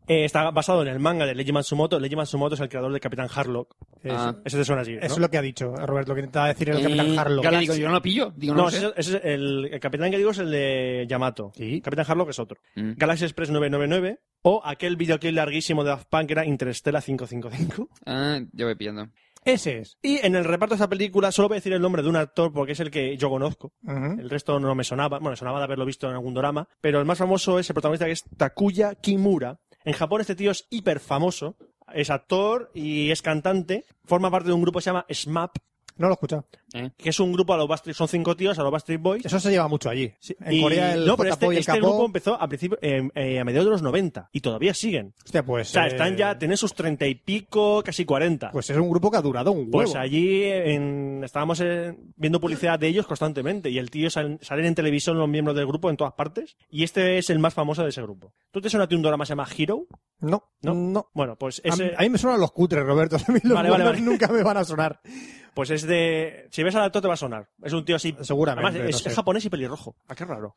Eh, está basado en el manga de Leiji Matsumoto. Leiji Matsumoto es el creador de Capitán Harlock. Eso, Ah. eso te suena así, ¿no? Eso es lo que ha dicho Robert, lo que intentaba decir el Eh, Capitán Harlock. ¿qué digo? Yo no lo pillo. Digo, no, No, lo sé. ese, ese es el, el capitán que digo es el de Yamato. Sí. Capitán Harlock es otro. Mm. Galaxy Express 999 o aquel videoclip larguísimo de Daft Punk que era Interestela 555. Ah, yo voy pillando. Ese es. Y en el reparto de esta película solo voy a decir el nombre de un actor porque es el que yo conozco. Ujú. El resto no me sonaba. Bueno, sonaba de haberlo visto en algún drama. Pero el más famoso es el protagonista que es Takuya Kimura. En Japón este tío es hiper famoso. Es actor y es cantante. Forma parte de un grupo que se llama SMAP, No lo he escuchado. que es un grupo a los Backstreet... Son cinco tíos a los Backstreet Boys. Eso se lleva mucho allí. Sí, En y- Corea el no, pero J-Pop este, y el este K-pop. grupo empezó a, principio, eh, eh, a mediados de los 90 y todavía siguen. Hostia, pues... O sea, eh, están ya, tienen sus 30 y pico, casi 40. Pues, Pues es un grupo que ha durado un huevo. allí en- estábamos eh, viendo publicidad de ellos constantemente y el tío sal- salen en televisión los miembros del grupo en todas partes y este es el más famoso de ese grupo. ¿Tú te suena a ti un drama que se llama Hero? No, no, ¿No? no. Bueno, pues A mí- ese, A, mí me suenan los cutres, Roberto. A mí los Vale, vale, buenos vale. nunca me van a sonar. pues es de... Si ves al actor te va a sonar. Es un tío así... Seguramente, Además, es, no sé. es japonés y pelirrojo. Ah, qué raro.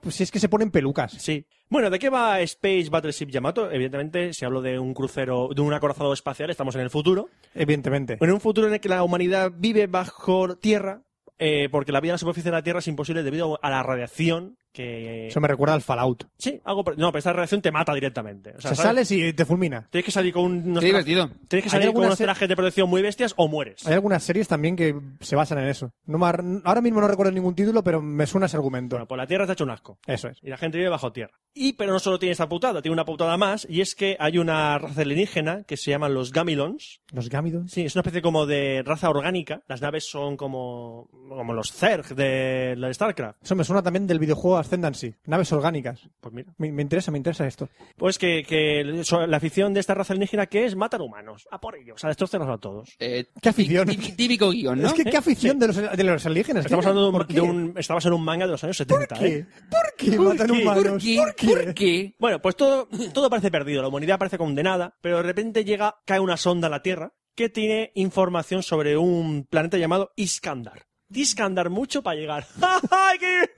Pues si es que se ponen pelucas. Sí. Bueno, ¿de qué va Space Battleship Yamato? Evidentemente, si hablo de un crucero, de un acorazado espacial, estamos en el futuro. Evidentemente. En un futuro en el que la humanidad vive bajo tierra, eh, porque la vida en la superficie de la Tierra es imposible debido a la radiación que... Eso me recuerda al Fallout. Sí, algo... pare- No, pero esa radiación te mata directamente. O O sea, sea, ¿sabes? sales y te fulmina. Tienes que salir con unos... Qué tra- divertido. Tienes que Hay salir con algunas unos se- trajes de protección muy bestias o mueres. Hay algunas series también que se basan en eso. No me ar- ahora mismo no recuerdo ningún título, pero me suena ese argumento. Bueno, pues la Tierra está hecho un asco. Eso es. Y la gente vive bajo tierra. Y, pero no solo tiene esa putada, tiene una putada más, y es que hay una raza alienígena que se llaman los Gamilons, Los Gamidons. Sí, es una especie como de raza orgánica. Las naves son como, como los Zerg de la de StarCraft. Eso me suena también del videojuego Ascendancy. Naves orgánicas. Pues mira. Me, me interesa, me interesa esto. Pues que, que so- la afición de esta raza alienígena que es matar humanos. A por ellos, a destrozarlos a todos. Eh, Qué afición. tí- típico guión, ¿no? Es que qué afición de, los, de los alienígenas. Estamos ¿Qué- hablando de un, ¿por qué? de un- está basado en un manga de los años 70. ¿Qué? ¿eh? ¿Por qué matan qué? humanos? ¿Por qué? ¿Por qué? ¿Por qué? Bueno, pues todo, todo parece perdido. La humanidad parece condenada, pero de repente llega, cae una sonda a la Tierra que tiene información sobre un planeta llamado Iskandar. Discandar mucho para llegar. ¡Ay, qué-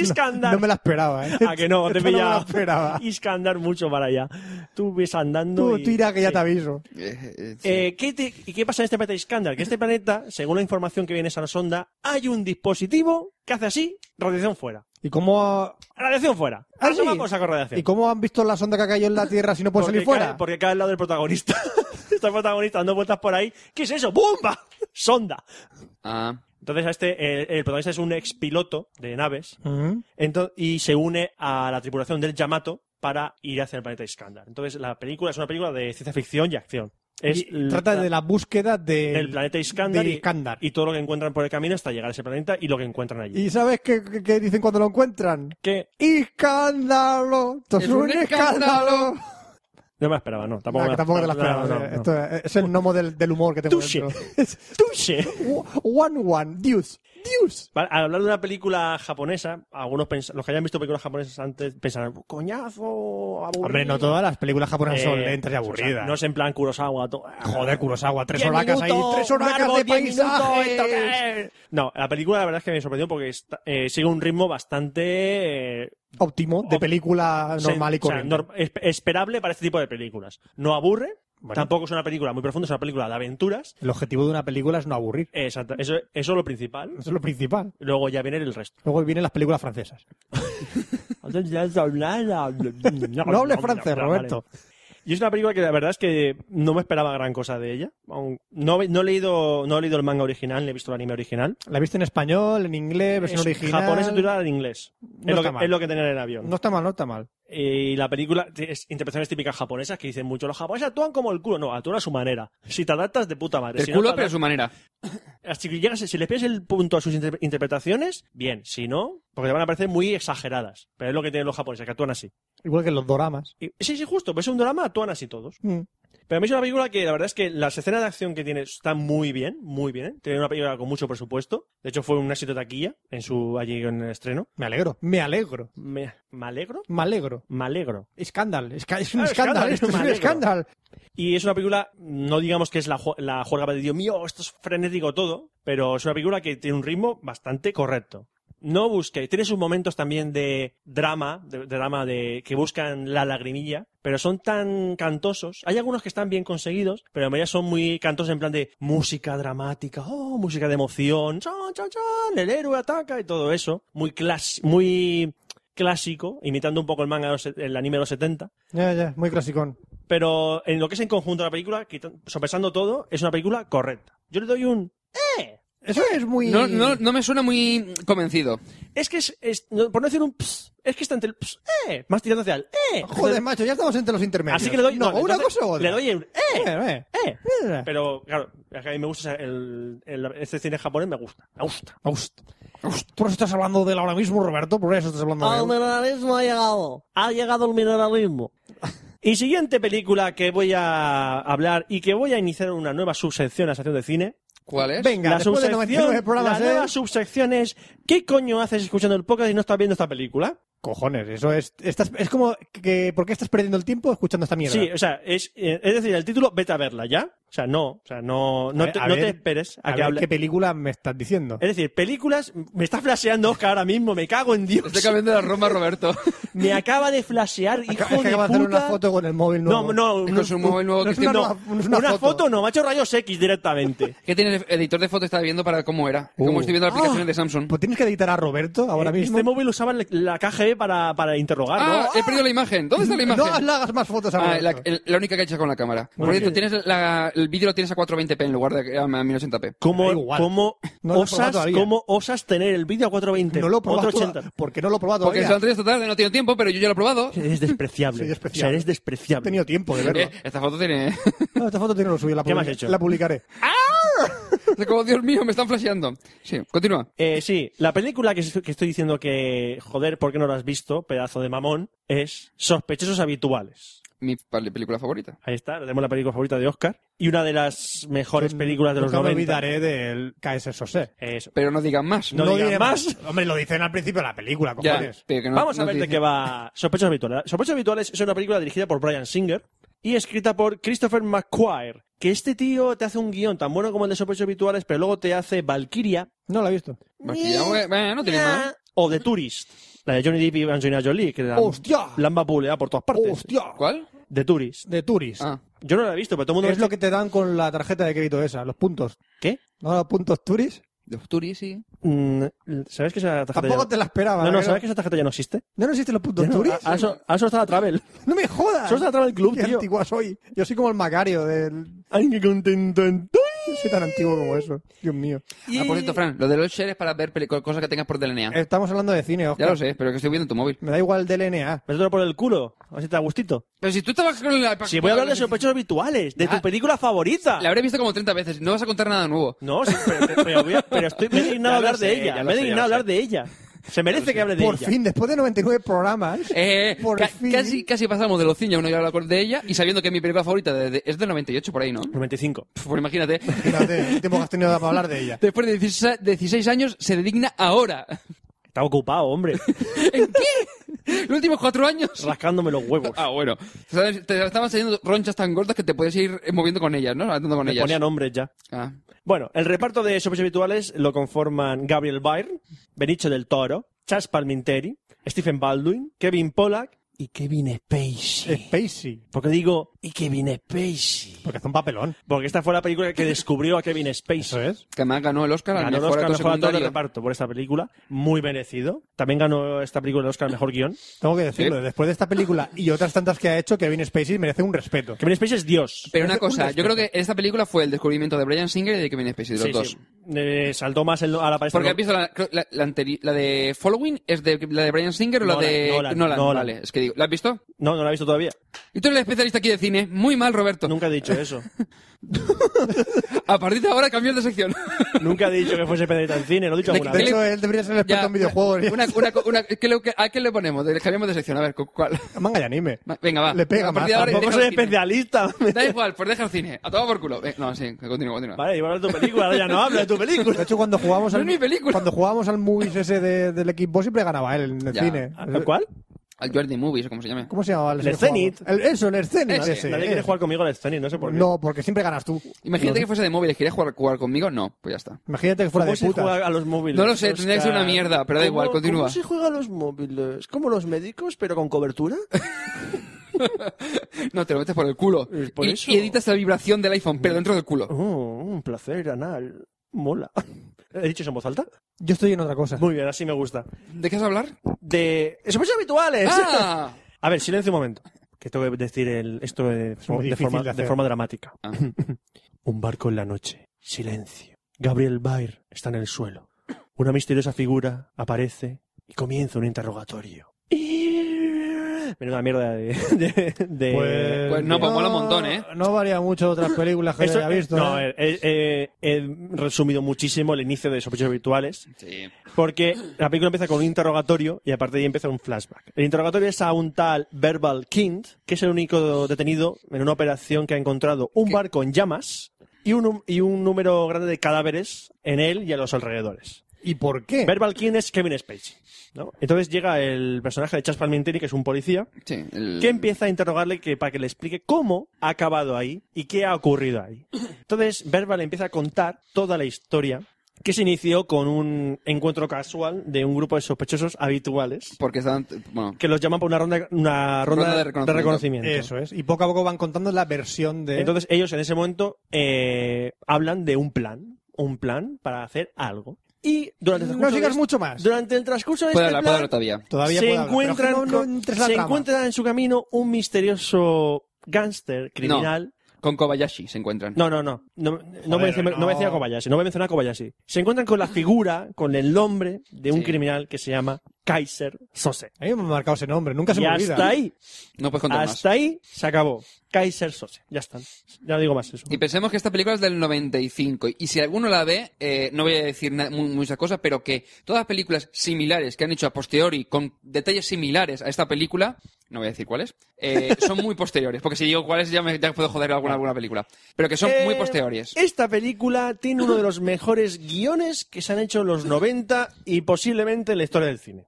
Iskandar. No me la esperaba, ¿eh? ¿A que no? Te Esto no me pilla lo esperaba. Y andar mucho para allá. Tú ves andando. Tú y- tira que ya sí. te aviso. Eh, eh, sí. Eh, ¿qué te- ¿Y qué pasa en este planeta Iskandar? Que este planeta, según la información que viene esa sonda, hay un dispositivo que hace así, radiación fuera. ¿Y cómo, Radiación fuera. ¿Ah, Ahora sí? vamos a con radiación. ¿Y cómo han visto la sonda que ha caído en la Tierra si no puede Porque salir fuera? cae- porque cae al lado del protagonista. Está el protagonista dando vueltas por ahí. ¿Qué es eso? ¡Bomba! Sonda. Ah, Entonces, a este, eh, el protagonista es un ex piloto de naves. Ujú. Ento- y se une a la tripulación del Yamato para ir hacia el planeta Iskandar. Entonces, la película es una película de ciencia ficción y acción. Es Y trata de la búsqueda del, del planeta Iskandar, del y- Iskandar. Y, todo lo que encuentran por el camino hasta llegar a ese planeta y lo que encuentran allí. ¿Y sabes qué, qué- qué dicen cuando lo encuentran? que ¡Escándalo! ¡Esto es, Es un un escándalo! no me la esperaba, no. Tampoco, Nah, que tampoco te la no, esperabas. no, no, eh. no. Esto es, es el gnomo del, del humor que tengo Touché. dentro. Touché. One One, Deuce, Deuce. Vale, al hablar de una película japonesa, algunos pens- los que hayan visto películas japonesas antes pensarán, coñazo, aburrido. Hombre, no todas las películas japonesas son Eh, lentas y o sea, aburridas. no es en plan Kurosawa. to- "Ah, Joder, Kurosawa, tres Diez horacas ahí, minutos, tres horacas largo, de diez minutos, esto paisaje. qué es. No, la película la verdad es que me sorprendió porque está- eh, sigue un ritmo bastante eh, Óptimo, de película normal y sen- o sea, corriente. nor- esp- esperable para este tipo de películas. No aburre, Bueno. tampoco es una película muy profunda, es una película de aventuras. El objetivo de una película es no aburrir. Eh, exacta- eso, eso es lo principal. Eso es lo principal. Luego ya viene el resto. Luego vienen las películas francesas. no No hables francés, Roberto. Y es una película que la verdad es que no me esperaba gran cosa de ella. Aun- No, no he leído, no he leído el manga original, ni he visto el anime original. La viste en español, en inglés, versión Es Pues original. Japonés titulada en inglés. No es, lo está que, mal. es lo que tenía en el avión. No está mal, no está mal. Eh, Y la película, es interpretaciones típicas japonesas que dicen mucho, los japoneses actúan como el culo. No, actúan a su manera. Si te adaptas, de puta madre. el Si no culo, te pero a su manera. adaptas- si, llegas, si les pides el punto a sus inter- interpretaciones, bien. Si no, porque te van a parecer muy exageradas. Pero es lo que tienen los japoneses, que actúan así. Igual que los doramas. Y- sí, sí, justo. Pues es un drama, actúan así todos. Mm. Pero a mí es una película que la verdad es que las escenas de acción que tiene están muy bien, muy bien. Tiene una película con mucho presupuesto. De hecho, fue un éxito de taquilla en su, allí en el estreno. Me alegro, me alegro, Me, me alegro, me alegro. me alegro. Escándalo, esca- es un Ah, escándalo, escándalo, esto es me un alegro. escándalo. Y es una película, no digamos que es la, ju- la juerga de Dios mío, esto es frenético todo, pero es una película que tiene un ritmo bastante correcto. No busque, tiene sus momentos también de drama, de, de drama de que buscan la lagrimilla, pero son tan cantosos. Hay algunos que están bien conseguidos, pero la mayoría son muy cantosos en plan de música dramática, oh, música de emoción, chan, chan, chan, el héroe ataca y todo eso, muy clas- muy clásico, imitando un poco el manga, de los se- el anime de los 70. Ya, ya, muy clasicón. Pero en lo que es en conjunto la película, quitan- sopesando todo, es una película correcta. Yo le doy un... ¡Eh! Eso es muy... No, no, no me suena muy convencido. Es que es... es- no, por no decir un... Ps, es que está entre el... Ps, ¡Eh! Más tirando hacia el... ¡Eh! Joder, macho, ya estamos entre los intermedios. Así que le doy... No, no, una entonces cosa o otra. Le doy un... ¡Eh! Eh, ¡Eh! eh. Pero, claro, es que a mí me gusta ese- el, el- este cine japonés, me gusta. Me gusta. Aust. Aust. Por eso estás hablando del ahora mismo, Roberto, por eso estás Ah, hablando de él. mineralismo ha llegado. Ha llegado el mineralismo. Y siguiente película que voy a hablar y que voy a iniciar una nueva subsección a la sección de cine. ¿Cuál es? Venga, la después de subsección- 99 programas, la nueva ¿eh? subsección es ¿Qué coño haces escuchando el podcast y no estás viendo esta película? Cojones, eso es. Estás, es como que. ¿Por qué estás perdiendo el tiempo escuchando esta mierda? Sí, o sea, es, eh, es decir, el título, vete a verla, ¿ya? O sea, no, o sea, no, no, A ver, te, a no ver, te esperes a, a que ver hable. Eh, qué película me estás diciendo. Es decir, películas, me está flasheando Oscar ahora mismo, me cago en Dios. Este Estoy cambiando la Roma, Roberto. Me acaba de flashear, hijo Acabas de de puta. hacer una foto con el móvil no, nuevo. no, no, Es con su móvil nuevo no que es una tiene. nueva- no es una una foto. foto no, me ha hecho rayos X directamente. ¿Qué tiene el editor de fotos? Estaba viendo para cómo era. Cómo Uh. estoy viendo las aplicaciones de Samsung. Pues tienes que editar a Roberto ahora mismo. Este móvil usaba la- la KGB para, para interrogar, ¿no? Ah, he perdido la imagen. ¿Dónde está la imagen? No le hagas más fotos a Ah, Roberto. la, el- la única que he hecho con la cámara. Por cierto, tienes la- el vídeo lo tienes a 420p en lugar de a 1080p. ¿Cómo, Da igual. cómo No lo he probado osas, todavía. cómo osas tener el vídeo a 420? No lo he probado. 480. toda- Porque no lo he probado Porque se lo todavía. han traído esta tarde, no tiene tiempo, pero yo ya lo he probado. Eres despreciable. Soy despreciable. O sea, eres He despreciable. tenido tiempo de verlo. Eh, esta foto tiene. No, esta foto tiene lo suyo. La ¿Qué me has publica- hecho? La publicaré. Como Dios mío, me están flasheando. Sí, continúa. Eh, sí, la película que, que estoy diciendo que, joder, ¿por qué no la has visto, pedazo de mamón? Es Sospechosos Habituales. Mi pal- película favorita. Ahí está, tenemos la película favorita de Oscar y una de las mejores películas de los Nunca Pues me 90. olvidaré del KS Sosé. Eso. Pero no digan más. No digas diré más. Hombre, lo dicen al principio de la película, ya, cojones. pero que no- Vamos a no ver de dicen- qué va Sospechosos Habituales. Sospechosos Habituales es una película dirigida por Brian Singer y escrita por Christopher McQuire. Que este tío te hace un guión tan bueno como el de Sospechosos Habituales, pero luego te hace Valkyria. No la he visto. Maquilla, güey, bueno, no tiene más. O The Tourist. La de Johnny Depp y Angelina Jolie, que la, ¡Hostia! la han vapuleado por todas partes. ¡Hostia! ¿Cuál? The Tourist. De Turis. Ah. Yo no la he visto, pero todo el mundo... Es lo que te dan con la tarjeta de crédito esa, los puntos. ¿Qué? ¿No los puntos Turis? De Futuri, sí. Mm, ¿Sabes que esa tarjeta Tampoco ya... te la esperaba. No, no, ¿eh? ¿sabes que esa tarjeta ya no existe? ¿No, no existen los puntos Ya no, Turis? a- a eso- a eso estaba Travel. ¡No me jodas! Solo está atrás del club, ¡Qué tío. antigua soy! Yo soy como el Macario del... ¡Ay, qué contento estoy! Soy tan antiguo como eso. Dios mío. Ah, por cierto, Fran, lo de los shares es para ver pelic- cosas que tengas por DLNA. Estamos hablando de cine, Ya Oscar. lo sé, pero que estoy viendo en tu móvil. Me da igual el DNA. Métetelo por el culo. A ver si te da gustito. Pero si tú trabajas con la... Si voy a hablar de sospechosos habituales, de tu Ah. película favorita. La habré visto como 30 veces, no vas a contar nada nuevo. No, sí, pero, pero voy a- pero estoy, me he dignado a Ya lo hablar de sé, ya ella. Me he lo sé, dignado a ya lo hablar de ella. Se merece que hable de Por ella. fin, después de 99 programas... Eh, eh, por ca- fin... casi, casi pasamos de los cines a uno que habla de ella y sabiendo que mi película favorita de- de- es del 98 por ahí, ¿no? 95. Pf, Pues imagínate. Fíjate, el tiempo que has tenido para hablar de ella. Después de 16, 16 años se digna ahora. Estaba ocupado, hombre. ¿En qué? ¿Los últimos cuatro años? rascándome los huevos. Ah, bueno. ¿Sabes? Te estaban saliendo ronchas tan gordas que te podías ir moviendo con ellas, ¿no? Andando con Me ellas. ponía nombres ya. Ah. Bueno, el reparto de sospechosos habituales lo conforman Gabriel Byrne, Benicio del Toro, Chas Palminteri, Stephen Baldwin, Kevin Pollack y Kevin Spacey. Spacey. Porque digo, y Kevin Spacey. Porque es un papelón. Porque esta fue la película que descubrió a Kevin Spacey. Eso es. Que además ganó el Oscar al Ganó el mejor Oscar al actor mejor actor de secundario. reparto por esta película, muy merecido. También ganó esta película el Oscar al mejor guión. Tengo que decirlo, Sí. después de esta película y otras tantas que ha hecho, Kevin Spacey merece un respeto. Kevin Spacey es Dios. Pero una Un cosa, yo respeto. creo que esta película fue el descubrimiento de Brian Singer y de Kevin Spacey, de los Sí, dos. sí. Eh, saltó más el- a la palestra. Porque has visto la, creo- la, la anteri- la de Following, ¿es de la de Brian Singer o la Nolan, de Nolan, Nolan. Vale, es que digo, ¿la has visto? No, no la he visto todavía. Y tú eres el especialista aquí de cine. Muy mal, Roberto. Nunca he dicho eso. A partir de ahora cambiar de sección. Nunca he dicho que fuese Pedrita en cine, lo he dicho De- alguna De vez. hecho, él debería ser el experto Ya, en videojuegos. Una, una, una- ¿qué le- qué- ¿A qué le ponemos? Le cambiamos de sección, a ver, ¿cu- ¿cuál? Manga de anime. Va, Venga, va. Le pega A partir más. de ahora Tampoco deja soy el cine. especialista. Da igual, pues deja el cine. A todo por culo. Ve- No, sí, continúa, continúa. Vale, iba a hablar de tu película, ahora ya no hablo de tu De película. hecho, cuando jugábamos No al, es mi película. cuando jugábamos al movies ese de- del equipo, siempre ganaba él en el Ya. cine. ¿A ¿Cuál? Al Jordi Movies, o como se llame. ¿Cómo se llamaba? El que jugábamos? Zenith. El- eso, el Zenith. Ese. ese, Nadie quiere ese. jugar conmigo al ¿eh? Zenith, no sé por qué. No, porque siempre ganas tú. Imagínate que fuese de móviles. ¿Querías jugar, jugar conmigo? No, pues ya está. Imagínate que fuera ¿Cómo de se puta. juega a los móviles? No lo sé, tendría que ser Oscar? una mierda, pero da ¿Cómo- igual, continúa. ¿Cómo se juega a los móviles? ¿Como los médicos, pero con cobertura? No, te lo metes por el culo. Eh, por y, eso. y editas la vibración del iPhone, pero dentro del culo. Oh, un placer anal. Mola. ¿He dicho eso en voz alta? Yo estoy en otra cosa. Muy bien, así me gusta. ¿De qué vas a hablar? De... ¡Sospechosos habituales! ¡Ah! A ver, silencio un momento. Que tengo que decir el- esto de, muy de difícil forma, de de hacer. forma dramática. Ah. un barco en la noche. Silencio. Gabriel Bayer está en el suelo. Una misteriosa figura aparece y comienza un interrogatorio. Menuda mierda de... de- de- Pues no, pues mola un montón, ¿eh? No varía mucho otras películas que Esto- haya visto. no, ¿eh? eh, eh, eh, he resumido muchísimo el inicio de Sospechosos Virtuales. Sí. Porque la película empieza con un interrogatorio y aparte de ahí empieza un flashback. El interrogatorio es a un tal Verbal Kind, que es el único detenido en una operación que ha encontrado un barco en llamas y un, y un número grande de cadáveres en él y a los alrededores. ¿Y por qué? Verbal King es Kevin Spacey. ¿no? Entonces llega el personaje de Chas Palminteri, que es un policía, Sí, el- que empieza a interrogarle que, para que le explique cómo ha acabado ahí y qué ha ocurrido ahí. Entonces, Verbal empieza a contar toda la historia que se inició con un encuentro casual de un grupo de sospechosos habituales Porque estaban... Bueno, que los llaman para una ronda, una ronda, Ronda de de reconocimiento. reconocimiento. Eso es. Y poco a poco van contando la versión de. Entonces, ellos en ese momento eh, hablan de un plan, un plan para hacer algo. Y durante el no transcurso sigas de- mucho más. Durante el transcurso de puede este hablar, puede plan, hablar todavía. Todavía se puedo hablar, pero encuentran, no- no con- entres en la se trama. encuentran en su camino un misterioso gángster criminal. Con Kobayashi se encuentran. No, no, no. No, no voy a decir- no no. voy a decir a Kobayashi. No voy a mencionar a Kobayashi. Se encuentran con la figura, con el nombre de un Sí. criminal que se llama Kaiser Sose. A mí me ha marcado ese nombre, nunca se Y me olvida. hasta ahí, No puedes contar más. hasta ahí se acabó. Kaiser Sose. Ya está. Ya no digo más eso. Y pensemos que esta película es del 95. Y si alguno la ve, eh, no voy a decir na- mu- muchas cosas, pero que todas las películas similares que han hecho a posteriori, con detalles similares a esta película, no voy a decir cuáles, eh, son muy posteriores. Porque si digo cuáles ya, me, ya puedo joder alguna, alguna película. Pero que son muy Eh, posteriores. Esta película tiene uno de los mejores guiones que se han hecho en los 90 y posiblemente en la historia del cine.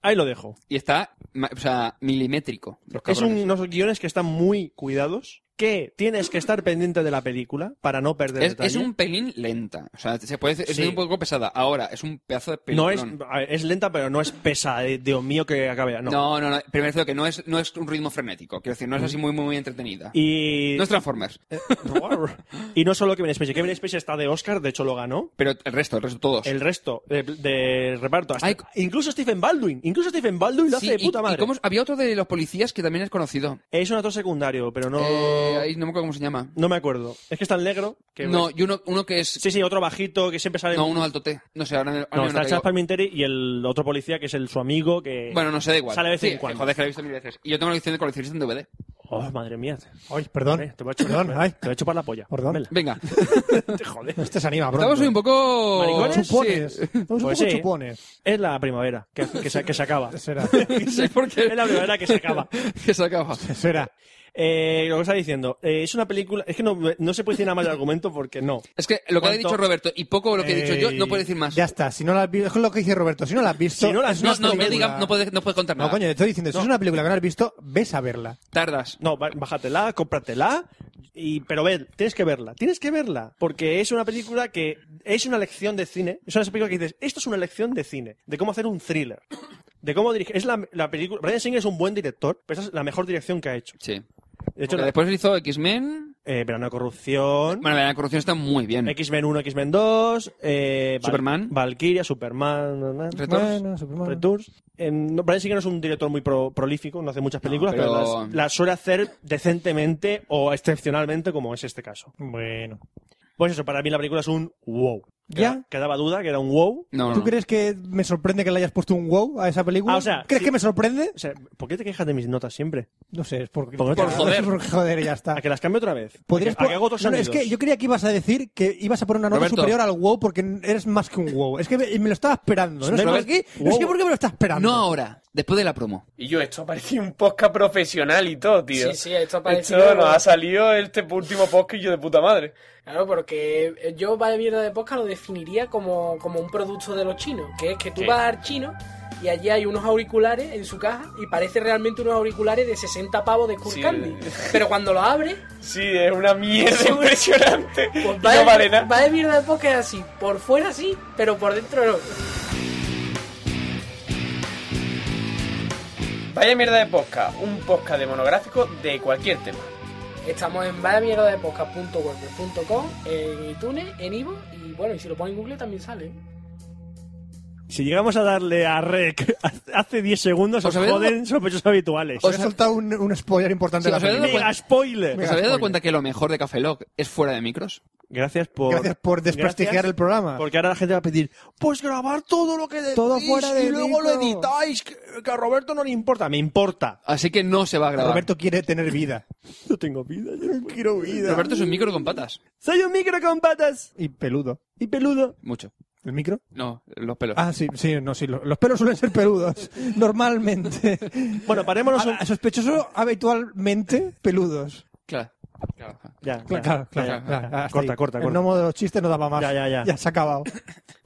Ahí lo dejo. Y está, ma- o sea, milimétrico. Los Es un- cabrones. unos guiones que están muy cuidados, que tienes que estar pendiente de la película para no perder Es, detalle. es un pelín lenta. O sea, se puede decir, es Sí. un poco pesada. Ahora, es un pedazo de película. no es, a ver, es lenta, pero no es pesada. de- Dios mío, que acabe. No. No, no, no. Primero de todo, que no es, no es un ritmo frenético. Quiero decir, no es así muy, muy entretenida. Y... No es Transformers. y no solo Kevin Spacey. Kevin Spacey está de Oscar, de hecho lo ganó. Pero el resto, el resto, todos. El resto de, de reparto. hasta- Ay, incluso Stephen Baldwin. Incluso Stephen Baldwin lo Sí, hace de y- puta y madre. cómo es- había otro de los policías que también es conocido. Es un actor secundario, pero no... Eh, ahí no me acuerdo cómo se llama. No me acuerdo. Es que está el negro. Que no, y uno, uno que es. Sí, sí, otro bajito que siempre sale... No, uno alto T. No sé, ahora, No, ahora mismo está Ah, no Charles caigo. Palminteri y el otro policía que es el su amigo que... Bueno, no sé, da igual. Sale de vez Sí, en cuando. que Joder, que lo he visto mil veces. Y yo tengo la edición de coleccionista en DVD. Oh, madre mía. Ay, perdón. Eh, te voy a chupar, Perdón, ay. te voy a chupar la polla. Perdón. Vela. Venga. Joder. Este se anima, bro. Estamos hoy un poco. ¿Maricones? Chupones. Sí. Estamos un Pues poco sí. chupones. Es la primavera que, que se, que se acaba. Será. Sí, porque. Es la primavera que se acaba. que se acaba. Será. Eh, lo que está diciendo, eh, es una película... Es que no, no se puede decir nada más de argumento porque no. Es que lo que ha ¿Cuánto? dicho Roberto y poco lo que he dicho yo, Ey, no puedo decir más. Ya está, si no la has visto, es lo que dice Roberto, si no la has visto. Si no la has es una no, no, no, película- diga, no, puedes, no puedes contar No, nada. coño, te estoy diciendo, si es una película que no has visto, ves a verla. Tardas. No, ba- bájatela, cómpratela, y, pero ver, tienes que verla, tienes que verla, porque es una película que es una lección de cine, es una película que dices, esto es una lección de cine, de cómo hacer un thriller, de cómo dirigir, es la, la película, Brian Singer es un buen director, pero esa es la mejor dirección que ha hecho. Sí. De hecho, Porque la- después hizo X-Men. eh, Verano de ¿Mm? Corrupción, Bueno, la corrupción está muy bien. X-Men 1, X-Men 2, eh, Val- Superman. Valkyria, Superman, na, na, Retorno. Returns. Bueno, Superman. Returns. Eh, no, Brian Singer no es un director muy pro- prolífico, no hace muchas películas, pero- pero, las, las suele hacer decentemente o excepcionalmente, como es este caso. Bueno. Pues eso, para mí la película es un wow. ¿Ya? Quedaba duda que era un wow. No, no, ¿Tú no. crees que me sorprende que le hayas puesto un wow a esa película? Ah, o sea, ¿Crees sí. que me sorprende? O sea, ¿por qué te quejas de mis notas siempre? No sé, es porque. Por joder. Por joder, ya está. ¿A que las cambie otra vez? ¿A que, Podrías a po- que hago otros No, no, es sonidos? que yo creía que ibas a decir que ibas a poner una nota Roberto. superior al wow porque eres más que un wow. Es que me, me lo estaba esperando. No sé por Robert- qué. wow. Es que por qué me lo estás esperando. No ahora, después de la promo. Y yo, esto ha parecido un podcast profesional y todo, tío. Sí, sí, esto ha Esto parecido- nos ha salido este último podcast y yo de puta madre. Claro, porque yo Vaya Mierda de Posca lo definiría como, como un producto de los chinos, que es que tú vas al chino y allí hay unos auriculares en su caja y parece realmente unos auriculares de 60 pavos de Skull Sí, Candy. eh. Pero cuando lo abres, Sí, es una mierda impresionante. pues Y no Vaya, vale nada. Vaya Mierda de Posca es así, por fuera sí, pero por dentro no. Vaya mierda de podcast. Un podcast de monográfico de cualquier tema. Estamos en Vaya Mierda de Posca.wordpress.com, en iTunes, en Ivo y bueno, y si lo pones en Google también sale. Si llegamos a darle a Rec hace 10 segundos, ¿Os os habéis joden sospechosos habituales. Os he soltado un, un spoiler importante de Sí, la os he dado película. ¡Mega spoiler! ¿Os habéis dado cuenta que lo mejor de Café Lock es fuera de micros? Gracias por... Gracias por desprestigiar Gracias, el programa. Porque ahora la gente va a pedir, pues grabar todo lo que decís Todo fuera de y luego lo micro". editáis, que, que a Roberto no le importa. Me importa. Así que no se va a grabar. Roberto quiere tener vida. No tengo vida. Quiero vida. Roberto es un micro con patas. Soy un micro con patas Y peludo. y peludo. Mucho. ¿El micro? No, los pelos. Ah, sí, sí, no, sí. lo- Los pelos suelen ser peludos. normalmente. Bueno, parémonos un... Ah, Sospechoso habitualmente peludos. Claro. claro. Ya, ya. Claro, claro, claro, Ya, ya. claro, hasta Corta, ahí. corta, El corta. gnomo de los chistes no daba más. Ya, ya, ya. se ha acabado.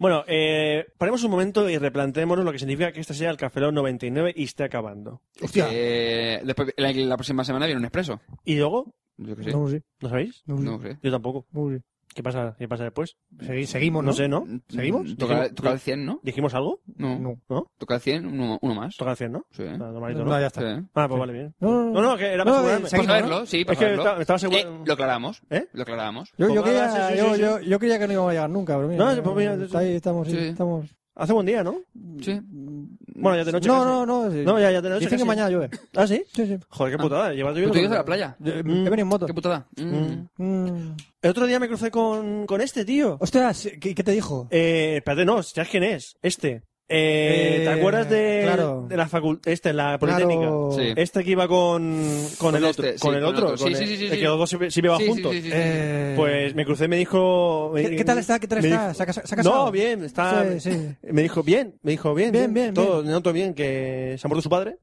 Bueno, eh, paremos un momento y replanteémonos lo que significa que este sea el Café Lock 99 y esté acabando. Hostia. Eh, después, la, la próxima semana viene un expreso. ¿Y luego? Yo qué sé. No sé, ¿No sabéis? no sé, No sé. Yo tampoco. no sé. ¿Qué pasa, qué pasa después? Segui- seguimos, ¿no? No sé, ¿no? ¿Seguimos? Mm, Toca, Dijimos- toca el 100, ¿no? ¿Dijimos algo? No. No. Toca el 100, uno, uno más. Toca el 100, ¿no? Sí. Ah, normalito, ¿no? ¿Eh? No, ya está. Sí. Ah, pues vale, bien. No, no, no. No, no, que era para No, asegurarme. eh, Para Seguimos, ¿no? saberlo, sí, para Es que saberlo. estaba- estaba seguro- Eh, lo aclaramos. ¿eh? Lo aclaramos. Yo, yo Pues nada, creía, sí, sí, yo, sí, Yo, yo creía que no íbamos a llegar nunca, pero mira. eh, No, sí, pues mira, sí, sí. está ahí, estamos, sí, Sí. estamos. Hace buen día, ¿no? Sí. Bueno, ya de noche. No, casi. no, no. sí. No, ya, ya de noche. Dicen casi. que mañana llueve. Ah, sí. Sí, sí. Joder, qué putada. Llevas ¿Tú lloviendo te ibas como- a la playa? He Mm. venido en moto. ¿Qué putada? Mm. Mm. El otro día me crucé con, con este, tío. Hostia, sí, ¿qué, qué te dijo? Eh, espérate, no, ¿sabes quién es? Este. Eh, Eh, ¿Te acuerdas de, claro. de la facultad? Este, la Politécnica. Claro, Sí. Este que iba con, con, Con el, este, otro, sí, con el otro. Sí, con sí, el- sí, sí, el sí. que los dos siempre, siempre iban Sí, sí, juntos. sí, sí, sí. eh, Pues me crucé y me dijo... me- ¿Qué, qué tal está? ¿Qué tal me está? dijo- ¿Se ha cas- se ha casado? No, bien, está... Sí, sí. Me dijo bien, me dijo bien, Bien, bien, todo, noto bien que se ha muerto su padre.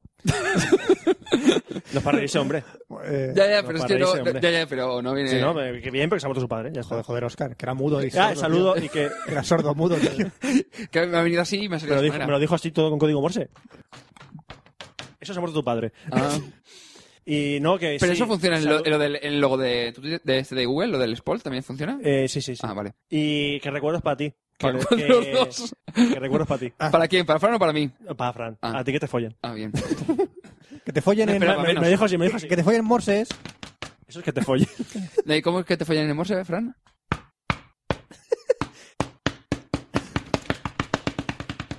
Los para reírse, hombre. Eh, Ya, ya, No, pero es para que no, reírse, hombre. ya, ya, pero no viene. Sí, no, me- que bien, pero que se ha muerto su padre. Ya está. joder, joder, Oscar, que era mudo. y Ah, sordo, saludo tío. y que Era sordo, mudo. tío. Que me ha venido así y me ha me salido lo, de dijo, esa me lo manera. dijo así todo con código Morse. Eso se ha muerto tu padre. Ah. Y no, que Pero sí, eso funciona en salu- lo, en lo del en el logo de, tu- de este de Google, lo del Spoil, también funciona. Eh, sí, sí, sí. Ah, vale. Y que recuerdos para ti. Que, Para que- los dos. que recuerdos para ti. ¿Para quién? ¿Para Fran o para mí? Para Fran. Ah. A ti que te follen. Ah, bien. Que te follen No, en. espera, Me, me dijo así, me dijo así. Que te follen morses. Eso es que te follen. ¿Y cómo es que te fallan en el morse, eh, Fran?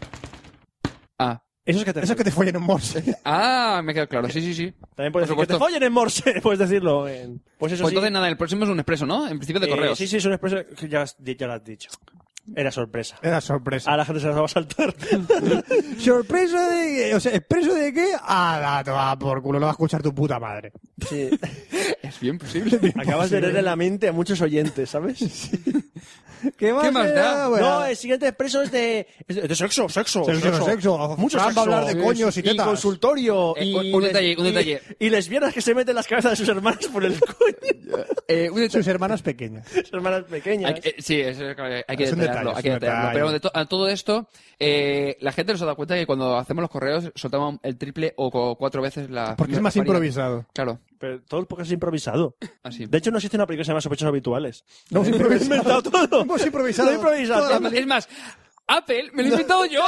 Ah. Eso es que te Eso es que te follen un morse. Ah, me queda claro. Sí, sí, sí. También puedes decir Por que te supuesto. follen en Morse. Puedes decirlo. en- Pues eso Pues sí. entonces nada, el próximo es un expreso, ¿no? En principio de Eh, correos. sí, sí, es una expresión que ya, has- ya lo has dicho. Era sorpresa. Era sorpresa. A la gente se las va a saltar. ¿Sorpresa de qué? O sea, ¿expreso de qué? A la toma por culo, lo va a escuchar tu puta madre. Es bien posible. Acabas de leer en la mente a muchos oyentes, ¿sabes? ¿Qué más, ¿Qué más era? da? Bueno, No, el siguiente expreso es de, es de- de sexo, sexo. Sexo, sexo. Mucho Fran va sexo. a hablar de coños y tetas. consultorio. Eh, y un- un les- detalle, un y- detalle. Y lesbianas que se meten las cabezas de sus hermanas por el coño. Eh, un detalle- sus hermanas pequeñas. sus hermanas pequeñas. Hay que- eh, sí, eso es- claro, hay que Es un detallarlo, detalle, hay que es un detallarlo. detalle. Pero de to- a todo esto, eh, la gente nos ha dado cuenta que cuando hacemos los correos soltamos el triple o co- cuatro veces la... Porque es más paridad. improvisado. Claro, Pero todo el podcast es improvisado. así. De hecho, no existe una película que se llama Sospechosos Habituales. No hemos improvisado. inventado todo. Hemos improvisado. Lo he improvisado. Toda la Es más- peli- es más, Apple me lo he inventado yo.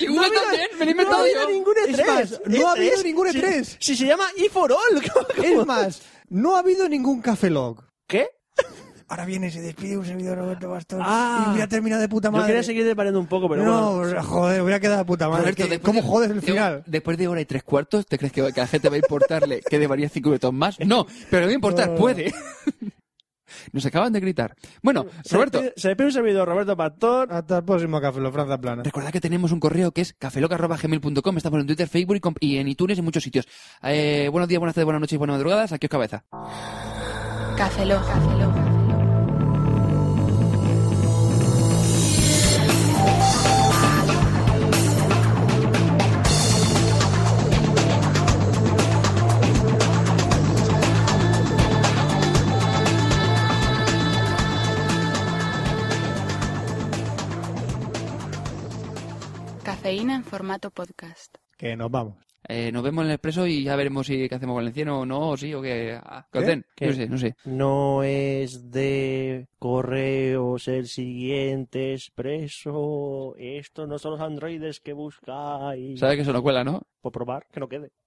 Y Google también me lo he no ha inventado habido yo. ningún Es E3. más, E no ha ¿E3? habido ningún Si- E3. Si, se llama E for All. ¿cómo- cómo? Es más, no ha habido ningún Café Log. ¿Qué? Ahora viene, se despide un servidor Roberto Bastón. Ah. y hubiera terminado de puta Yo madre. quería seguir desvariando un poco, pero no, bueno. joder, hubiera quedado de puta madre. Roberto, ¿Qué- después ¿Cómo de- jodes el de- final? Después de hora y tres cuartos, ¿te crees que, que a la gente va a importarle que debería cinco minutos más? No, pero no me importa, puede. Nos acaban de gritar. Bueno, Se Roberto, despide- Se despide un servidor, Roberto Pastor. Hasta el próximo Café Log, Franza Plana. Recordad que tenemos un correo que es cafeloc.gmail.com. Estamos en Twitter, Facebook y, com- y en iTunes y en muchos sitios. Eh, buenos días, buenas tardes, buenas noches y buenas madrugadas. Aquí os cabeza. Café Lock. Café Lock. Cafeína en formato podcast. Que nos vamos. Eh, nos vemos en el expreso y ya veremos si qué hacemos con el cien o no, o sí, o que, ah, que os den. ¿Qué? No sé, no sé. No es de correos el siguiente expreso. Estos no son los androides que buscáis. Sabes que eso no cuela, ¿no? Por probar, que no quede.